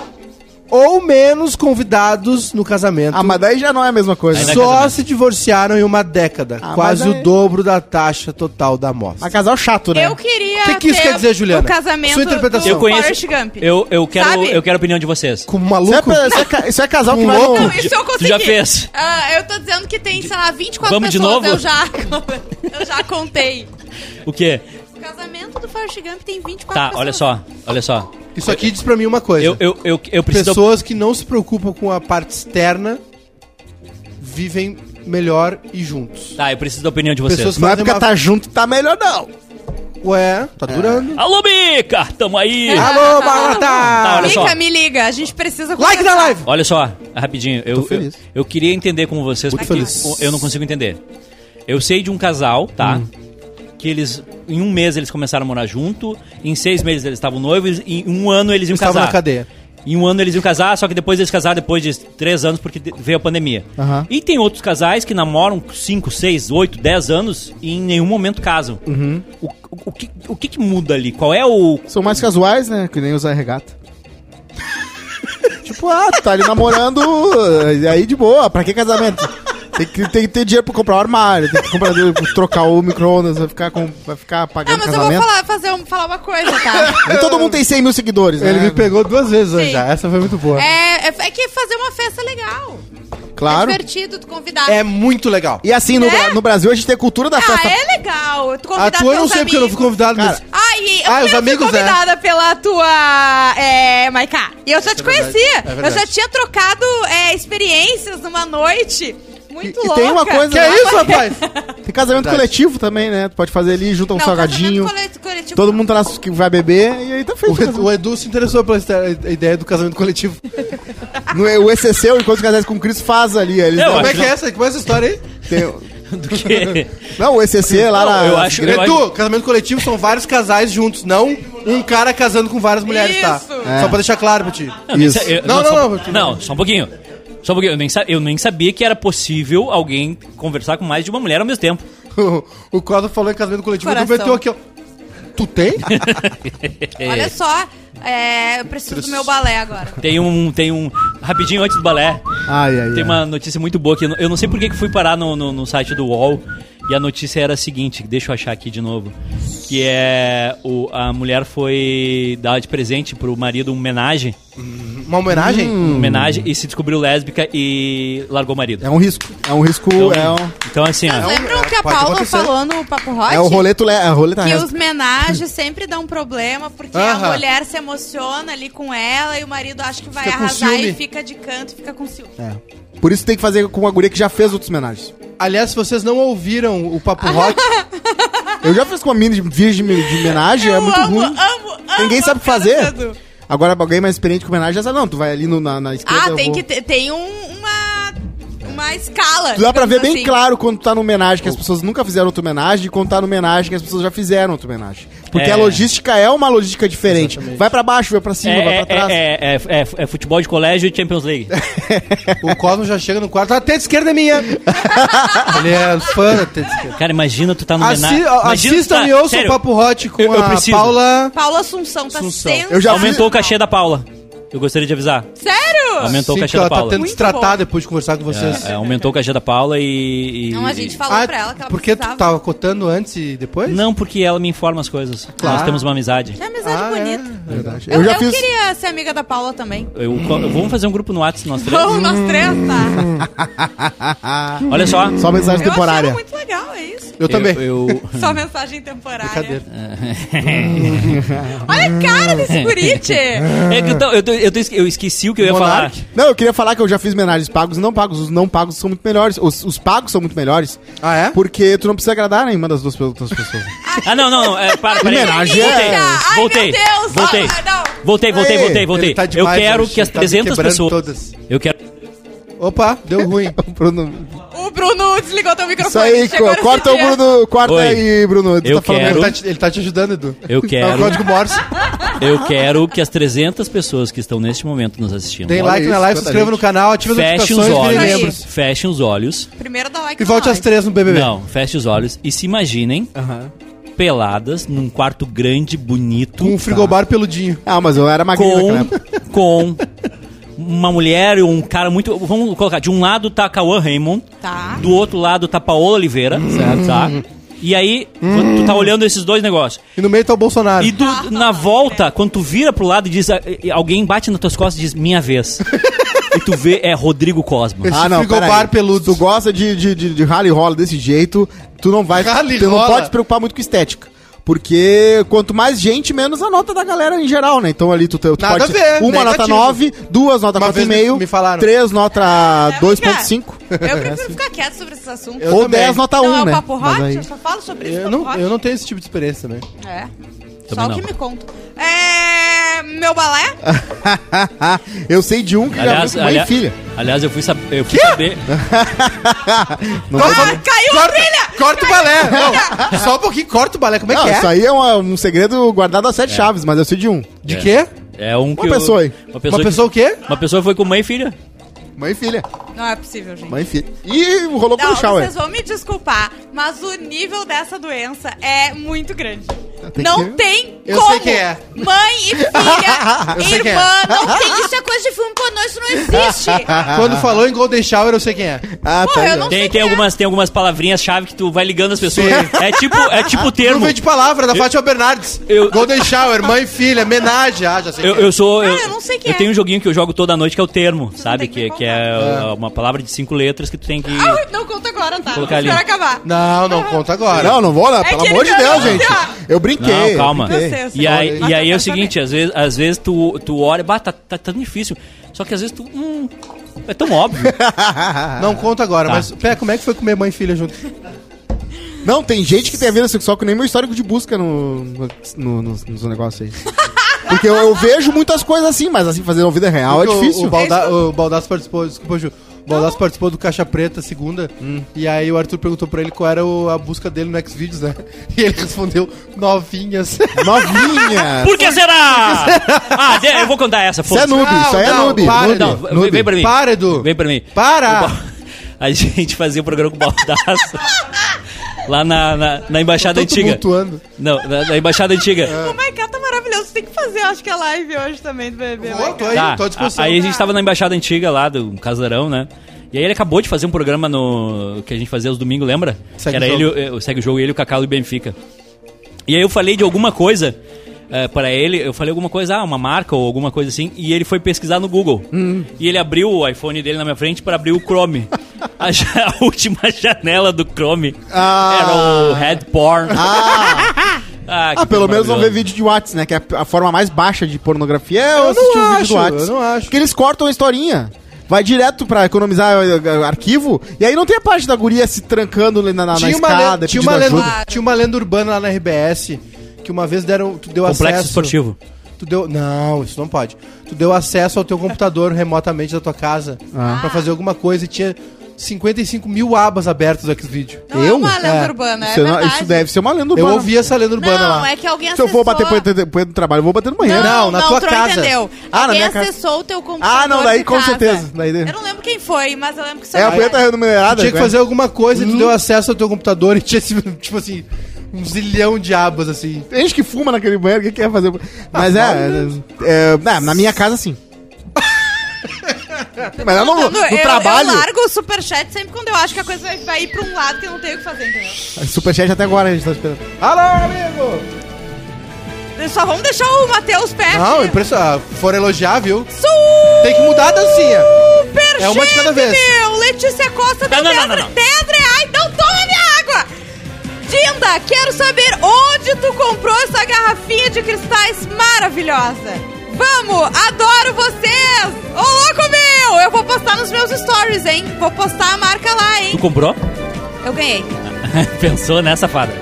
Speaker 4: ou menos convidados no casamento
Speaker 1: Ah, mas daí já não é a mesma coisa.
Speaker 2: Aí
Speaker 1: né?
Speaker 2: na-
Speaker 4: só
Speaker 2: casamento.
Speaker 4: se divorciaram em uma década,
Speaker 1: Ah,
Speaker 4: quase
Speaker 1: mas aí-
Speaker 4: o dobro da taxa total da amostra.
Speaker 1: Mas casal chato, né?
Speaker 5: Eu queria.
Speaker 4: O que que isso
Speaker 5: ter
Speaker 4: quer dizer, Juliana?
Speaker 5: O casamento
Speaker 4: Sua interpretação.
Speaker 5: do
Speaker 2: Eu conheço...
Speaker 5: Forrest Gump.
Speaker 2: Eu, eu, quero,
Speaker 5: Sabe?
Speaker 2: eu quero a opinião de vocês.
Speaker 4: Como
Speaker 1: Isso é,
Speaker 4: maluco?
Speaker 1: pra- isso é ca- isso é casal que
Speaker 4: Um
Speaker 1: vai
Speaker 4: louco.
Speaker 1: no...
Speaker 5: Não, isso eu consegui.
Speaker 2: já fez?
Speaker 5: Ah, eu tô dizendo que tem, sei lá, 24
Speaker 2: Vamos de
Speaker 5: pessoas.
Speaker 2: novo?
Speaker 5: Eu já, eu já contei.
Speaker 2: O quê?
Speaker 5: O casamento do Forrest Gump tem 24
Speaker 2: Tá,
Speaker 5: pessoas.
Speaker 2: olha só, olha só.
Speaker 4: Isso aqui diz pra mim uma coisa.
Speaker 2: Eu, eu, eu, eu preciso...
Speaker 4: Pessoas que não se preocupam com a parte externa vivem melhor e juntos.
Speaker 2: Tá, eu preciso da opinião de vocês.
Speaker 4: Pessoas-
Speaker 1: Não é
Speaker 4: fazer
Speaker 1: porque
Speaker 4: uma-
Speaker 1: tá junto tá melhor, não.
Speaker 4: Ué, tá durando.
Speaker 2: Alô, Mica! Tamo aí!
Speaker 4: Alô, Barata!
Speaker 5: Tá
Speaker 2: olha só.
Speaker 5: Mica, me liga, a gente precisa
Speaker 4: Like na
Speaker 5: conversar.
Speaker 4: live!
Speaker 2: Olha só, rapidinho, eu, eu,
Speaker 1: feliz.
Speaker 2: eu queria entender com vocês,
Speaker 4: Muito
Speaker 2: porque
Speaker 4: feliz. Hum.
Speaker 2: eu não consigo entender. Eu sei de um casal, tá? Que eles, em um mês eles começaram a morar junto, em seis meses eles estavam noivos, e em um ano eles iam
Speaker 4: Eles estavam
Speaker 2: casar.
Speaker 4: na cadeia.
Speaker 2: Em um ano eles iam casar, só que depois eles casaram depois de três anos, porque de- veio a pandemia.
Speaker 1: Aham.
Speaker 2: E tem outros casais que namoram cinco, seis, oito, dez anos e em nenhum momento casam.
Speaker 4: Uhum.
Speaker 2: O, o- o que, o que que muda ali? Qual é o...
Speaker 1: São mais casuais, né? Que nem usar regata. tipo, ah, tu tá ali namorando, e aí de boa, pra que casamento? Tem que, tem que ter dinheiro pra comprar o armário, tem que comprar, trocar o micro-ondas, vai ficar, com, vai ficar
Speaker 5: Ah,
Speaker 1: pagando
Speaker 5: mas eu vou
Speaker 1: casamento.
Speaker 5: falar, fazer um, falar uma coisa, tá?
Speaker 1: E todo mundo tem 100 mil seguidores, né?
Speaker 4: Ele me pegou duas vezes hoje
Speaker 5: Sim.
Speaker 4: já. Essa foi muito boa.
Speaker 5: É, é, é que fazer uma festa é legal.
Speaker 1: Claro.
Speaker 5: É divertido tu convidar.
Speaker 4: É muito legal.
Speaker 1: E assim, no,
Speaker 5: Né?
Speaker 1: Bra- no Brasil a gente tem a cultura da
Speaker 5: Ah,
Speaker 1: festa.
Speaker 5: é legal. Tu
Speaker 4: A
Speaker 5: convidar
Speaker 4: tua eu não
Speaker 5: teus
Speaker 4: sei porque eu não fui
Speaker 5: amigos.
Speaker 4: convidado, mas.
Speaker 1: Cara,
Speaker 5: Ah, e eu
Speaker 4: Ah, os
Speaker 5: fui
Speaker 4: amigos, né?
Speaker 5: convidada pela tua, é, Maiká. E eu já te
Speaker 4: verdade,
Speaker 5: conhecia.
Speaker 4: é verdade.
Speaker 5: eu já tinha trocado é, experiências numa noite
Speaker 1: E,
Speaker 5: muito
Speaker 1: e
Speaker 5: louca.
Speaker 1: tem uma coisa.
Speaker 4: Que é isso, rapaz?
Speaker 1: Tem casamento
Speaker 4: Verdade.
Speaker 1: coletivo também, né? Tu pode fazer ali, junta um
Speaker 5: Não,
Speaker 1: salgadinho.
Speaker 5: casamento cole- coletivo
Speaker 1: Todo
Speaker 5: não.
Speaker 1: mundo tá lá que vai beber e aí tá feito.
Speaker 4: O Edu, o Edu se interessou pela esta- a ideia do casamento coletivo.
Speaker 1: No, o ECC, o Encontro de Casais com Cristo, faz ali. Eles
Speaker 2: Eu
Speaker 1: dão-
Speaker 4: Como é
Speaker 2: acho
Speaker 4: que é essa? Como é essa história aí?
Speaker 1: tem-
Speaker 2: Do que...
Speaker 1: não, o ECC é lá
Speaker 2: Não,
Speaker 4: Ah,
Speaker 1: na.
Speaker 2: eu acho-
Speaker 1: igreja-
Speaker 2: eu
Speaker 4: Edu, casamento coletivo são vários casais juntos, não um cara casando com várias mulheres, tá?
Speaker 5: Isso.
Speaker 4: Só pra deixar claro pra ti.
Speaker 1: Isso.
Speaker 2: nem sa- eu-
Speaker 4: Não, não,
Speaker 2: só,
Speaker 4: não,
Speaker 2: não. só um pouquinho. Só um pouquinho. Eu nem, sa- eu nem sabia que era possível alguém conversar com mais de uma mulher ao mesmo tempo.
Speaker 4: O, o Cosmo falou em casamento coletivo,
Speaker 5: Coração.
Speaker 4: Edu meteu aqui, ó. Tu tem?
Speaker 5: Olha só, é, eu preciso do meu balé agora.
Speaker 2: Tem um, tem um. Rapidinho antes do balé,
Speaker 1: Ai, ai, ai.
Speaker 2: tem uma notícia muito boa que eu não- eu não sei por que que fui parar no, no, no site do UOL. E a notícia era a seguinte, deixa eu achar aqui de novo. Que é. O, a mulher foi dar de presente pro marido uma homenagem.
Speaker 4: Uma homenagem?
Speaker 2: uma homenagem e se descobriu lésbica e largou o marido.
Speaker 1: É um risco. É um risco.
Speaker 2: Então,
Speaker 1: é, um,
Speaker 2: então, assim, ó.
Speaker 5: Vocês lembram
Speaker 4: é,
Speaker 5: que a
Speaker 4: pode
Speaker 5: Paula
Speaker 4: acontecer.
Speaker 5: falou no Papo Hot?
Speaker 1: é o roleto. Le, é a roleta
Speaker 5: Que
Speaker 1: resta.
Speaker 5: os menagens sempre dão um problema, porque
Speaker 4: Aham.
Speaker 5: a mulher se emociona ali com ela e o marido acha que vai
Speaker 4: Fica com
Speaker 5: arrasar
Speaker 4: ciúme.
Speaker 5: e fica de canto, fica com ciúme.
Speaker 1: É. Por isso tem que fazer com uma guria que já fez outros homenagens.
Speaker 4: Aliás, se vocês não ouviram o Papo Rock,
Speaker 1: Eu já fiz com uma mina de virgem de homenagem, é
Speaker 5: Eu
Speaker 1: muito
Speaker 5: amo,
Speaker 1: ruim.
Speaker 5: amo, amo.
Speaker 1: Ninguém sabe
Speaker 5: a cara
Speaker 1: fazer.
Speaker 5: do Edu.
Speaker 1: Agora alguém mais experiente com homenagem já sabe. Não, tu vai ali no- na, na esquerda.
Speaker 5: Ah,
Speaker 1: eu
Speaker 5: tem
Speaker 1: vou-
Speaker 5: que ter tem um- uma, uma escala.
Speaker 1: Dá pra
Speaker 5: digamos
Speaker 1: ver bem
Speaker 5: assim.
Speaker 1: claro quando tá no homenagem que as pessoas nunca fizeram outra homenagem e quando tá no homenagem que as pessoas já fizeram outra homenagem. Porque
Speaker 2: É.
Speaker 1: a logística é uma logística diferente. Vai pra baixo, vai pra cima, vai
Speaker 2: É,
Speaker 1: pra trás.
Speaker 2: é, é, é, é, é futebol de colégio e Champions League.
Speaker 4: o Cosmo já chega no quarto. A teta esquerda é minha. Ele é fã da teta esquerda.
Speaker 2: Cara, imagina tu tá no
Speaker 4: Assi
Speaker 2: Menage. Imagina tu
Speaker 4: assistam
Speaker 2: tá-
Speaker 4: e ouçam o
Speaker 2: sério,
Speaker 4: Papo Hot com
Speaker 2: Eu- eu
Speaker 4: a
Speaker 2: preciso.
Speaker 4: Paula.
Speaker 5: Paula Assunção tá
Speaker 4: Assunção.
Speaker 5: sensacional.
Speaker 1: Eu já vi-
Speaker 2: Aumentou o cachê da Paula. Eu gostaria de avisar.
Speaker 5: Sério?
Speaker 2: Aumentou o
Speaker 4: Sim,
Speaker 2: cachê
Speaker 4: que
Speaker 2: da
Speaker 4: ela tá
Speaker 2: Paula.
Speaker 4: tendo que
Speaker 5: Muito
Speaker 4: se tratar
Speaker 5: bom.
Speaker 4: depois de conversar com vocês. Ah,
Speaker 2: É, aumentou o cachê da Paula e. e-
Speaker 5: Não, a gente
Speaker 1: Ah,
Speaker 5: falou pra ela que ela
Speaker 4: porque tu
Speaker 5: precisava.
Speaker 1: tá-
Speaker 4: tava cotando antes e depois?
Speaker 2: Não, porque ela me informa as coisas.
Speaker 4: Claro.
Speaker 2: Nós temos uma amizade.
Speaker 5: É amizade
Speaker 4: Ah,
Speaker 5: bonita.
Speaker 4: é.
Speaker 1: Verdade.
Speaker 5: Eu,
Speaker 1: Eu já
Speaker 5: eu
Speaker 1: fiz.
Speaker 5: queria ser amiga da Paula também.
Speaker 2: Eu- eu- vamos fazer um grupo no WhatsApp nós três?
Speaker 5: Vamos, nós três, tá?
Speaker 2: Olha só.
Speaker 1: Só mensagem
Speaker 5: Eu achei ela
Speaker 1: temporária.
Speaker 5: muito legal, é isso.
Speaker 4: Eu também.
Speaker 2: eu-
Speaker 5: Só mensagem temporária.
Speaker 4: Brincadeira.
Speaker 5: Olha a cara desse gurite!
Speaker 2: É que eu, tô- eu, tô- eu tô esque- eu esqueci o que eu ia falar.
Speaker 4: Monark?
Speaker 1: Não, eu queria falar que eu já fiz homenagens pagos e não pagos. Os não pagos são muito melhores. Os, os pagos são muito melhores.
Speaker 4: Ah, é?
Speaker 1: Porque tu não precisa agradar nenhuma das duas outras pessoas.
Speaker 2: Ah, não, não, não. É, para, para aí.
Speaker 1: Homenagem é-
Speaker 2: Voltei,
Speaker 5: Ai,
Speaker 2: Voltei.
Speaker 5: meu Deus.
Speaker 2: Voltei.
Speaker 5: Ah, não.
Speaker 2: Voltei, voltei,
Speaker 1: Ei,
Speaker 2: voltei, voltei.
Speaker 4: ele tá
Speaker 2: eu
Speaker 4: demais
Speaker 2: quero
Speaker 4: hoje,
Speaker 2: que as
Speaker 4: ele tá me
Speaker 2: 300
Speaker 4: quebrando
Speaker 2: pessoas.
Speaker 4: todas.
Speaker 2: Eu quero.
Speaker 4: Opa, deu ruim.
Speaker 1: O Bruno.
Speaker 5: O Bruno desligou teu microfone.
Speaker 1: Isso aí,
Speaker 5: chegou
Speaker 1: co-
Speaker 5: nesse
Speaker 1: corta o
Speaker 5: dia.
Speaker 1: Bruno. Corta
Speaker 2: Oi.
Speaker 1: aí, Bruno. Tu
Speaker 2: Eu
Speaker 1: tá falando
Speaker 2: quero-
Speaker 4: Ele tá, te, ele tá te ajudando, Edu.
Speaker 2: Eu
Speaker 4: É o
Speaker 2: quero.
Speaker 4: código Morse.
Speaker 2: Eu quero que as 300 pessoas que estão neste momento nos assistindo
Speaker 4: Tem like
Speaker 1: isso,
Speaker 4: na live, se
Speaker 1: quanta
Speaker 4: inscreva no canal, ative as
Speaker 2: fechem os
Speaker 4: notificações, virem
Speaker 5: Isso aí.
Speaker 4: membros.
Speaker 2: olhos. Fechem os olhos.
Speaker 5: Primeiro dá like
Speaker 4: E
Speaker 5: na
Speaker 4: volte às
Speaker 5: live.
Speaker 4: três no BBB.
Speaker 2: Não, fechem os olhos e se imaginem peladas num quarto grande, bonito.
Speaker 4: Com um frigobar peludinho.
Speaker 1: Ah, mas eu era magrinho naquela época.
Speaker 2: com, com uma mulher e um cara muito. Vamos colocar, de um lado tá Cauã Raymond,
Speaker 5: Tá.
Speaker 2: do outro lado tá Paola Oliveira, certo? Tá? E aí, quando tu tá olhando esses dois negócios.
Speaker 4: E no meio tá o Bolsonaro.
Speaker 2: E do- na volta, quando tu vira pro lado e diz. ah, e Alguém bate nas tuas costas e diz, minha vez. e tu vê, é Rodrigo Cosmo.
Speaker 4: Esse frigobar
Speaker 1: Ah, peraí.
Speaker 4: peludo.
Speaker 1: Tu gosta de, de, de, de rally rola desse jeito, tu não vai.
Speaker 4: Rally
Speaker 1: tu não
Speaker 4: rola.
Speaker 1: pode se preocupar muito com estética. Porque quanto mais gente, menos a nota da galera em geral, né? Então ali tu, tu
Speaker 4: Nada
Speaker 1: pode.
Speaker 4: a ver,
Speaker 1: uma
Speaker 4: negativo.
Speaker 1: nota 9, duas nota
Speaker 4: Uma vez me-
Speaker 1: 4,5,
Speaker 4: me falaram.
Speaker 1: três nota
Speaker 5: É,
Speaker 1: 2,5.
Speaker 5: Eu prefiro ficar quieto sobre esses assuntos.
Speaker 4: Eu
Speaker 1: Ou
Speaker 4: também.
Speaker 1: 10 nota 1,
Speaker 5: não é
Speaker 1: né?
Speaker 5: o papo
Speaker 1: Mas
Speaker 5: hot?
Speaker 1: aí-
Speaker 5: Eu só falo sobre isso.
Speaker 4: Eu
Speaker 5: papo
Speaker 4: não,
Speaker 5: hot.
Speaker 4: eu não tenho esse tipo de experiência também.
Speaker 5: É.
Speaker 2: Também
Speaker 5: Só o que
Speaker 2: não.
Speaker 5: me conta. É. Meu balé?
Speaker 1: eu sei de um que
Speaker 2: Aliás,
Speaker 1: já veio com mãe e
Speaker 2: alia-
Speaker 1: filha.
Speaker 2: aliás, eu fui, sab- eu fui saber.
Speaker 1: Não,
Speaker 5: Ah,
Speaker 1: vai saber.
Speaker 5: caiu a trilha!
Speaker 4: Corta o balé! Não, só um pouquinho, corta o balé. Como é
Speaker 1: Não,
Speaker 4: que é?
Speaker 1: isso aí é uma- um segredo guardado às sete chaves, mas eu sei de um.
Speaker 4: De
Speaker 2: É.
Speaker 4: quê?
Speaker 2: É um que eu-
Speaker 1: pessoa aí.
Speaker 2: Uma
Speaker 4: Uma
Speaker 2: pessoa,
Speaker 4: pessoa o quê?
Speaker 2: que, uma pessoa foi com mãe e filha.
Speaker 1: Mãe e filha.
Speaker 5: Não é possível, gente.
Speaker 1: Mãe e filha. Ih, rolou com
Speaker 5: Não,
Speaker 1: o shower.
Speaker 5: vocês vão me desculpar, mas o nível dessa doença é muito grande.
Speaker 1: Tem
Speaker 5: não
Speaker 1: que-
Speaker 5: tem
Speaker 4: Eu
Speaker 5: como.
Speaker 4: sei quem é.
Speaker 5: Mãe e
Speaker 4: Eu
Speaker 5: filha,
Speaker 4: sei quem é.
Speaker 5: irmã, não tem. Isso é coisa de filme pornô, isso não existe.
Speaker 4: Quando falou em Golden Shower, eu sei quem é.
Speaker 1: Ah,
Speaker 5: Porra, eu
Speaker 1: ligado.
Speaker 5: não sei
Speaker 2: Tem,
Speaker 5: quem
Speaker 2: tem,
Speaker 5: é.
Speaker 2: algumas, tem algumas palavrinhas-chave que tu vai ligando as pessoas.
Speaker 4: Sim.
Speaker 2: É tipo é tipo o termo.
Speaker 4: Nuvem de palavra, da Fátima Bernardes.
Speaker 2: eu-
Speaker 4: Golden Shower, mãe e filha, homenagem. Ah, já sei
Speaker 2: Eu,
Speaker 4: quem é.
Speaker 2: eu sou.
Speaker 5: Ah,
Speaker 2: eu,
Speaker 5: eu não sei que
Speaker 2: eu
Speaker 5: é.
Speaker 2: tenho um joguinho que eu jogo toda noite que é o termo, sabe?
Speaker 5: tem que
Speaker 2: Que,
Speaker 5: me
Speaker 2: que é uh, uma palavra de cinco letras que tu tem que.
Speaker 5: Ah, não conta agora, tá?
Speaker 2: Colocar ali.
Speaker 5: Espera acabar.
Speaker 4: Não, não conta agora.
Speaker 1: Não, não vou olhar,
Speaker 5: É
Speaker 1: pelo
Speaker 5: que ele
Speaker 1: amor de
Speaker 5: tá
Speaker 1: Deus,
Speaker 5: assim,
Speaker 1: gente.
Speaker 5: ó.
Speaker 1: Eu brinquei.
Speaker 2: Não,
Speaker 1: eu
Speaker 2: calma.
Speaker 1: brinquei.
Speaker 5: Eu sei, eu sei.
Speaker 2: E aí,
Speaker 5: Mas
Speaker 2: e aí
Speaker 5: eu
Speaker 2: é o
Speaker 5: quero
Speaker 2: seguinte,
Speaker 5: saber.
Speaker 2: às vezes, às vezes tu, tu olha, bah, tá, tá tão difícil. Só que às vezes tu. Hum, é tão óbvio.
Speaker 4: Não conta agora,
Speaker 2: Tá.
Speaker 4: mas pera, como é que foi comer mãe e filha junto?
Speaker 1: Não, tem gente que tem a vida sexual que nem meu histórico de busca no, no, no, no- nos negócios aí. Porque eu, eu vejo muitas coisas assim, mas assim, fazer uma vida real
Speaker 4: Porque
Speaker 1: é
Speaker 4: o-
Speaker 1: difícil.
Speaker 4: O, Balda, o Baldasso participou, desculpa, Ju. O Baldasso participou do Caixa Preta, segunda.
Speaker 1: Hum.
Speaker 4: E aí o Arthur perguntou pra ele qual era o- a busca dele no Xvideos, né? E ele respondeu, novinhas.
Speaker 1: Novinha!
Speaker 2: Por que será? ah, de- eu vou contar essa,
Speaker 1: Isso é
Speaker 2: foda-se.
Speaker 1: noob, isso aí é
Speaker 4: Não,
Speaker 1: noob.
Speaker 4: para,
Speaker 1: noob,
Speaker 2: Não,
Speaker 1: noob.
Speaker 2: vem, vem pra mim.
Speaker 4: Para, Edu.
Speaker 2: Vem pra mim.
Speaker 4: Para.
Speaker 2: O Ba- A gente fazia o programa com o Baldaço. lá na, na, na Embaixada
Speaker 4: Tô
Speaker 2: Antiga.
Speaker 4: tumultuando.
Speaker 2: Não, na, na Embaixada Antiga.
Speaker 5: O Maiká tá maravilhoso. Tem que fazer, acho que a live hoje também do bebê. né?
Speaker 4: Pô, tô aí,
Speaker 2: Tá,
Speaker 4: tô à disposição.
Speaker 2: a- Aí a gente tava na embaixada antiga lá do Casarão, né? E aí ele acabou de fazer um programa no que a gente fazia os domingos, lembra?
Speaker 4: Segue
Speaker 2: que
Speaker 4: o
Speaker 2: era
Speaker 4: jogo.
Speaker 2: ele, o Segue o Jogo, ele, o Cacau e o Benfica. E aí eu falei de alguma coisa eh, pra ele, eu falei alguma coisa, ah, uma marca ou alguma coisa assim, e ele foi pesquisar no Google. E ele abriu o iPhone dele na minha frente pra abrir o Chrome. a, ja- a última janela do Chrome
Speaker 1: Ah.
Speaker 2: era o Head Porn.
Speaker 1: Ah,
Speaker 2: Ah, que
Speaker 1: ah, pelo menos não vê
Speaker 2: maravilhoso.
Speaker 1: vídeo de Whats, né? Que é a forma mais baixa de pornografia é eu
Speaker 4: não
Speaker 1: assistir um vídeo
Speaker 4: acho,
Speaker 1: do Whats.
Speaker 4: eu não acho.
Speaker 1: Porque eles cortam a historinha. Vai direto pra economizar eh, arquivo. E aí não tem a parte da guria se trancando na, na, na
Speaker 4: tinha, uma
Speaker 1: escada,
Speaker 4: lenda, tinha,
Speaker 1: pedindo
Speaker 4: uma lenda,
Speaker 1: ajuda.
Speaker 4: tinha uma lenda urbana lá na RBS que uma vez deram, tu deu
Speaker 2: Complexo
Speaker 4: acesso...
Speaker 2: esportivo.
Speaker 4: Tu deu, não, isso não pode. Tu deu acesso ao teu computador remotamente da tua casa
Speaker 1: Ah.
Speaker 4: pra fazer alguma coisa e tinha 55 mil abas abertas do Xvideo.
Speaker 5: Não é
Speaker 1: Eu?
Speaker 5: uma lenda
Speaker 4: É.
Speaker 5: urbana, é
Speaker 1: Isso, não-
Speaker 5: verdade.
Speaker 1: isso deve ser uma lenda
Speaker 4: Eu
Speaker 1: urbana.
Speaker 4: ouvi essa lenda urbana
Speaker 5: não,
Speaker 4: lá.
Speaker 5: é que alguém
Speaker 1: Se eu for
Speaker 5: acessou...
Speaker 1: bater punheta depois do trabalho, eu vou bater no banheiro.
Speaker 4: Não, na
Speaker 5: não,
Speaker 4: tua
Speaker 5: tu
Speaker 4: casa.
Speaker 5: entendeu.
Speaker 1: Ah, na
Speaker 5: alguém
Speaker 1: minha casa.
Speaker 5: acessou o teu computador
Speaker 1: Ah, não, daí
Speaker 5: de
Speaker 1: com
Speaker 5: casa.
Speaker 1: certeza. Daí,
Speaker 5: Eu não lembro quem foi, mas eu lembro que isso
Speaker 1: é a
Speaker 5: era-
Speaker 1: punheta remunerada.
Speaker 4: tinha que
Speaker 1: cara.
Speaker 4: fazer alguma coisa e tu deu acesso ao teu computador e tinha, esse- tipo assim, um zilhão de abas, assim.
Speaker 1: Tem gente que fuma naquele banheiro, o que quer fazer? Mas é, é, é, na- Na minha casa, sim. Mas eu não,
Speaker 5: Quando
Speaker 1: no
Speaker 5: tá eu, eu
Speaker 1: trabalho.
Speaker 5: largo o superchat sempre quando eu acho que a coisa vai- vai ir pra um lado que eu não tenho o que fazer, entendeu?
Speaker 1: Superchat até agora a gente tá esperando.
Speaker 4: Alô, amigo!
Speaker 5: Só vamos deixar o Matheus perto.
Speaker 4: Não, impressionante. Foram elogiar, viu?
Speaker 5: Super
Speaker 4: Tem que mudar a dancinha.
Speaker 5: é uma de cada vez. meu! Letícia Costa deu
Speaker 2: Não, não,
Speaker 5: 10
Speaker 2: não, não, não.
Speaker 5: reais, então toma minha água! Dinda, quero saber onde tu comprou essa garrafinha de cristais maravilhosa. Vamos, adoro vocês! Ô, louco meu! Eu vou postar nos meus stories, hein? Vou postar a marca lá,
Speaker 2: Tu
Speaker 5: hein?
Speaker 2: comprou?
Speaker 5: Eu ganhei.
Speaker 2: Pensou nessa fada.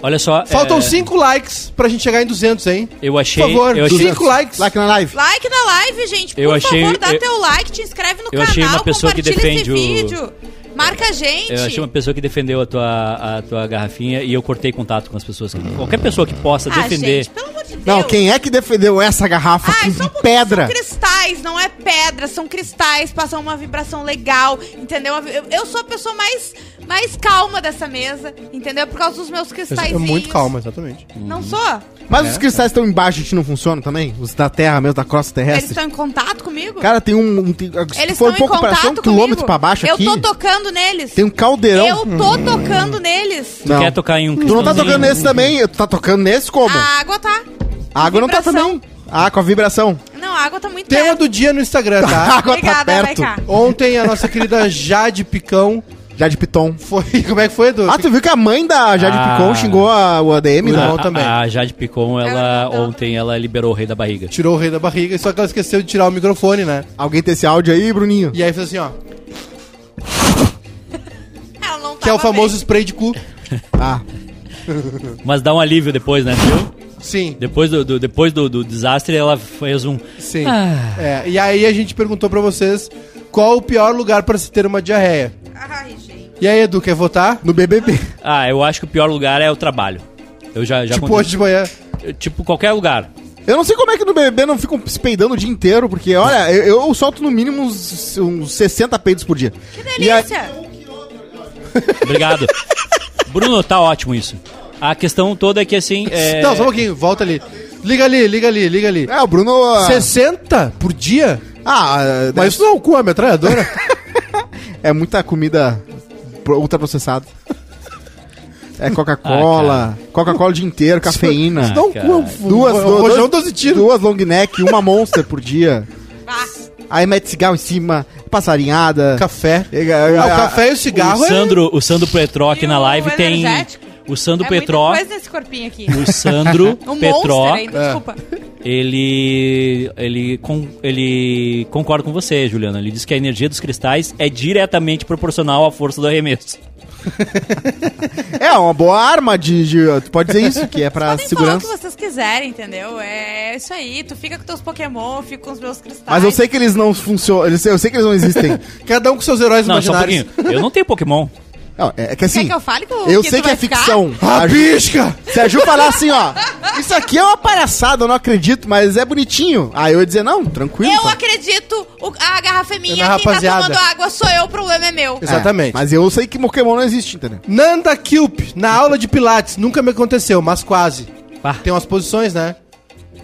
Speaker 2: Olha só.
Speaker 4: Faltam
Speaker 2: é,
Speaker 4: 5 likes pra gente chegar em 200, hein?
Speaker 2: Eu achei.
Speaker 4: Por favor,
Speaker 2: eu achei
Speaker 4: 5 likes.
Speaker 1: Like na live.
Speaker 5: Like na live, gente. Por
Speaker 2: Eu achei-
Speaker 5: favor, dá
Speaker 2: eu-
Speaker 5: teu like, te inscreve no
Speaker 2: eu
Speaker 5: canal,
Speaker 2: achei uma pessoa que
Speaker 5: compartilha esse
Speaker 2: defende o-
Speaker 5: vídeo. Marca a gente.
Speaker 2: Eu achei uma pessoa que defendeu a tua, a tua garrafinha e eu cortei contato com as pessoas. que- qualquer pessoa que possa
Speaker 5: Ah,
Speaker 2: defender.
Speaker 5: gente, pelo amor de Deus.
Speaker 1: Não, quem é que defendeu essa garrafa
Speaker 5: Ai,
Speaker 1: aqui
Speaker 5: só um
Speaker 1: de
Speaker 5: pouquinho,
Speaker 1: pedra?
Speaker 5: São cristais, não é pedra, são cristais, passam uma vibração legal, entendeu? Eu, eu sou a pessoa mais, mais calma dessa mesa, entendeu? Por causa dos meus cristais.
Speaker 4: É muito calma, exatamente.
Speaker 5: Não sou?
Speaker 1: Mas os cristais estão embaixo, a gente não funciona também? Os da terra mesmo, da crosta
Speaker 5: Eles
Speaker 1: terrestre?
Speaker 5: estão em contato comigo?
Speaker 1: Cara, tem um. um tem, se
Speaker 5: Eles
Speaker 1: for
Speaker 5: estão em
Speaker 1: pouco pra, se for um
Speaker 5: contato
Speaker 1: quilômetro
Speaker 5: comigo.
Speaker 1: pra baixo
Speaker 5: eu
Speaker 1: aqui,
Speaker 5: tô tocando neles.
Speaker 1: tem um caldeirão.
Speaker 5: Eu é tô tocando neles.
Speaker 2: Tu
Speaker 1: Não.
Speaker 2: quer tocar em um
Speaker 1: Tu não tá tocando
Speaker 2: nesse.
Speaker 1: nesse também? Tu tá tocando nesse como?
Speaker 5: A água tá.
Speaker 1: a água não tá
Speaker 5: vibração.
Speaker 1: também. Ah, com a vibração.
Speaker 5: Não, a água tá muito
Speaker 4: Tema
Speaker 5: perto.
Speaker 4: do dia no Instagram,
Speaker 1: A
Speaker 4: tá?
Speaker 1: água tá
Speaker 5: Obrigada,
Speaker 1: perto.
Speaker 5: Maiká.
Speaker 4: Ontem a nossa querida Jade Picão
Speaker 1: Jade Piton.
Speaker 4: foi. Como é que foi, Edu?
Speaker 1: Ah, tu viu que a mãe da Jade
Speaker 2: Ah.
Speaker 1: Picon xingou a, o ADM,
Speaker 4: Não.
Speaker 1: né?
Speaker 4: Bom também.
Speaker 2: A, a Jade Picon, ela
Speaker 5: Ela não dá.
Speaker 2: ontem ela liberou o rei da barriga.
Speaker 4: Tirou o rei da barriga, só que ela esqueceu de tirar o microfone, né?
Speaker 1: Alguém tem esse áudio aí, Bruninho?
Speaker 4: E aí fez assim, ó.
Speaker 5: Ela não
Speaker 4: Que é o
Speaker 5: tava
Speaker 4: famoso
Speaker 5: bem.
Speaker 4: spray de cu.
Speaker 1: Ah,
Speaker 2: Mas dá um alívio depois, né? Viu?
Speaker 4: Sim,
Speaker 2: Depois do, do- depois do, do desastre, ela fez um.
Speaker 4: sim.
Speaker 1: Ah.
Speaker 4: É, e aí a gente perguntou pra vocês qual o pior lugar pra se ter uma diarreia.
Speaker 5: Ai, gente.
Speaker 4: E aí, Edu, quer votar?
Speaker 1: no BBB.
Speaker 2: Ah, eu acho que o pior lugar é o trabalho. Eu já, já
Speaker 4: tipo
Speaker 2: contei-
Speaker 4: hoje de manhã.
Speaker 2: tipo qualquer lugar.
Speaker 1: Eu não sei como é que no BBB não ficam se peidando o dia inteiro, porque, olha, eu, eu solto no mínimo uns, uns 60 peidos por dia.
Speaker 5: Que
Speaker 1: E aí-
Speaker 5: delícia.
Speaker 2: Obrigado. Bruno, tá ótimo isso. A questão toda é que assim. é-
Speaker 4: Não, só um pouquinho, volta ali. Liga ali, liga ali, liga ali.
Speaker 1: É, o Bruno. ah,
Speaker 4: 60 por dia?
Speaker 1: Ah,
Speaker 4: Mas isso não é o cu, é a metralhadora.
Speaker 1: é muita comida pro- ultraprocessada. É Coca-Cola, Coca-Cola o dia inteiro,
Speaker 4: Ah, Isso
Speaker 1: cafeína.
Speaker 4: não é um cu, é um
Speaker 2: cara.
Speaker 4: fu-
Speaker 1: Duas,
Speaker 4: um
Speaker 1: duas,
Speaker 4: rojão,
Speaker 1: duas,
Speaker 4: 12 tiros.
Speaker 1: duas long neck, uma monster por dia.
Speaker 5: Ah,
Speaker 1: Aí mete cigarro em cima, passarinhada.
Speaker 4: Café.
Speaker 1: É, é,
Speaker 4: Ah,
Speaker 1: é,
Speaker 4: o café e o cigarro
Speaker 2: o Sandro, o Sandro Petró aqui
Speaker 5: E
Speaker 2: na
Speaker 5: o
Speaker 2: live tem.
Speaker 5: energético?
Speaker 2: O Sandro
Speaker 5: é
Speaker 2: Petró.
Speaker 5: muita coisa nesse corpinho aqui.
Speaker 2: O Sandro
Speaker 5: Um
Speaker 2: Petró,
Speaker 5: monster
Speaker 1: É.
Speaker 5: ainda, desculpa.
Speaker 2: ele, ele, con- ele concorda com você, Juliana. Ele diz que a energia dos cristais é diretamente proporcional à força do arremesso.
Speaker 1: é uma boa arma de, de- Tu pode dizer isso, que é pra
Speaker 5: Podem falar o que
Speaker 1: segurança.
Speaker 5: vocês quiserem, entendeu? É isso aí, tu fica com teus Pokémon, eu fico com os meus cristais.
Speaker 1: Mas eu sei que eles não funcionam. Eu sei que eles não existem.
Speaker 4: é... Cada um com seus heróis
Speaker 2: Não, só um
Speaker 4: imaginários.
Speaker 2: pouquinho. Eu não tenho Pokémon.
Speaker 1: Não, é, é que assim.
Speaker 5: Quer que eu fale com o
Speaker 1: eu
Speaker 5: que
Speaker 1: sei
Speaker 5: tu
Speaker 1: que é
Speaker 5: vai ficar?
Speaker 1: ficção.
Speaker 4: Ah,
Speaker 1: A Ju-
Speaker 4: bisca!
Speaker 1: Se a Ju falar assim, ó, isso aqui é uma palhaçada, eu não acredito, mas é bonitinho. Aí eu ia dizer, não, tranquilo.
Speaker 5: Eu
Speaker 1: pô.
Speaker 5: acredito, o- a garrafa é minha,
Speaker 4: É
Speaker 5: quem
Speaker 4: da rapaziada.
Speaker 5: tá tomando água sou eu, o problema é meu.
Speaker 1: É,
Speaker 4: Exatamente.
Speaker 1: mas eu sei que Pokémon não existe, entendeu?
Speaker 4: Nanda Kilp, na aula de Pilates. Nunca me aconteceu, mas quase.
Speaker 2: Pá.
Speaker 4: Tem umas posições, né? é.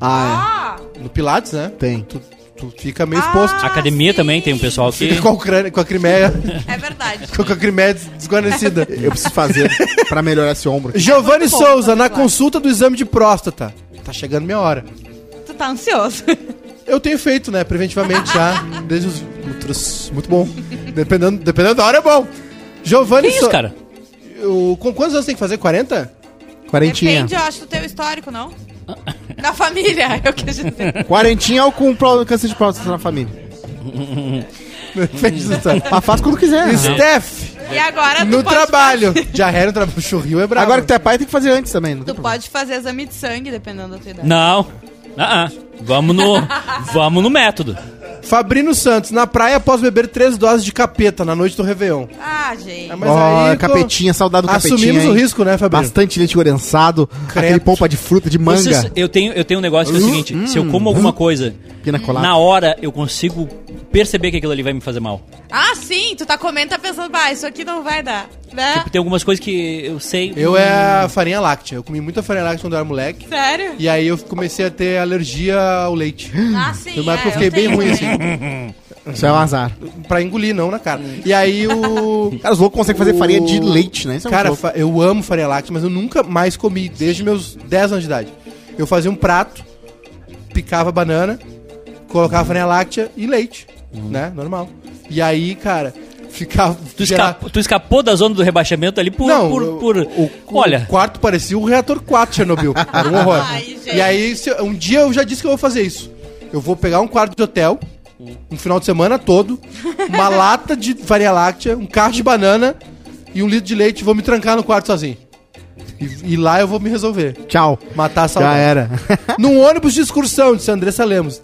Speaker 1: Ah,
Speaker 5: Ah,
Speaker 4: No Pilates, né?
Speaker 1: é. Tem.
Speaker 4: Tu, tu fica meio exposto.
Speaker 2: A academia
Speaker 5: sim.
Speaker 2: também tem um pessoal que...
Speaker 4: Fica com a, Ucrânia, com a Crimeia,
Speaker 5: é verdade.
Speaker 4: com a Crimeia des- desguarnecida.
Speaker 1: Eu preciso fazer pra melhorar esse ombro.
Speaker 4: Giovanni
Speaker 5: Muito bom,
Speaker 4: Souza,
Speaker 5: tá
Speaker 4: na
Speaker 5: claro.
Speaker 4: consulta do exame de próstata. Tá chegando minha hora.
Speaker 5: Tu tá ansioso.
Speaker 4: Eu tenho feito, né? Preventivamente já. Desde os outros. Muito bom. Dependendo, dependendo da hora é bom.
Speaker 2: Que
Speaker 4: Giovanni
Speaker 2: isso,
Speaker 4: Sou-
Speaker 2: cara?
Speaker 4: Eu- com quantos anos tem que fazer? 40?
Speaker 1: Quarentinha.
Speaker 5: Depende, eu acho, do teu histórico, não? Na família, eu quis dizer.
Speaker 1: Quarentinha ou com um pró- câncer de próstata na família.
Speaker 4: Fez isso, tá?
Speaker 1: Mas faz quando quiser. né?
Speaker 4: Steph,
Speaker 5: E agora tu
Speaker 4: no
Speaker 5: pode
Speaker 4: trabalho. Diarreia no trabalho. Churril é brabo.
Speaker 1: Agora que tu é pai, tem que fazer antes também. né? Não tem
Speaker 5: Tu
Speaker 1: problema.
Speaker 5: pode fazer exame de sangue, dependendo da tua idade.
Speaker 2: Não. Ah, ah. Vamos no... Vamos no método.
Speaker 4: tá Fabrino Santos, na praia após beber três doses de capeta na noite do Réveillon.
Speaker 5: Ah, gente.
Speaker 4: Ah,
Speaker 1: Ó, capetinha, saudade do
Speaker 4: Assumimos
Speaker 1: capetinha.
Speaker 4: o
Speaker 1: hein?
Speaker 4: risco, né, Fabrino?
Speaker 1: Bastante leite condensado, aquele polpa de fruta, de manga,
Speaker 2: Vocês- eu, tenho, eu tenho um negócio que é
Speaker 4: Hum,
Speaker 2: o seguinte. se eu como alguma coisa,
Speaker 1: pina colada.
Speaker 2: na hora eu consigo perceber que aquilo ali vai me fazer mal.
Speaker 5: Ah, sim, tu tá comendo e tá pensando, bah, isso aqui não vai dar. Né?
Speaker 1: Tipo,
Speaker 2: Tipo, Tem algumas coisas que eu sei...
Speaker 4: Eu é a farinha láctea. Eu comi muita farinha láctea quando eu era moleque.
Speaker 5: Sério?
Speaker 4: E aí eu comecei a ter alergia ao leite.
Speaker 5: Ah, sim.
Speaker 4: Foi uma época que eu
Speaker 5: é,
Speaker 4: fiquei bem
Speaker 5: tenho
Speaker 4: ruim, assim.
Speaker 5: também.
Speaker 1: Isso é um azar.
Speaker 4: Pra engolir, não na cara. E aí o...
Speaker 1: Cara, os loucos conseguem fazer
Speaker 4: O-
Speaker 1: farinha de leite, né? Isso é muito
Speaker 4: Cara,
Speaker 1: louco.
Speaker 4: fa- eu amo farinha láctea, mas eu nunca mais comi desde meus 10 anos de idade. Eu fazia um prato, picava banana, colocava farinha láctea e leite, né? Normal. E aí, cara, ficava.
Speaker 2: Tu,
Speaker 4: gerar-
Speaker 2: escapou, tu escapou da zona do rebaixamento ali por.
Speaker 4: Não,
Speaker 2: por,
Speaker 4: o-
Speaker 2: por-
Speaker 4: o, o
Speaker 2: olha,
Speaker 4: quarto parecia o reator 4 de Chernobyl. Era um horror.
Speaker 5: Ai, gente.
Speaker 4: e aí, se- um dia eu já disse que eu vou fazer isso. Eu vou pegar um quarto de hotel, um final de semana todo, uma lata de farinha láctea, um carro de banana e um litro de leite e vou me trancar no quarto sozinho. E, e lá eu vou me resolver.
Speaker 1: Tchau.
Speaker 4: Matar a
Speaker 1: Já é?
Speaker 4: saudade.
Speaker 1: era.
Speaker 4: Num ônibus de excursão, disse a Andressa Lemos.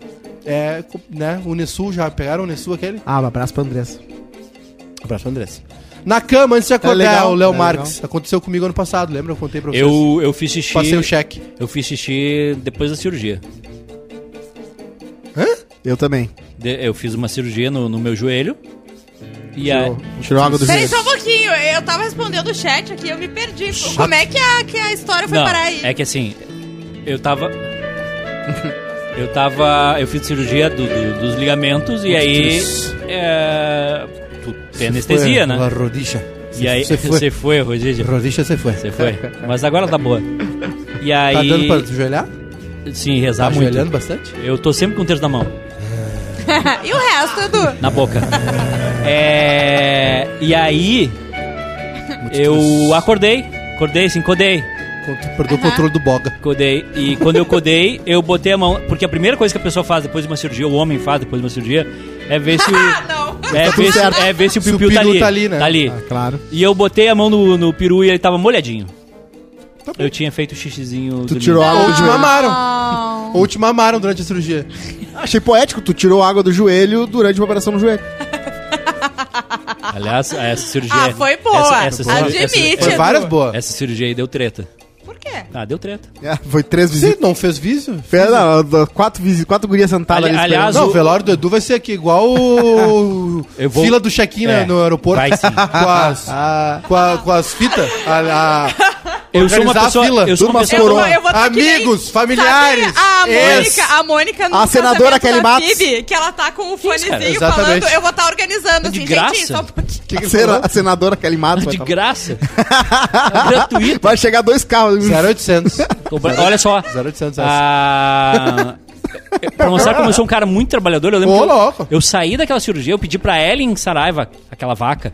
Speaker 4: É, co- né? Unesul já pegaram o Unesul aquele?
Speaker 1: ah, um abraço pra Andressa.
Speaker 4: Abraço, Andressa. Na cama, antes de acordar,
Speaker 1: legal,
Speaker 4: o Léo
Speaker 1: é
Speaker 4: Marques. Aconteceu comigo ano passado, lembra? Eu contei pra vocês.
Speaker 2: eu, eu fiz xixi.
Speaker 4: Passei o cheque.
Speaker 2: Eu fiz xixi depois da cirurgia.
Speaker 1: Eu também.
Speaker 2: De- eu fiz uma cirurgia no, no meu joelho. E aí.
Speaker 1: Tirou, tirou água do
Speaker 5: Peraí,
Speaker 1: joelho.
Speaker 5: só um pouquinho. Eu tava respondendo o chat aqui, eu me perdi. Como é que a, que a história foi
Speaker 2: Não,
Speaker 5: parar aí?
Speaker 2: é que assim, eu tava. Eu tava. Eu fiz cirurgia do- do- dos ligamentos e aí. É, tu tem anestesia, né?
Speaker 4: Rodicha.
Speaker 2: E aí.
Speaker 4: Você foi.
Speaker 2: Você foi, Rogério.
Speaker 4: Rodicha, você foi.
Speaker 2: Você foi. Mas agora tá boa. E
Speaker 4: Tá
Speaker 2: aí.
Speaker 4: dando pra ajoelhar?
Speaker 2: Sim,
Speaker 4: Tá
Speaker 2: rezar muito.
Speaker 4: ajoelhando bastante?
Speaker 2: Eu tô sempre com o terço na mão.
Speaker 5: E o resto, Edu?
Speaker 2: na boca. é. E aí. Eu acordei. Acordei, sim, codei.
Speaker 4: Cont- Perdeu o controle do boga.
Speaker 2: Codei. E quando eu codei, eu botei a mão. Porque a primeira coisa que a pessoa faz depois de uma cirurgia, o homem faz depois de uma cirurgia, é ver se
Speaker 5: Ah,
Speaker 2: o.
Speaker 5: não.
Speaker 2: É, ver, se, é ver se o
Speaker 4: Tá Se o
Speaker 2: pipiu tá
Speaker 4: peru
Speaker 2: ali.
Speaker 4: tá ali, né?
Speaker 2: Tá ali.
Speaker 1: Ah, claro.
Speaker 2: E eu botei a mão no, no peru e ele tava molhadinho.
Speaker 4: Tá bom.
Speaker 2: eu tinha feito o xixizinho.
Speaker 1: Tu
Speaker 2: do
Speaker 1: tirou
Speaker 2: limão.
Speaker 1: água
Speaker 4: Ou
Speaker 1: do
Speaker 4: te
Speaker 1: joelho.
Speaker 4: mamaram.
Speaker 5: Não.
Speaker 4: Ou te mamaram durante a cirurgia.
Speaker 1: Achei poético, tu tirou água do joelho durante uma operação no joelho.
Speaker 2: Aliás, essa cirurgia.
Speaker 5: Ah, foi boa.
Speaker 2: cirurgia-
Speaker 5: Admite.
Speaker 4: Foi
Speaker 5: Edu.
Speaker 4: várias boas.
Speaker 2: essa cirurgia aí deu treta.
Speaker 5: Por quê?
Speaker 2: Ah, deu treta.
Speaker 1: É, Foi três
Speaker 4: Você
Speaker 1: visitas.
Speaker 4: não fez vício?
Speaker 1: Fez, não, d- quatro, visi- quatro gurias sentadas
Speaker 2: Ali-
Speaker 1: ali.
Speaker 2: aliás,
Speaker 1: esperando.
Speaker 4: Não,
Speaker 2: o-
Speaker 4: o velório do Edu vai ser aqui, igual o...
Speaker 2: Eu vou-
Speaker 4: fila do check-in né,
Speaker 2: É,
Speaker 4: no aeroporto.
Speaker 2: vai sim.
Speaker 4: com, as, com, a- com as fitas. A, a-
Speaker 2: Eu sou uma
Speaker 4: Organizar a
Speaker 2: pessoa.
Speaker 4: fila.
Speaker 2: Eu sou uma
Speaker 1: Turmas
Speaker 2: pessoa.
Speaker 1: coroa.
Speaker 5: tá que nem-
Speaker 4: Amigos,
Speaker 5: sabe
Speaker 4: familiares,
Speaker 5: A
Speaker 4: ex.
Speaker 5: Mônica, a Mônica no
Speaker 1: A senadora
Speaker 5: casamento
Speaker 1: Kelly
Speaker 5: da
Speaker 1: Matos.
Speaker 5: Phoebe, que ela tá com o
Speaker 2: isso, cara? É
Speaker 5: fonezinho
Speaker 4: Exatamente.
Speaker 5: falando, eu vou estar organizando,
Speaker 2: De
Speaker 5: assim,
Speaker 2: graça?
Speaker 5: gente, só um pouquinho.
Speaker 1: a, sena- a senadora Kelly Matos vai
Speaker 2: De
Speaker 1: tá-
Speaker 2: graça. Gratuito.
Speaker 1: Vai chegar dois carros.
Speaker 4: 0800.
Speaker 2: Compra- Olha só.
Speaker 4: 0800.
Speaker 2: Ah, pra mostrar como eu sou um cara muito trabalhador, eu lembro
Speaker 4: Ô,
Speaker 2: que eu-
Speaker 4: louco.
Speaker 2: eu, saí daquela cirurgia, eu pedi pra Ellen Saraiva, aquela vaca,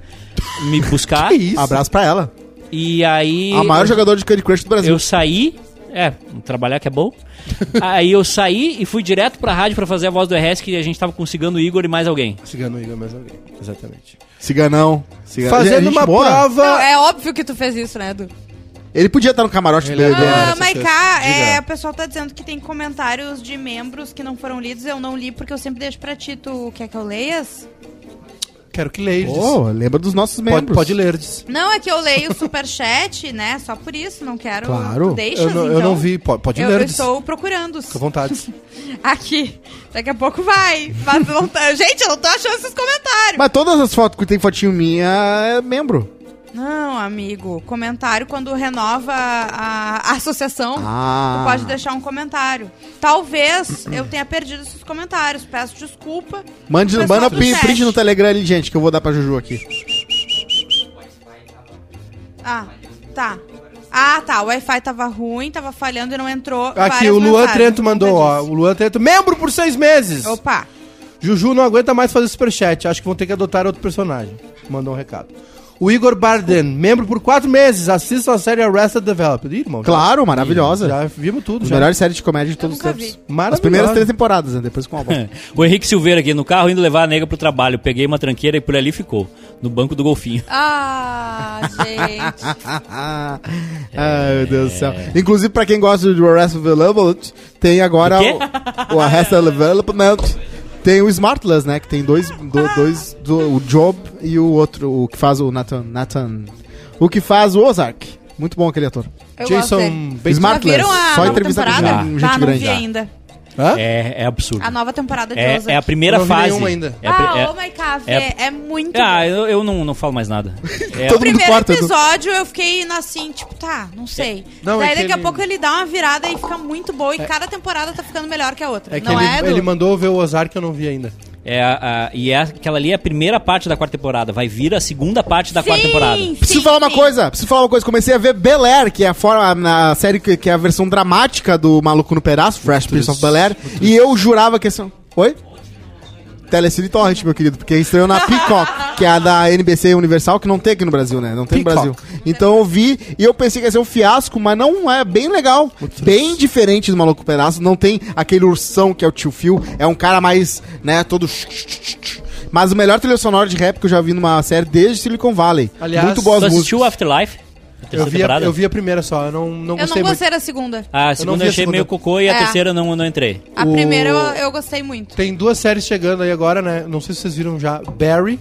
Speaker 2: me buscar.
Speaker 4: Que isso?
Speaker 1: Um Abraço pra ela.
Speaker 2: E aí.
Speaker 1: A maior jogadora de Candy Crush do Brasil.
Speaker 2: Eu saí. É, trabalhar que é bom. aí eu saí e fui direto pra rádio pra fazer a voz do RS que a gente tava conseguindo o Igor e mais alguém.
Speaker 4: Cigano Igor, mais alguém. Exatamente.
Speaker 1: Ciganão. Ciganão.
Speaker 4: Fazendo
Speaker 1: Gente
Speaker 4: uma
Speaker 1: boa.
Speaker 5: Não,
Speaker 4: prova.
Speaker 5: é óbvio que tu fez isso, né, Edu?
Speaker 1: Ele podia estar no camarote do
Speaker 4: Ele é
Speaker 1: BBB. né?
Speaker 5: Ah,
Speaker 4: essas
Speaker 5: Maiká,
Speaker 4: coisas.
Speaker 5: é,
Speaker 4: Diga.
Speaker 5: o pessoal tá dizendo que tem comentários de membros que não foram lidos. Eu não li porque eu sempre deixo pra ti. Tu quer que eu leias?
Speaker 4: Quero que leia.
Speaker 1: Pô, lembra dos nossos
Speaker 4: Pode,
Speaker 1: Oh, membros.
Speaker 4: pode ler, diz.
Speaker 5: Não, é que eu leio o superchat, né? Só por isso, não quero.
Speaker 1: Claro.
Speaker 5: Tu deixas,
Speaker 4: Eu não, eu
Speaker 5: então?
Speaker 4: não vi. Pode, pode
Speaker 5: Eu,
Speaker 4: ler,
Speaker 5: eu
Speaker 4: diz.
Speaker 5: estou procurando.
Speaker 4: Fica à vontade.
Speaker 5: Aqui. Daqui a pouco vai. Mas não tá- Gente, eu não tô achando esses comentários.
Speaker 1: Mas todas as fotos que tem fotinho minha é membro.
Speaker 5: Não, amigo. Comentário quando renova a, a associação.
Speaker 1: Ah.
Speaker 5: Tu pode deixar um comentário. Talvez eu tenha perdido esses comentários. Peço desculpa.
Speaker 1: Mande,
Speaker 5: Pessoal
Speaker 1: manda
Speaker 5: do
Speaker 1: print,
Speaker 5: chat.
Speaker 1: print no Telegram ali, gente, que eu vou dar pra Juju aqui.
Speaker 5: Ah, tá. Ah, tá. O Wi-Fi tava ruim, tava falhando e não entrou.
Speaker 4: Aqui,
Speaker 5: várias
Speaker 4: o Luan
Speaker 5: mensagens.
Speaker 4: Trento mandou, ó.
Speaker 5: Disso.
Speaker 4: O Luan Trento, membro por seis meses.
Speaker 5: Opa.
Speaker 4: Juju não aguenta mais fazer superchat. Acho que vão ter que adotar outro personagem. Mandou um recado. O Igor Barden, membro por quatro meses. Assista a série Arrested Development. Ih, irmão. já-
Speaker 1: Claro, maravilhosa.
Speaker 4: Já vimos tudo.
Speaker 1: As
Speaker 4: Já.
Speaker 1: melhores séries de comédia de todos os
Speaker 5: nunca
Speaker 1: tempos. As
Speaker 4: vi.
Speaker 1: primeiras
Speaker 4: Maravilhosa.
Speaker 1: três temporadas, né? Depois com o álbum.
Speaker 2: É. o Henrique Silveira aqui no carro indo levar a nega pro trabalho. Peguei uma tranqueira e por ali ficou, no banco do golfinho.
Speaker 5: Ah, gente.
Speaker 1: Ai, meu Deus do céu. Inclusive, pra quem gosta do Arrested Development, tem agora
Speaker 2: O quê?
Speaker 1: o, o Arrested Development. Tem o Smartless, né? Que tem dois, do-
Speaker 5: Ah.
Speaker 1: dois do- o Job e o outro, o que faz o Nathan, Nathan. O que faz o Ozark. Muito bom aquele ator.
Speaker 5: Eu gosto dele.
Speaker 4: Jason Bates.
Speaker 1: Smart-
Speaker 5: Já viram
Speaker 2: né?
Speaker 5: a
Speaker 1: Só
Speaker 5: nova
Speaker 1: entrevista com
Speaker 5: temporada?
Speaker 2: gente-
Speaker 1: gente
Speaker 5: ah, não
Speaker 1: grande.
Speaker 5: vi
Speaker 1: Já.
Speaker 5: ainda.
Speaker 4: Hã?
Speaker 2: É, é absurdo.
Speaker 5: A nova temporada de
Speaker 2: É,
Speaker 5: Ozark.
Speaker 2: é a primeira
Speaker 4: Ah, Eu não vi
Speaker 2: fase.
Speaker 4: nenhuma ainda.
Speaker 2: É a pri-
Speaker 5: ah,
Speaker 2: é-
Speaker 5: oh my God,
Speaker 2: é-
Speaker 5: é, é muito
Speaker 2: Ah, eu, eu não, não falo mais nada. É,
Speaker 1: Todo
Speaker 5: O primeiro
Speaker 1: quarto, Edu.
Speaker 5: episódio eu fiquei assim, tipo, tá, não sei.
Speaker 4: Não,
Speaker 5: Daí
Speaker 4: é que
Speaker 5: daqui a
Speaker 4: ele-
Speaker 5: pouco ele dá uma virada e fica muito boa e cada temporada tá ficando melhor que a outra.
Speaker 4: É que
Speaker 5: não
Speaker 4: ele,
Speaker 5: é, Edu?
Speaker 4: ele mandou ver o Ozark que eu não vi ainda.
Speaker 2: é a- a- e é aquela ali é a primeira parte da quarta temporada. Vai vir a segunda parte da quarta
Speaker 5: Sim,
Speaker 2: temporada.
Speaker 1: Preciso
Speaker 5: sim,
Speaker 1: falar uma
Speaker 5: sim.
Speaker 1: coisa, preciso falar uma coisa. Comecei a ver Bel Air, que é a forma, a série que, que é a versão dramática do Maluco no Pedaço, Fresh Prince of Bel Air. E eu jurava que esse. Oi? Telecine Torrent, meu querido, porque estreou na Peacock, que é a da NBC Universal, que não tem aqui no Brasil, né? Não tem
Speaker 4: Peacock.
Speaker 1: no Brasil. Então eu vi e eu pensei que ia ser um fiasco, mas não é bem legal. Bem diferente do Maluco no Pedaço, não tem aquele ursão que é o tio Phil, é um cara mais, né, todo. Mas o melhor trilha sonora de rap que eu já vi numa série desde Silicon Valley.
Speaker 4: Aliás,
Speaker 1: Muito
Speaker 2: Tu
Speaker 1: boas músicas.
Speaker 2: assistiu Afterlife? A terceira
Speaker 4: Eu vi, a,
Speaker 2: temporada?
Speaker 4: eu vi a primeira só, eu não, não
Speaker 5: Eu
Speaker 4: gostei
Speaker 5: não
Speaker 4: muito.
Speaker 5: gostei da segunda.
Speaker 2: Ah, A
Speaker 4: não
Speaker 2: segunda
Speaker 4: vi
Speaker 2: eu
Speaker 4: a
Speaker 2: achei
Speaker 4: segunda.
Speaker 2: meio cocô e a
Speaker 5: É.
Speaker 2: terceira não, não entrei.
Speaker 5: A
Speaker 4: O-
Speaker 5: primeira eu, eu gostei muito.
Speaker 4: Tem duas séries chegando aí agora, né? Não sei se vocês viram já. Barry.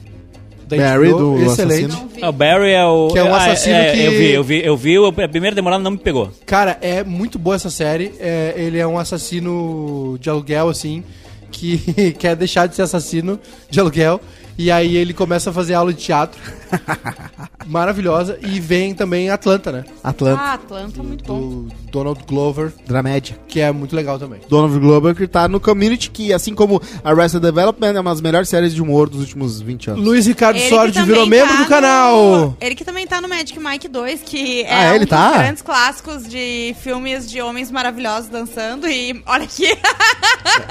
Speaker 4: da
Speaker 1: Barry,
Speaker 4: HBO,
Speaker 1: do
Speaker 4: Excelente.
Speaker 1: assassino.
Speaker 2: Ah, O Barry é o.
Speaker 4: Que é um
Speaker 2: ah,
Speaker 4: assassino que-
Speaker 2: Eu vi, eu vi, eu vi, eu- a primeira demorada não me pegou.
Speaker 4: Cara, é muito boa essa série. É, ele é um assassino de aluguel, assim, que quer deixar de ser assassino de aluguel. E aí ele começa a fazer aula de teatro. Maravilhosa. E vem também Atlanta, né?
Speaker 1: Atlanta,
Speaker 5: Ah, Atlanta, muito bom.
Speaker 4: Do Donald Glover,
Speaker 1: Dramédia.
Speaker 4: que é muito legal também.
Speaker 1: Donald Glover que tá no Community, que assim como Arrested Development, é uma das melhores séries de humor dos últimos 20 anos.
Speaker 4: Luiz Ricardo
Speaker 5: Ele
Speaker 4: Sordi
Speaker 5: também
Speaker 4: virou membro
Speaker 5: tá
Speaker 4: do canal.
Speaker 5: no- ele que também tá no Magic Mike 2, que é
Speaker 1: Ah,
Speaker 5: um
Speaker 1: ele
Speaker 5: dos
Speaker 1: tá?
Speaker 5: grandes clássicos de filmes de homens maravilhosos dançando. E olha aqui.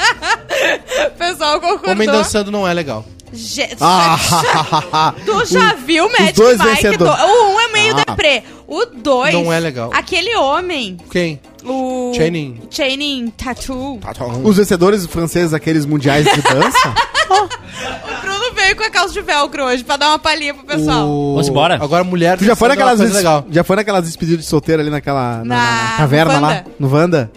Speaker 5: o pessoal concordou.
Speaker 4: Homem dançando Ah. não é legal.
Speaker 5: Gente,
Speaker 1: Ah,
Speaker 5: Tu já viu Magic
Speaker 1: dois
Speaker 5: Mike 2?
Speaker 1: vencedores.
Speaker 5: O 1 um é meio
Speaker 1: Ah.
Speaker 5: deprê. O 2...
Speaker 4: Não é legal.
Speaker 5: Aquele homem,
Speaker 4: Quem?
Speaker 5: o...
Speaker 4: Channing.
Speaker 5: Channing Tattoo.
Speaker 1: Os vencedores franceses, aqueles mundiais de dança.
Speaker 5: O Bruno veio com a calça de velcro hoje pra dar uma palhinha pro pessoal.
Speaker 4: O-
Speaker 2: Vamos embora.
Speaker 4: Agora mulher
Speaker 1: tu já foi
Speaker 4: dançando é uma
Speaker 1: naquelas
Speaker 4: coisa
Speaker 1: vezes,
Speaker 4: legal.
Speaker 1: já foi naquelas despedidas de solteiro ali naquela na, na- na
Speaker 5: Na-
Speaker 1: caverna
Speaker 5: no
Speaker 1: lá,
Speaker 5: Wanda.
Speaker 1: no Wanda?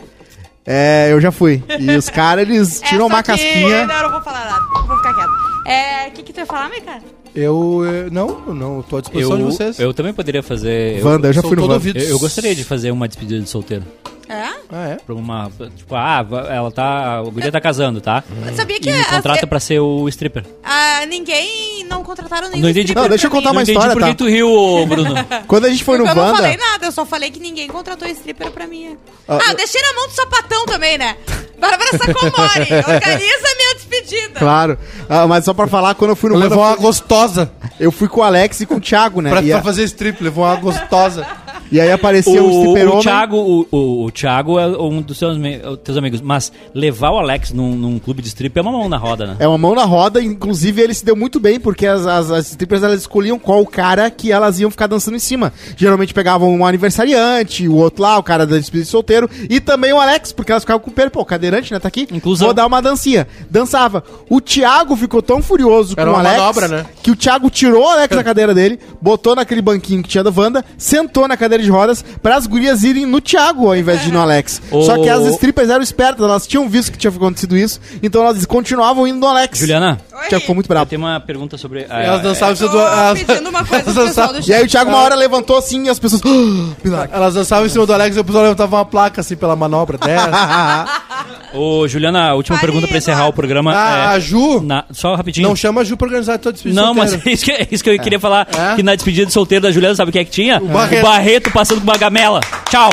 Speaker 1: É, eu já fui. E os caras, eles
Speaker 5: É,
Speaker 1: tiram
Speaker 5: só
Speaker 1: uma
Speaker 5: que-
Speaker 1: casquinha.
Speaker 5: Não, eu não vou falar nada. Vou ficar quieta. É, o que que tu ia falar, Meca?
Speaker 4: Eu, eu não, eu não, eu tô à disposição de
Speaker 2: Eu,
Speaker 4: vocês.
Speaker 2: eu também poderia fazer. eu-
Speaker 1: Wanda, eu já
Speaker 4: sou
Speaker 1: fui no
Speaker 4: todo
Speaker 1: Wanda.
Speaker 4: ouvido.
Speaker 2: Eu, eu gostaria de fazer uma despedida de solteiro.
Speaker 5: É?
Speaker 4: Ah, é?
Speaker 2: Pra uma. Tipo, ah, va- ela tá. A guria tá casando, tá?
Speaker 5: Eu sabia É que
Speaker 2: E me
Speaker 5: as-
Speaker 2: contrata
Speaker 5: é-
Speaker 4: Tá,
Speaker 2: pra ser o stripper.
Speaker 5: ah, ninguém não contrataram nenhum
Speaker 2: Não entendi
Speaker 5: stripper
Speaker 1: Não, deixa eu
Speaker 5: pra mim.
Speaker 1: contar uma
Speaker 2: Não entendi
Speaker 1: história,
Speaker 2: por que
Speaker 1: tá?
Speaker 2: tu riu, ô, Bruno.
Speaker 1: Quando a gente foi no
Speaker 5: Porque eu não
Speaker 1: Wanda.
Speaker 5: falei né? nada, eu só falei que ninguém contratou stripper pra mim. Ah, deixei na mão do sapatão também, né? Bárbara Sacomori, organiza minha despedida.
Speaker 1: Claro. Ah, mas só pra falar, quando eu fui no Wanda,
Speaker 4: Levou
Speaker 1: eu
Speaker 4: uma
Speaker 1: fui,
Speaker 4: gostosa
Speaker 1: eu fui com o Alex e com o Thiago, né?
Speaker 4: pra,
Speaker 1: E,
Speaker 4: pra
Speaker 1: a-
Speaker 4: fazer strip, levou uma gostosa.
Speaker 1: e aí apareceu um
Speaker 2: O,
Speaker 1: stripper
Speaker 2: o,
Speaker 1: homem.
Speaker 2: Thiago, o, o- o Thiago é um dos seus, ami- teus amigos, mas levar o Alex num, num clube de strip é uma mão na roda, né?
Speaker 1: É uma mão na roda, inclusive ele se deu muito bem, porque as, as, as strippers elas escolhiam qual cara que elas iam ficar dançando em cima. Geralmente pegavam um aniversariante, o outro lá, o cara da despedida de solteiro, e também o Alex, porque elas ficavam com o pé, pô, cadeirante, né? Tá aqui?
Speaker 2: Inclusão.
Speaker 1: Vou dar uma dancinha. Dançava. O Thiago ficou tão furioso
Speaker 4: Era
Speaker 1: com o
Speaker 4: uma
Speaker 1: Alex
Speaker 4: manobra, né?
Speaker 1: que o Thiago tirou o Alex da cadeira dele, botou naquele banquinho que tinha da Wanda, sentou na cadeira de rodas para as gurias irem no Thiago ao invés de ir no Alex.
Speaker 2: Ô.
Speaker 1: Só que as strippers eram espertas, elas tinham visto que tinha acontecido isso, então elas continuavam indo no Alex.
Speaker 2: Juliana,
Speaker 5: Oi.
Speaker 1: Thiago ficou muito
Speaker 2: eu
Speaker 1: bravo.
Speaker 2: tenho uma pergunta sobre... ah,
Speaker 4: É. Elas dançavam em
Speaker 5: Eu
Speaker 4: cima
Speaker 5: tô
Speaker 4: do. Elas,
Speaker 5: pedindo uma coisa pro
Speaker 4: elas,
Speaker 5: pessoal
Speaker 4: dançavam,
Speaker 5: do
Speaker 1: E aí
Speaker 5: chat.
Speaker 1: o Thiago uma hora levantou assim e as pessoas. "Ah, Milagre.
Speaker 4: elas dançavam em cima do Alex e o pessoal levantava uma placa assim pela manobra
Speaker 2: É.
Speaker 4: dela.
Speaker 2: Ô, Juliana, a última
Speaker 5: Pare,
Speaker 2: pergunta pra encerrar
Speaker 5: Eduardo.
Speaker 2: o programa
Speaker 4: Ah,
Speaker 2: é...
Speaker 4: a Ju.
Speaker 2: na- só rapidinho.
Speaker 4: Não chama a Ju pra organizar a tua despedida.
Speaker 2: Não, mas
Speaker 4: solteira.
Speaker 2: é isso que, é isso que eu queria falar.
Speaker 4: É.
Speaker 2: Que na despedida de solteiro da Juliana, sabe o que é que tinha? O
Speaker 4: Barreto.
Speaker 2: Barreto passando com uma gamela. Tchau.